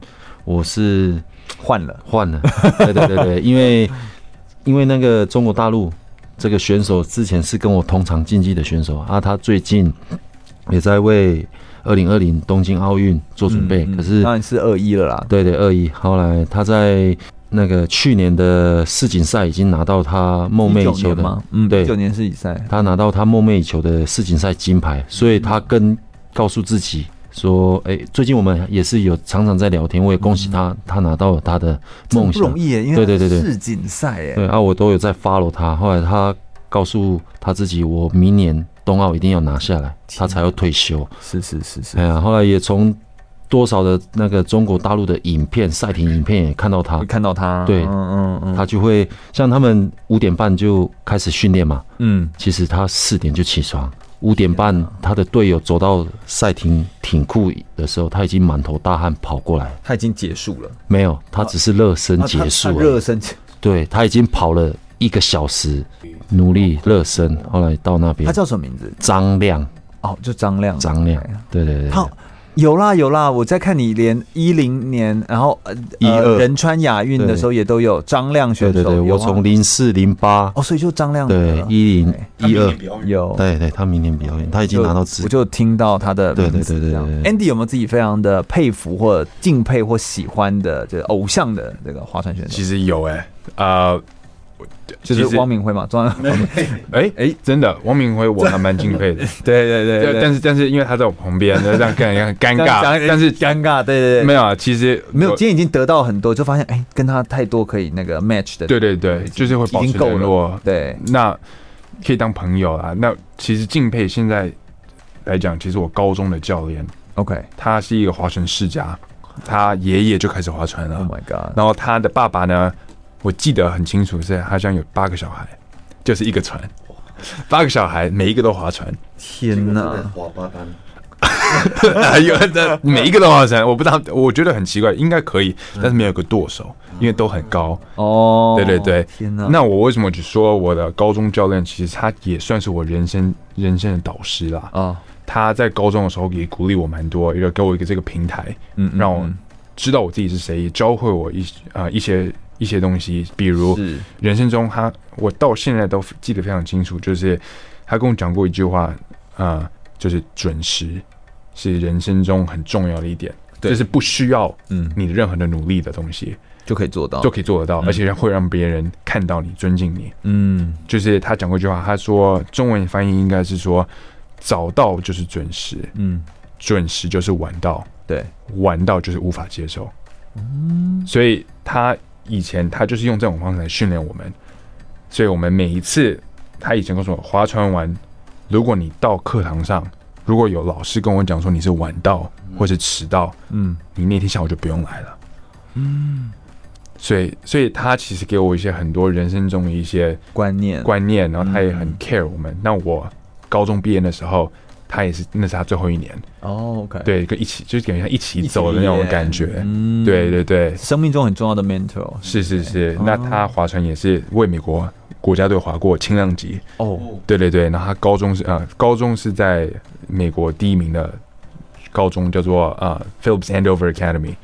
[SPEAKER 3] 我是
[SPEAKER 1] 换了，
[SPEAKER 3] 换了，对对对对，因为因为那个中国大陆这个选手之前是跟我同场竞技的选手啊，他最近也在为二零二零东京奥运做准备，
[SPEAKER 1] 嗯嗯
[SPEAKER 3] 可是
[SPEAKER 1] 当然是二一了啦。
[SPEAKER 3] 对对，二一。后来他在那个去年的世锦赛已经拿到他梦寐以
[SPEAKER 1] 19
[SPEAKER 3] 求
[SPEAKER 1] 年
[SPEAKER 3] 的，
[SPEAKER 1] 嘛，嗯，
[SPEAKER 3] 对
[SPEAKER 1] 九年世锦赛，
[SPEAKER 3] 他拿到他梦寐以求的世锦赛金牌，所以他跟告诉自己说：“哎、最近我们也是有常常在聊天，我也恭喜他，他拿到了他的梦
[SPEAKER 1] 嗯这不
[SPEAKER 3] 想
[SPEAKER 1] 容。易耶，因为
[SPEAKER 3] 对对对对
[SPEAKER 1] 世锦赛哎，
[SPEAKER 3] 对啊，我都有在 follow 他。后来他告诉他自己，我明年冬奥一定要拿下来，他才要退休。
[SPEAKER 1] 是是是是
[SPEAKER 3] 哎，呀，后来也从多少的那个中国大陆的影片、赛艇影片也看到他
[SPEAKER 1] 会，看到他，
[SPEAKER 3] 对
[SPEAKER 1] 嗯嗯嗯，
[SPEAKER 3] 他就会像他们五点半就开始训练嘛，
[SPEAKER 1] 嗯
[SPEAKER 3] 其实他四点就起床，五点半他的队友走到赛艇艇库的时候，他已经满头大汗跑过来，
[SPEAKER 1] 他已经结束了，
[SPEAKER 3] 没有，他只是热身
[SPEAKER 1] 啊他
[SPEAKER 3] 结
[SPEAKER 1] 他
[SPEAKER 3] 束而已
[SPEAKER 1] 热身结，
[SPEAKER 3] 对他已经跑了一个小时，努力热身，后来到那边
[SPEAKER 1] 他，叫什么名字？
[SPEAKER 3] 张亮，
[SPEAKER 1] 哦，就张亮，哎
[SPEAKER 3] 张亮，对对对对
[SPEAKER 1] 好，有啦有啦，我在看你连一零年，然后呃呃
[SPEAKER 3] 12
[SPEAKER 1] 仁川亚运的时候也都有张亮选
[SPEAKER 3] 对
[SPEAKER 1] 手，
[SPEAKER 3] 对对，
[SPEAKER 1] 有
[SPEAKER 3] 我
[SPEAKER 1] 啊
[SPEAKER 3] 从零四零八，
[SPEAKER 1] 哦，所以就张亮的
[SPEAKER 3] 对
[SPEAKER 1] 了
[SPEAKER 3] 一零一二，
[SPEAKER 1] 有
[SPEAKER 3] 对对，他明年表演，他已经
[SPEAKER 1] 就
[SPEAKER 3] 拿到资
[SPEAKER 1] 我就听到他的
[SPEAKER 3] 对对
[SPEAKER 1] 名字
[SPEAKER 3] 对对
[SPEAKER 1] 这样
[SPEAKER 3] 对对
[SPEAKER 1] Andy 有没有自己非常的佩服或敬佩或喜欢的这个偶像的这个划船选手
[SPEAKER 2] 其？实有哎、呃，
[SPEAKER 1] 就
[SPEAKER 2] 其
[SPEAKER 1] 是
[SPEAKER 2] 实
[SPEAKER 1] 汪明辉嘛，张
[SPEAKER 2] 哎、哎，真的，王明辉我还蛮敬佩的，
[SPEAKER 1] 对对 对
[SPEAKER 2] 对，但是但是因为他在我 旁边，那这样感觉很尴
[SPEAKER 1] 刚刚
[SPEAKER 2] 尬
[SPEAKER 1] 讲，
[SPEAKER 2] 但是
[SPEAKER 1] 尴尬，对对对，
[SPEAKER 2] 没有啊，其实
[SPEAKER 1] 没有，
[SPEAKER 2] 我
[SPEAKER 1] 今天已经得到很多，就发现哎，跟他太多可以那个 match 的，
[SPEAKER 2] 对对对，就是会保
[SPEAKER 1] 已
[SPEAKER 2] 持
[SPEAKER 1] 经够了
[SPEAKER 2] 联络，
[SPEAKER 1] 对，
[SPEAKER 2] 那可以当朋友啊。那其实敬佩现在来讲，其实我高中的教练，
[SPEAKER 1] OK，
[SPEAKER 2] 他是一个划船世家，他爷爷就开始划船
[SPEAKER 1] Oh
[SPEAKER 2] 了，
[SPEAKER 1] my God，
[SPEAKER 2] 然后他的爸爸呢，我记得很清楚，是他好像有八个小孩，就是一个船，八个小孩每一个都划船，
[SPEAKER 1] 天哪！
[SPEAKER 3] 华巴丹，
[SPEAKER 2] 有的哎每一个都划船，我不知道，我觉得很奇怪，应该可以，但是没有个剁手，因为都很高。
[SPEAKER 1] 哦，
[SPEAKER 2] 对对对
[SPEAKER 1] 天哪！
[SPEAKER 2] 那我为什么只说我的高中教练？其实他也算是我人生人生的导师啦。
[SPEAKER 1] 哦，
[SPEAKER 2] 他在高中的时候也鼓励我蛮多，也给我一个这个平台，
[SPEAKER 1] 嗯嗯
[SPEAKER 2] 让我知道我自己是谁，也教会我一啊、一些一些东西，比如
[SPEAKER 1] 是
[SPEAKER 2] 人生中他，我到现在都记得非常清楚，就是他跟我讲过一句话，啊、就是准时是人生中很重要的一点，
[SPEAKER 1] 对
[SPEAKER 2] 就是不需要
[SPEAKER 1] 嗯
[SPEAKER 2] 你任何的努力的东西
[SPEAKER 1] 就可以做到，
[SPEAKER 2] 都可以做得到，而且会让别人看到你、尊敬你。
[SPEAKER 1] 嗯
[SPEAKER 2] 就是他讲过一句话，他说中文翻译应该是说，早到就是准时，
[SPEAKER 1] 嗯，
[SPEAKER 2] 准时就是晚到，
[SPEAKER 1] 对，
[SPEAKER 2] 晚到就是无法接受。嗯，所以他以前他就是用这种方式来训练我们，所以我们每一次他以前跟我说划船完，如果你到课堂上，如果有老师跟我讲说你是晚到或是迟到，
[SPEAKER 1] 嗯，
[SPEAKER 2] 你那天下午就不用来了。嗯，所以所以他其实给我一些很多人生中的一些
[SPEAKER 1] 观念
[SPEAKER 2] 观念，然后他也很 care 我们。那我高中毕业的时候，他也是那是他最后一年。
[SPEAKER 1] 哦，OK，，
[SPEAKER 2] 对，跟一起就是感觉像一起
[SPEAKER 1] 一起
[SPEAKER 2] 走的那种
[SPEAKER 1] 耶
[SPEAKER 2] 感觉。
[SPEAKER 1] 嗯哦
[SPEAKER 2] 对对对，
[SPEAKER 1] 生命中很重要的 mentor
[SPEAKER 2] 是是是。那他划船也是为美国国家队划过轻量级。
[SPEAKER 1] 哦，
[SPEAKER 2] 对对对，然后他高中是呃，高中是在美国第一名的高中，叫做呃 Phillips Andover Academy。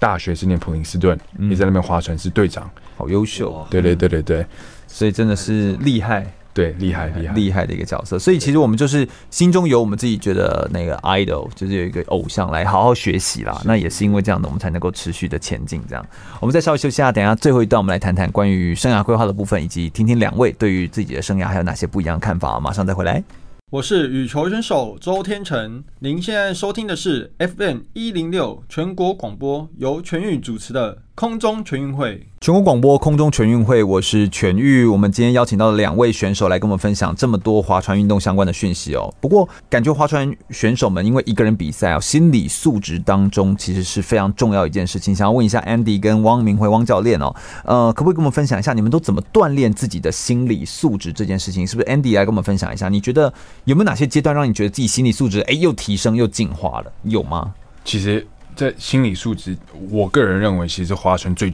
[SPEAKER 2] 大学是念普林斯顿，
[SPEAKER 1] 嗯
[SPEAKER 2] 也在那边划船，是队长。
[SPEAKER 1] 好优秀，
[SPEAKER 2] 对对对对对
[SPEAKER 1] 所以真的是厉害
[SPEAKER 2] 对，厉害厉害
[SPEAKER 1] 厉害的一个角色。所以其实我们就是心中有我们自己觉得那个 idol，就是有一个偶像来好好学习啦。那也是因为这样的，我们才能够持续的前进。这样，我们再稍微休息一下，等一下最后一段我们来谈谈关于生涯规划的部分，以及听听两位对于自己的生涯还有哪些不一样的看法。马上再回来。
[SPEAKER 8] 我是羽球选手周天成，您现在收听的是 FM 一零六全国广播，由全宇主持的空中全运会。
[SPEAKER 1] 全国广播空中全运会，我是全玉。我们今天邀请到了两位选手来跟我们分享这么多划船运动相关的讯息哦。不过，感觉划船选手们因为一个人比赛哦，心理素质当中其实是非常重要一件事情。想要问一下 Andy 跟汪明辉汪教练哦，呃，可不可以跟我们分享一下你们都怎么锻炼自己的心理素质这件事情？是不是 Andy 来跟我们分享一下？你觉得有没有哪些阶段让你觉得自己心理素质哎又提升又进化了？有吗？
[SPEAKER 2] 其实，在心理素质，我个人认为，其实划船最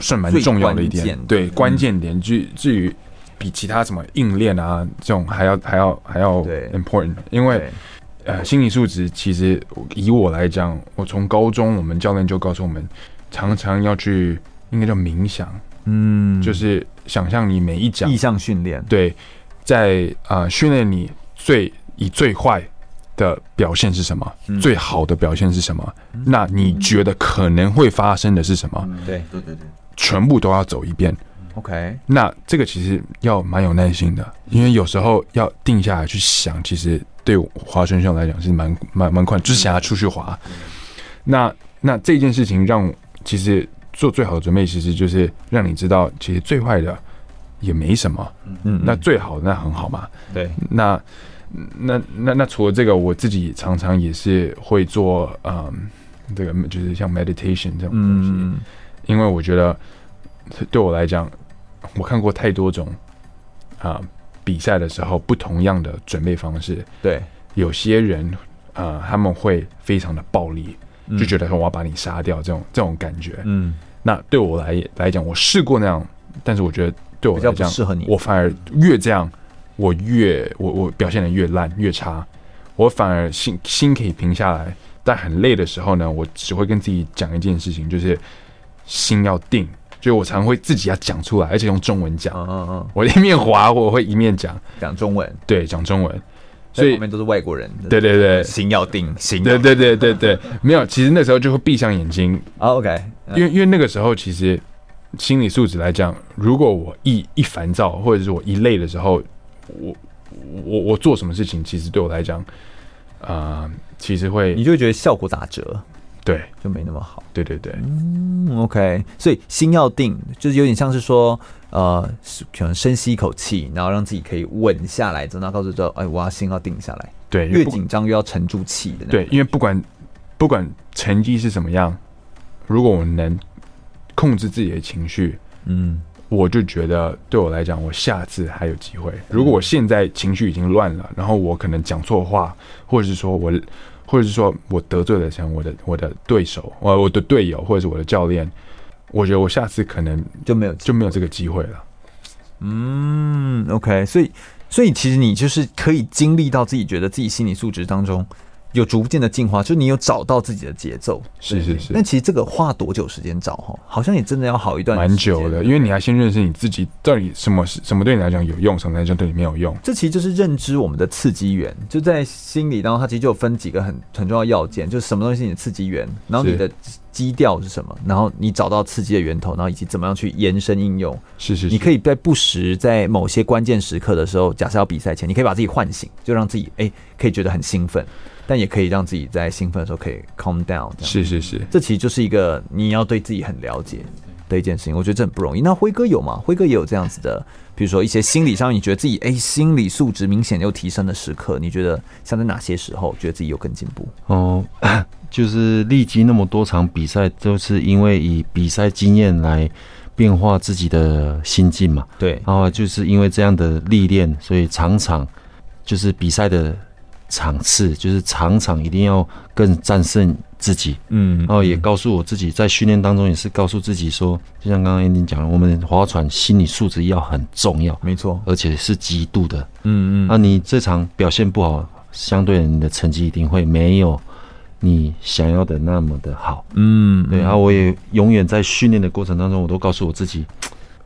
[SPEAKER 2] 算蛮重要的一
[SPEAKER 1] 最关
[SPEAKER 2] 点
[SPEAKER 1] 键的，嗯
[SPEAKER 2] 对关键点。至至于比其他什么硬练啊这种还要还要还要
[SPEAKER 1] 对
[SPEAKER 2] important，因为
[SPEAKER 1] 对，
[SPEAKER 2] 呃，心理素质其实以我来讲，我从高中我们教练就告诉我们，常常要去应该叫冥想，
[SPEAKER 1] 嗯，
[SPEAKER 2] 就是想象你每一讲
[SPEAKER 1] 意向训练，
[SPEAKER 2] 对，在啊训练你最以最坏的表现是什么，
[SPEAKER 1] 嗯
[SPEAKER 2] 最好的表现是什么，那你觉得可能会发生的是什么，
[SPEAKER 1] 对
[SPEAKER 9] 对对对，
[SPEAKER 2] 全部都要走一遍。
[SPEAKER 1] ，OK，
[SPEAKER 2] 那这个其实要蛮有耐心的，
[SPEAKER 1] 嗯
[SPEAKER 2] 因为有时候要定下来去想，其实对滑选手来讲是蛮蛮蛮快，就是想
[SPEAKER 1] 嗯
[SPEAKER 2] 要出去滑。那那这件事情让我其实做最好的准备，其实就是让你知道，其实最坏的也没什么，
[SPEAKER 1] 嗯，
[SPEAKER 2] 那最好的那很好嘛。
[SPEAKER 1] 对，
[SPEAKER 2] 那那那那除了这个，我自己常常也是会做，嗯，这个就是像 meditation 这种东西，
[SPEAKER 1] 嗯，
[SPEAKER 2] 因为我觉得对我来讲，我看过太多种啊、比赛的时候不同样的准备方式，
[SPEAKER 1] 对，
[SPEAKER 2] 有些人啊、他们会非常的暴力，就觉
[SPEAKER 1] 得，
[SPEAKER 2] 得说我要把你杀掉这种这种感觉。
[SPEAKER 1] 嗯，
[SPEAKER 2] 那对我来来讲，我试过那样，但是我觉得对我
[SPEAKER 1] 比较
[SPEAKER 2] 来
[SPEAKER 1] 不
[SPEAKER 2] 讲，
[SPEAKER 1] 适合你，
[SPEAKER 2] 我反而越这样，我越我我表现的越烂越差，我反而心心可以平下来，但很累的时候呢，我只会跟自己讲一件事情，就是心要定，就我常会自己要讲出来，而且用中文讲，
[SPEAKER 1] 嗯嗯嗯，
[SPEAKER 2] 我一面滑我会一面讲，
[SPEAKER 1] 讲中文，
[SPEAKER 2] 对，讲中文，所以
[SPEAKER 1] 旁边都是外国人，
[SPEAKER 2] 对对对。
[SPEAKER 1] 心要定，心
[SPEAKER 2] 对对对对对，没有。其实那时候就会闭上眼睛，
[SPEAKER 1] 啊，OK，
[SPEAKER 2] 因为因为那个时候其实心理素质来讲，如果我一一烦躁或者是我一累的时候，我我我做什么事情，其实对我来讲，啊、其实
[SPEAKER 1] 嗯你
[SPEAKER 2] 会
[SPEAKER 1] 就会觉得效果打折，
[SPEAKER 2] 对
[SPEAKER 1] 就没那么好。
[SPEAKER 2] 对对对，
[SPEAKER 1] 嗯，OK，所以心要定，就是有点像是说，呃，是可能深吸一口气，然后让自己可以稳下来，然后告诉自己，哎，我要心要定下来，
[SPEAKER 2] 对，因为
[SPEAKER 1] 越
[SPEAKER 2] 不
[SPEAKER 1] 紧张越要沉住气的那种。
[SPEAKER 2] 对，因为不管不管成绩是怎么样，如果我能控制自己的情绪，
[SPEAKER 1] 嗯，
[SPEAKER 2] 我就觉得对我来讲，我下次还有机会。如果我现在情绪已经乱了，然后我可能讲错话，或者是说我，或者是说我得罪了像我的我的对手，呃，我的队友或者是我的教练，我觉得我下次可能
[SPEAKER 1] 就没有
[SPEAKER 2] 就没有这个机会了。
[SPEAKER 1] 嗯，OK，所以所以其实你就是可以经历到自己觉得自己心理素质当中有逐渐的进化，就是你有找到自己的节奏。
[SPEAKER 2] 是是是
[SPEAKER 1] 那其实这个花多久时间找哈？好像也真的要好一段
[SPEAKER 2] 蛮
[SPEAKER 1] 时间
[SPEAKER 2] 久的，因为你要先认识你自己，到底什么是什么对你来讲有用，什么来讲对你没有用。
[SPEAKER 1] 这其实就是认知我们的刺激源，就在心理当中，它其实就有分几个很很重要的要件，就是什么东西是你的刺激源，然后你
[SPEAKER 2] 是
[SPEAKER 1] 的基调是什么，然后你找到刺激的源头，然后以及怎么样去延伸应用。
[SPEAKER 2] 是是是，
[SPEAKER 1] 你可以在不时在某些关键时刻的时候，假设要比赛前，你可以把自己唤醒，就让自己哎、可以觉得很兴奋，但也可以让自己在兴奋的时候可以 calm down 这样。
[SPEAKER 2] 是是是，
[SPEAKER 1] 这其实就是一个你要对自己很了解的一件事情，我觉得这很不容易。那辉哥有吗？辉哥也有这样子的，比如说一些心理上你觉得自己哎、心理素质明显又提升的时刻，你觉得像在哪些时候觉得自己有更进步？
[SPEAKER 3] 哦， 就是历经那么多场比赛，都是因为以比赛经验来变化自己的心境嘛。
[SPEAKER 1] 对，
[SPEAKER 3] 然后就是因为这样的历练，所以场场就是比赛的场次，就是场场一定要更战胜自己。
[SPEAKER 1] 嗯
[SPEAKER 3] 然后也告诉我自己，在训练当中也是告诉自己说，就像刚刚 a n 讲的，我们划船心理素质要很重要，
[SPEAKER 1] 没错，
[SPEAKER 3] 而且是极度的。
[SPEAKER 1] 嗯
[SPEAKER 3] 那你这场表现不好，相对你的成绩一定会没有你想要的那么的好。
[SPEAKER 1] 嗯，
[SPEAKER 3] 对，然后我也永远在训练的过程当中，我都告诉我自己，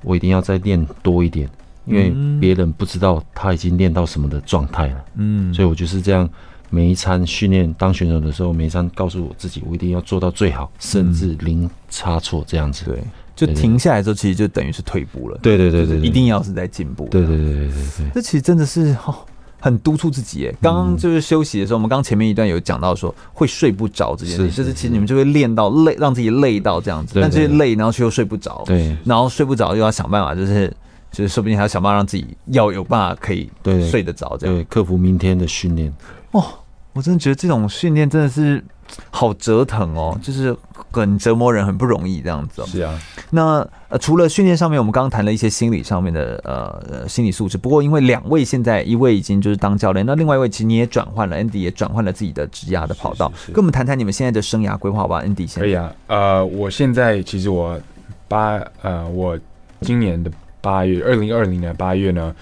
[SPEAKER 3] 我一定要再练多一点，因为别人不知道他已经练到什么的状态了。
[SPEAKER 1] 嗯，
[SPEAKER 3] 所以我就是这样，每一餐训练当选手的时候，每一餐告诉我自己，我一定要做到最好，甚至零差错这样子。
[SPEAKER 1] 对，就停下来之后，其实就等于是退步了，
[SPEAKER 3] 对对对对对，
[SPEAKER 1] 一定要是在进步。
[SPEAKER 3] 对对对对对对
[SPEAKER 1] 这其实真的是哦，很督促自己
[SPEAKER 3] 嗯
[SPEAKER 1] 耶。刚刚就是休息的时候，我们刚前面一段有讲到说会睡不着这件事，
[SPEAKER 3] 是
[SPEAKER 1] 就是其实你们就会练到累，让自己累到这样子，
[SPEAKER 3] 对
[SPEAKER 1] 但这些
[SPEAKER 3] 对
[SPEAKER 1] 累，然后却又睡不着，
[SPEAKER 3] 对
[SPEAKER 1] 然后睡不着又要想办法，就是就是说不定还要想办法让自己要有办法可以
[SPEAKER 3] 对对
[SPEAKER 1] 睡得着这样。
[SPEAKER 3] 对，克服明天的训练。
[SPEAKER 1] 哦，我真的觉得这种训练真的是好折腾哦，就是很折磨人，很不容易这样子哦。
[SPEAKER 2] 是啊，
[SPEAKER 1] 那呃，除了训练上面，我们刚刚谈了一些心理上面的呃呃心理素质。不过，因为两位现在一位已经就是当教练，那另外一位其实你也转换了，Andy 也转换了自己的职业的跑道，跟我们谈谈你们现在的生涯规划吧，Andy 先。
[SPEAKER 2] 可以啊，呃，我现在其实我八呃，我今年的八月，二零二零年八月呢，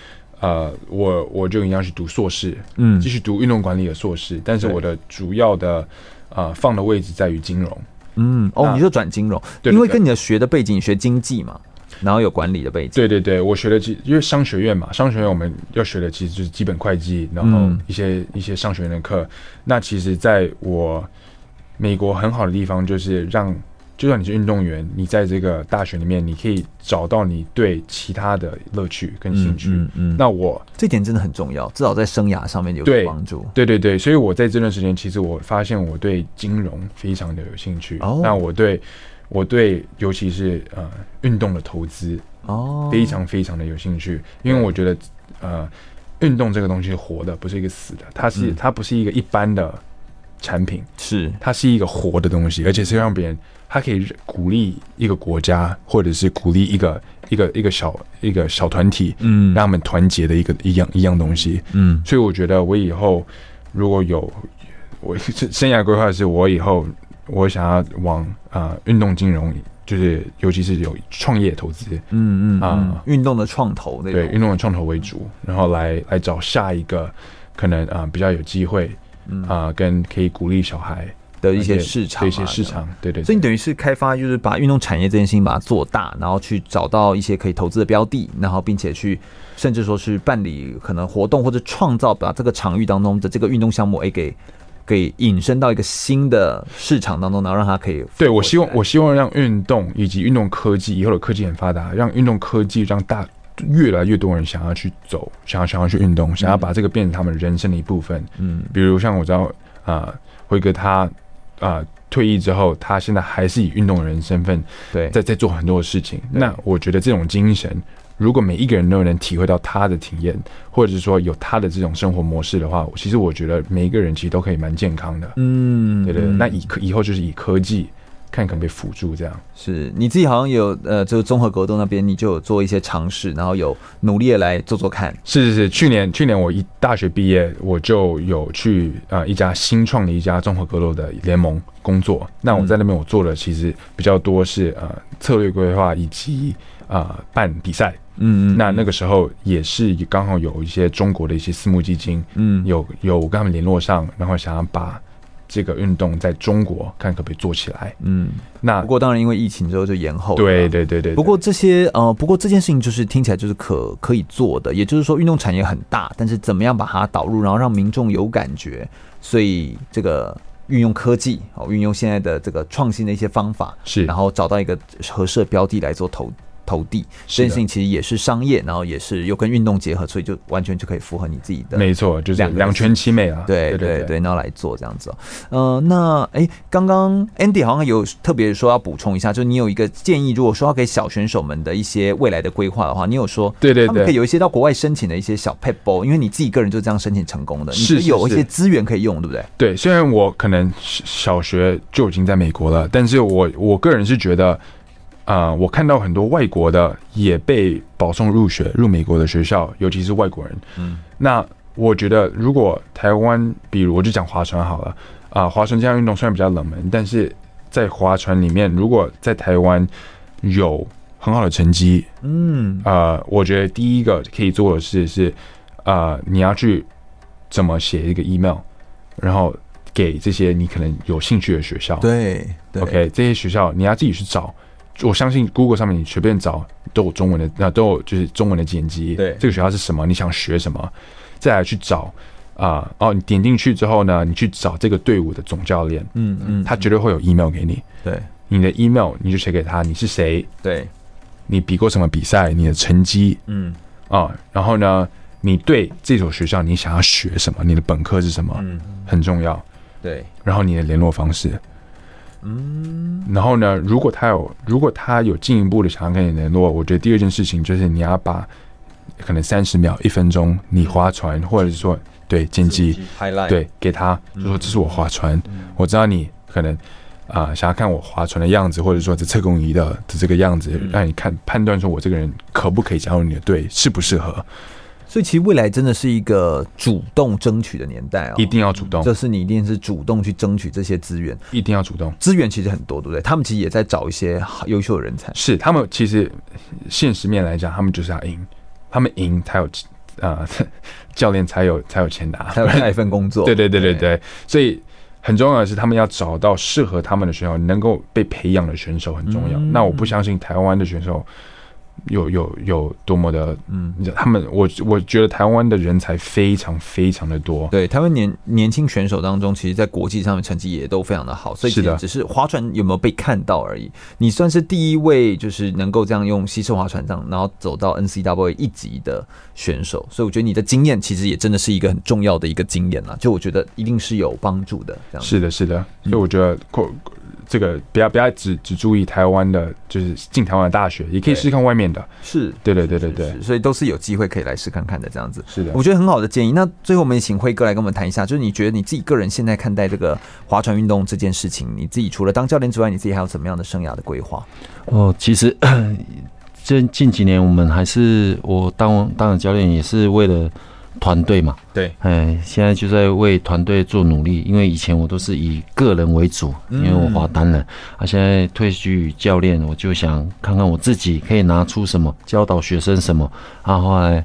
[SPEAKER 2] 呃，我我就一样是读硕士，
[SPEAKER 1] 嗯
[SPEAKER 2] 继续读运动管理的硕士，但是我的主要的呃放的位置在于金融，
[SPEAKER 1] 嗯，哦，
[SPEAKER 2] 那
[SPEAKER 1] 你就转金融，
[SPEAKER 2] 对对
[SPEAKER 1] 因为
[SPEAKER 2] 对
[SPEAKER 1] 跟你的学的背景，你学经济嘛，然后有管理的背景，
[SPEAKER 2] 对对对，我学的其因为商学院嘛，商学院我们要学的其实就是基本会计，然后
[SPEAKER 1] 嗯
[SPEAKER 2] 一些、一些商学院的课。那其实在我美国很好的地方就是让，就算你是运动员，你在这个大学里面，你可以找到你对其他的乐趣跟兴趣。
[SPEAKER 1] 嗯
[SPEAKER 2] 那我
[SPEAKER 1] 这点真的很重要，至少在生涯上面有所
[SPEAKER 2] 对
[SPEAKER 1] 帮助。
[SPEAKER 2] 对对对，所以我在这段时间，其实我发现我对金融非常的有兴趣。
[SPEAKER 1] 哦
[SPEAKER 2] 那我对我对尤其是呃运动的投资，
[SPEAKER 1] 哦，
[SPEAKER 2] 非常非常的有兴趣，因为我觉得，呃，运动这个东西是活的，不是一个死的，它是、
[SPEAKER 1] 嗯
[SPEAKER 2] 它不是一个一般的产品，
[SPEAKER 1] 是
[SPEAKER 2] 它是一个活的东西，而且是让别人，它可以鼓励一个国家，或者是鼓励一个一个一个小一个小团体，
[SPEAKER 1] 嗯
[SPEAKER 2] 让他们团结的一个一样一样东西。
[SPEAKER 1] 嗯
[SPEAKER 2] 所以我觉得我以后如果有我 生涯规划是，我以后我想要往啊运、动金融，就是尤其是有创业投资。
[SPEAKER 1] 嗯嗯啊
[SPEAKER 2] 啊，
[SPEAKER 1] 运动的创投那
[SPEAKER 2] 对
[SPEAKER 1] 种
[SPEAKER 2] 运动的创投为主，然后来来找下一个可能啊、比较有机会
[SPEAKER 1] 嗯
[SPEAKER 2] 啊、跟可以鼓励小孩
[SPEAKER 1] 的一些
[SPEAKER 2] 而且
[SPEAKER 1] 市场啊，
[SPEAKER 2] 的一些市场，对对
[SPEAKER 1] 所以
[SPEAKER 2] 对
[SPEAKER 1] 你等于是开发，就是把运动产业这件事情把它做大，然后去找到一些可以投资的标的，然后并且去甚至说是办理可能活动或者创造，把这个场域当中的这个运动项目诶给给引申到一个新的市场当中，然后让它可以
[SPEAKER 2] 对我希望
[SPEAKER 1] 活起来
[SPEAKER 2] 我希望让运动以及运动科技以后的科技很发达，让运动科技让大越来越多人想要去走，想要想要去运动，想要把这个变成他们人生的一部分。
[SPEAKER 1] 嗯
[SPEAKER 2] 比如像我知道啊、辉哥他啊、退役之后，他现在还是以运动人身份
[SPEAKER 1] 对
[SPEAKER 2] 在在做很多的事情。
[SPEAKER 1] 对
[SPEAKER 2] 那我觉得这种精神，如果每一个人都能体会到他的体验，或者是说有他的这种生活模式的话，其实我觉得每一个人其实都可以蛮健康的。
[SPEAKER 1] 嗯
[SPEAKER 2] 对对对，
[SPEAKER 1] 嗯
[SPEAKER 2] 那以科以后就是以科技看可不可以辅助这样。
[SPEAKER 1] 是你自己好像有呃，就是综合格斗那边你就有做一些尝试，然后有努力的来做做看，
[SPEAKER 2] 是是是，去年去年我一大学毕业，我就有去啊一家新创的一家综合格斗的联盟工作。那我在那边我做的其实比较多是呃策略规划以及啊、呃办比赛。
[SPEAKER 1] 嗯嗯，
[SPEAKER 2] 那那个时候也是刚好有一些中国的一些私募基金，
[SPEAKER 1] 嗯
[SPEAKER 2] 有有跟他们联络上，然后想要把这个运动在中国看可不可以做起来。
[SPEAKER 1] 嗯，
[SPEAKER 2] 那
[SPEAKER 1] 不过当然因为疫情之后就延后了，
[SPEAKER 2] 对对对对，
[SPEAKER 1] 不
[SPEAKER 2] 对
[SPEAKER 1] 过这些呃，不过这件事情就是听起来就是可可以做的，也就是说运动产业很大，但是怎么样把它导入，然后让民众有感觉，所以这个运用科技哦，运用现在的这个创新的一些方法，
[SPEAKER 2] 是
[SPEAKER 1] 然后找到一个合适的标的来做投投递，这件
[SPEAKER 2] 是的
[SPEAKER 1] 事情其实也是商业，然后也是又跟运动结合，所以就完全就可以符合你自己的
[SPEAKER 2] 没错，就是
[SPEAKER 1] 两个
[SPEAKER 2] 两全其美啊。
[SPEAKER 1] 对
[SPEAKER 2] 对
[SPEAKER 1] 对对，然后来做这样子、哦。呃，那哎，刚刚 Andy 好像有特别说要补充一下，就你有一个建议，如果说要给小选手们的一些未来的规划的话，你有说
[SPEAKER 2] 对对
[SPEAKER 1] 他们
[SPEAKER 2] 对
[SPEAKER 1] 可以有一些到国外申请的一些小 p e b a l 因为你自己个人就这样申请成功的，你
[SPEAKER 2] 是
[SPEAKER 1] 就是有一
[SPEAKER 2] 是
[SPEAKER 1] 些资源可以用，对不对？
[SPEAKER 2] 对，虽然我可能小小学就已经在美国了，但是我我个人是觉得，啊，我看到很多外国的也被保送入学入美国的学校，尤其是外国人。
[SPEAKER 1] 嗯，
[SPEAKER 2] 那我觉得如果台湾，比如我就讲划船好了，啊、划船这项运动虽然比较冷门，但是在划船里面，如果在台湾有很好的成绩，
[SPEAKER 1] 嗯
[SPEAKER 2] 呃，我觉得第一个可以做的事是，呃，你要去怎么写一个 email，然后给这些你可能有兴趣的学校。
[SPEAKER 1] 对对
[SPEAKER 2] o k 这些学校你要自己去找。我相信 Google 上面你随便找都有中文的，那、都有就是中文的剪辑。
[SPEAKER 1] 对
[SPEAKER 2] 这个学校是什么？你想学什么？再来去找啊、哦，你点进去之后呢，你去找这个队伍的总教练，
[SPEAKER 1] 嗯嗯，
[SPEAKER 2] 他绝对会有 email 给你。
[SPEAKER 1] 对
[SPEAKER 2] 你的 email 你就写给他，你是谁？
[SPEAKER 1] 对，
[SPEAKER 2] 你比过什么比赛？你的成绩？
[SPEAKER 1] 嗯
[SPEAKER 2] 啊、然后呢，你对这所学校你想要学什么，你的本科是什么，
[SPEAKER 1] 嗯
[SPEAKER 2] 很重要。
[SPEAKER 1] 对，
[SPEAKER 2] 然后你的联络方式，嗯，然后呢，如果他有如果他有进一步的想要跟你联络，我觉得第二件事情就是你要把可能三十秒、一分钟，你划船，或者是说对剪辑，
[SPEAKER 1] highlight
[SPEAKER 2] 对给他，就说这是我划船，我知道你可能。啊、想要看我划船的样子，或者说这测功仪的的这个样子，让你看判断说我这个人可不可以加入你的队，适不适合。
[SPEAKER 1] 所以其实未来真的是一个主动争取的年代哦，
[SPEAKER 2] 一定要主动，
[SPEAKER 1] 就是你一定是主动去争取这些资源，
[SPEAKER 2] 一定要主动。
[SPEAKER 1] 资源其实很多，对不对？他们其实也在找一些好优秀的人 才。
[SPEAKER 2] 是他们其实现实面来讲，他们就是要赢，他们赢才有呃 教练才有才有钱拿，
[SPEAKER 1] 还有下一份工作，
[SPEAKER 2] 对对对对对，所以很重要的是，他们要找到适合他们的选手，能够被培养的选手很重要。
[SPEAKER 1] 嗯
[SPEAKER 2] 那我不相信台湾的选手有有有多么的，
[SPEAKER 1] 嗯，
[SPEAKER 2] 你知道他们我我觉得台湾的人才非常非常的多，
[SPEAKER 1] 对，台湾年年轻选手当中，其实在国际上面成绩也都非常的好，所以
[SPEAKER 2] 是的
[SPEAKER 1] 只是划船有没有被看到而已。你算是第一位，就是能够这样用西式划船这样，然后走到 N C W 一级的选手，所以我觉得你的经验其实也真的是一个很重要的一个经验啦，就我觉得一定是有帮助的。这样嗯子
[SPEAKER 2] 是的，是的，所以我觉得扩这个不要不要只只注意台湾的，就是进台湾的大学，也可以试试看外面的。
[SPEAKER 1] 是，
[SPEAKER 2] 对对对对对
[SPEAKER 1] 是，所以都是有机会可以来试看看的这样子。
[SPEAKER 2] 是的
[SPEAKER 1] 我觉得很好的建议。那最后我们也请辉哥来跟我们谈一下，就是你觉得你自己个人现在看待这个划船运动这件事情，你自己除了当教练之外，你自己还有怎么样的生涯的规划？
[SPEAKER 3] 哦，其实 这近几年我们还是我当当了教练也是为了团队嘛，
[SPEAKER 2] 对，
[SPEAKER 3] 哎，现在就在为团队做努力，因为以前我都是以个人为主，因为我滑单人，啊，现在退居教练，我就想看看我自己可以拿出什么，教导学生什么，啊，后来。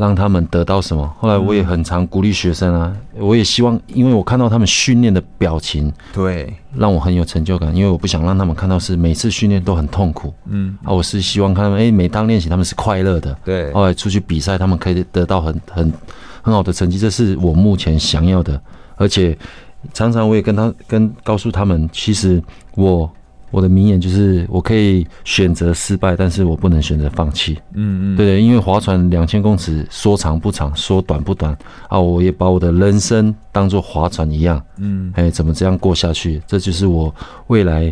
[SPEAKER 3] 让他们得到什么？后来我也很常鼓励学生啊，我也希望，因为我看到他们训练的表情，
[SPEAKER 1] 对，
[SPEAKER 3] 让我很有成就感，因为我不想让他们看到是每次训练都很痛苦
[SPEAKER 1] 嗯，
[SPEAKER 3] 啊，我是希望看他们，哎、每当练习他们是快乐的，
[SPEAKER 1] 对，
[SPEAKER 3] 后来出去比赛他们可以得到很很很好的成绩，这是我目前想要的，而且常常我也跟他跟告诉他们，其实我我的名言就是我可以选择失败，但是我不能选择放弃，
[SPEAKER 1] 嗯嗯，
[SPEAKER 3] 对对，因为划船两千公尺，说长不长，说短不短啊！我也把我的人生当做划船一样，
[SPEAKER 1] 嗯，
[SPEAKER 3] 哎，怎么这样过下去？这就是我未来，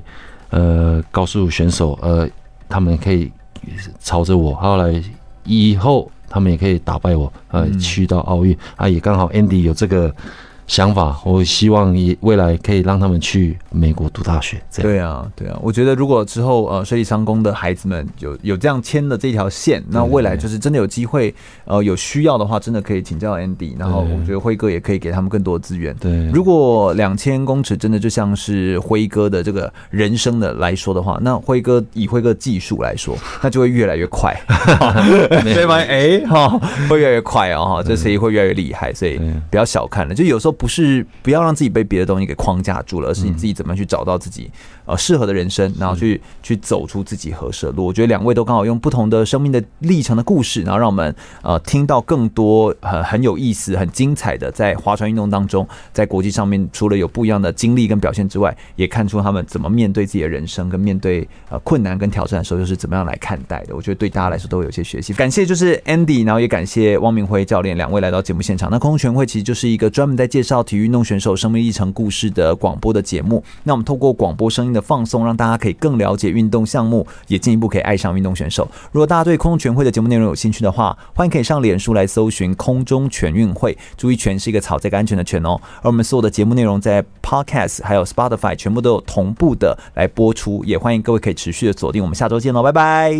[SPEAKER 3] 呃，告诉选手，呃，他们可以朝着我，后来以后他们也可以打败我，呃，
[SPEAKER 1] 嗯
[SPEAKER 3] 去到奥运啊，也刚好 Andy 有这个想法，我希望也未来可以让他们去美国读大学，这样
[SPEAKER 1] 对啊，对啊，我觉得如果之后呃水里商工的孩子们有有这样牵了这条线，那未来就是真的有机会，呃有需要的话，真的可以请教 Andy，然后
[SPEAKER 3] 对
[SPEAKER 1] 我觉得辉哥也可以给他们更多的资源。
[SPEAKER 3] 对，
[SPEAKER 1] 如果两千公尺真的就像是辉哥的这个人生的来说的话，那辉哥以辉哥技术来说，那就会越来越快，对吗？哎、哈、会越来越快哦，哈，这谁会越来越厉害？所以
[SPEAKER 3] 对
[SPEAKER 1] 不要小看了，就有时候不是不要让自己被别的东西给框架住了，而是你自己怎么样去找到自己呃适合的人生，然后去去走出自己合适的路。我觉得两位都刚好用不同的生命的历程的故事，然后让我们呃听到更多很、呃、很有意思、很精彩的在划船运动当中，在国际上面除了有不一样的经历跟表现之外，也看出他们怎么面对自己的人生，跟面对呃困难跟挑战的时候，又是怎么样来看待的。我觉得对大家来说都有一些学习。感谢就是 Andy，然后也感谢汪明辉教练两位来到节目现场。那空中全运会其实就是一个专门在介绍体育运动选手生命历程故事的广播的节目。那我们透过广播声音的放送，让大家可以更了解运动项目，也进一步可以爱上运动选手。如果大家对空中全运会的节目内容有兴趣的话，欢迎可以上脸书来搜寻“空中全运会”，注意“全”是一个草这个安全的“全”哦。而我们所有的节目内容在 Podcast 还有 Spotify 全部都有同步的来播出，也欢迎各位可以持续的锁定。我们下周见喽，拜拜。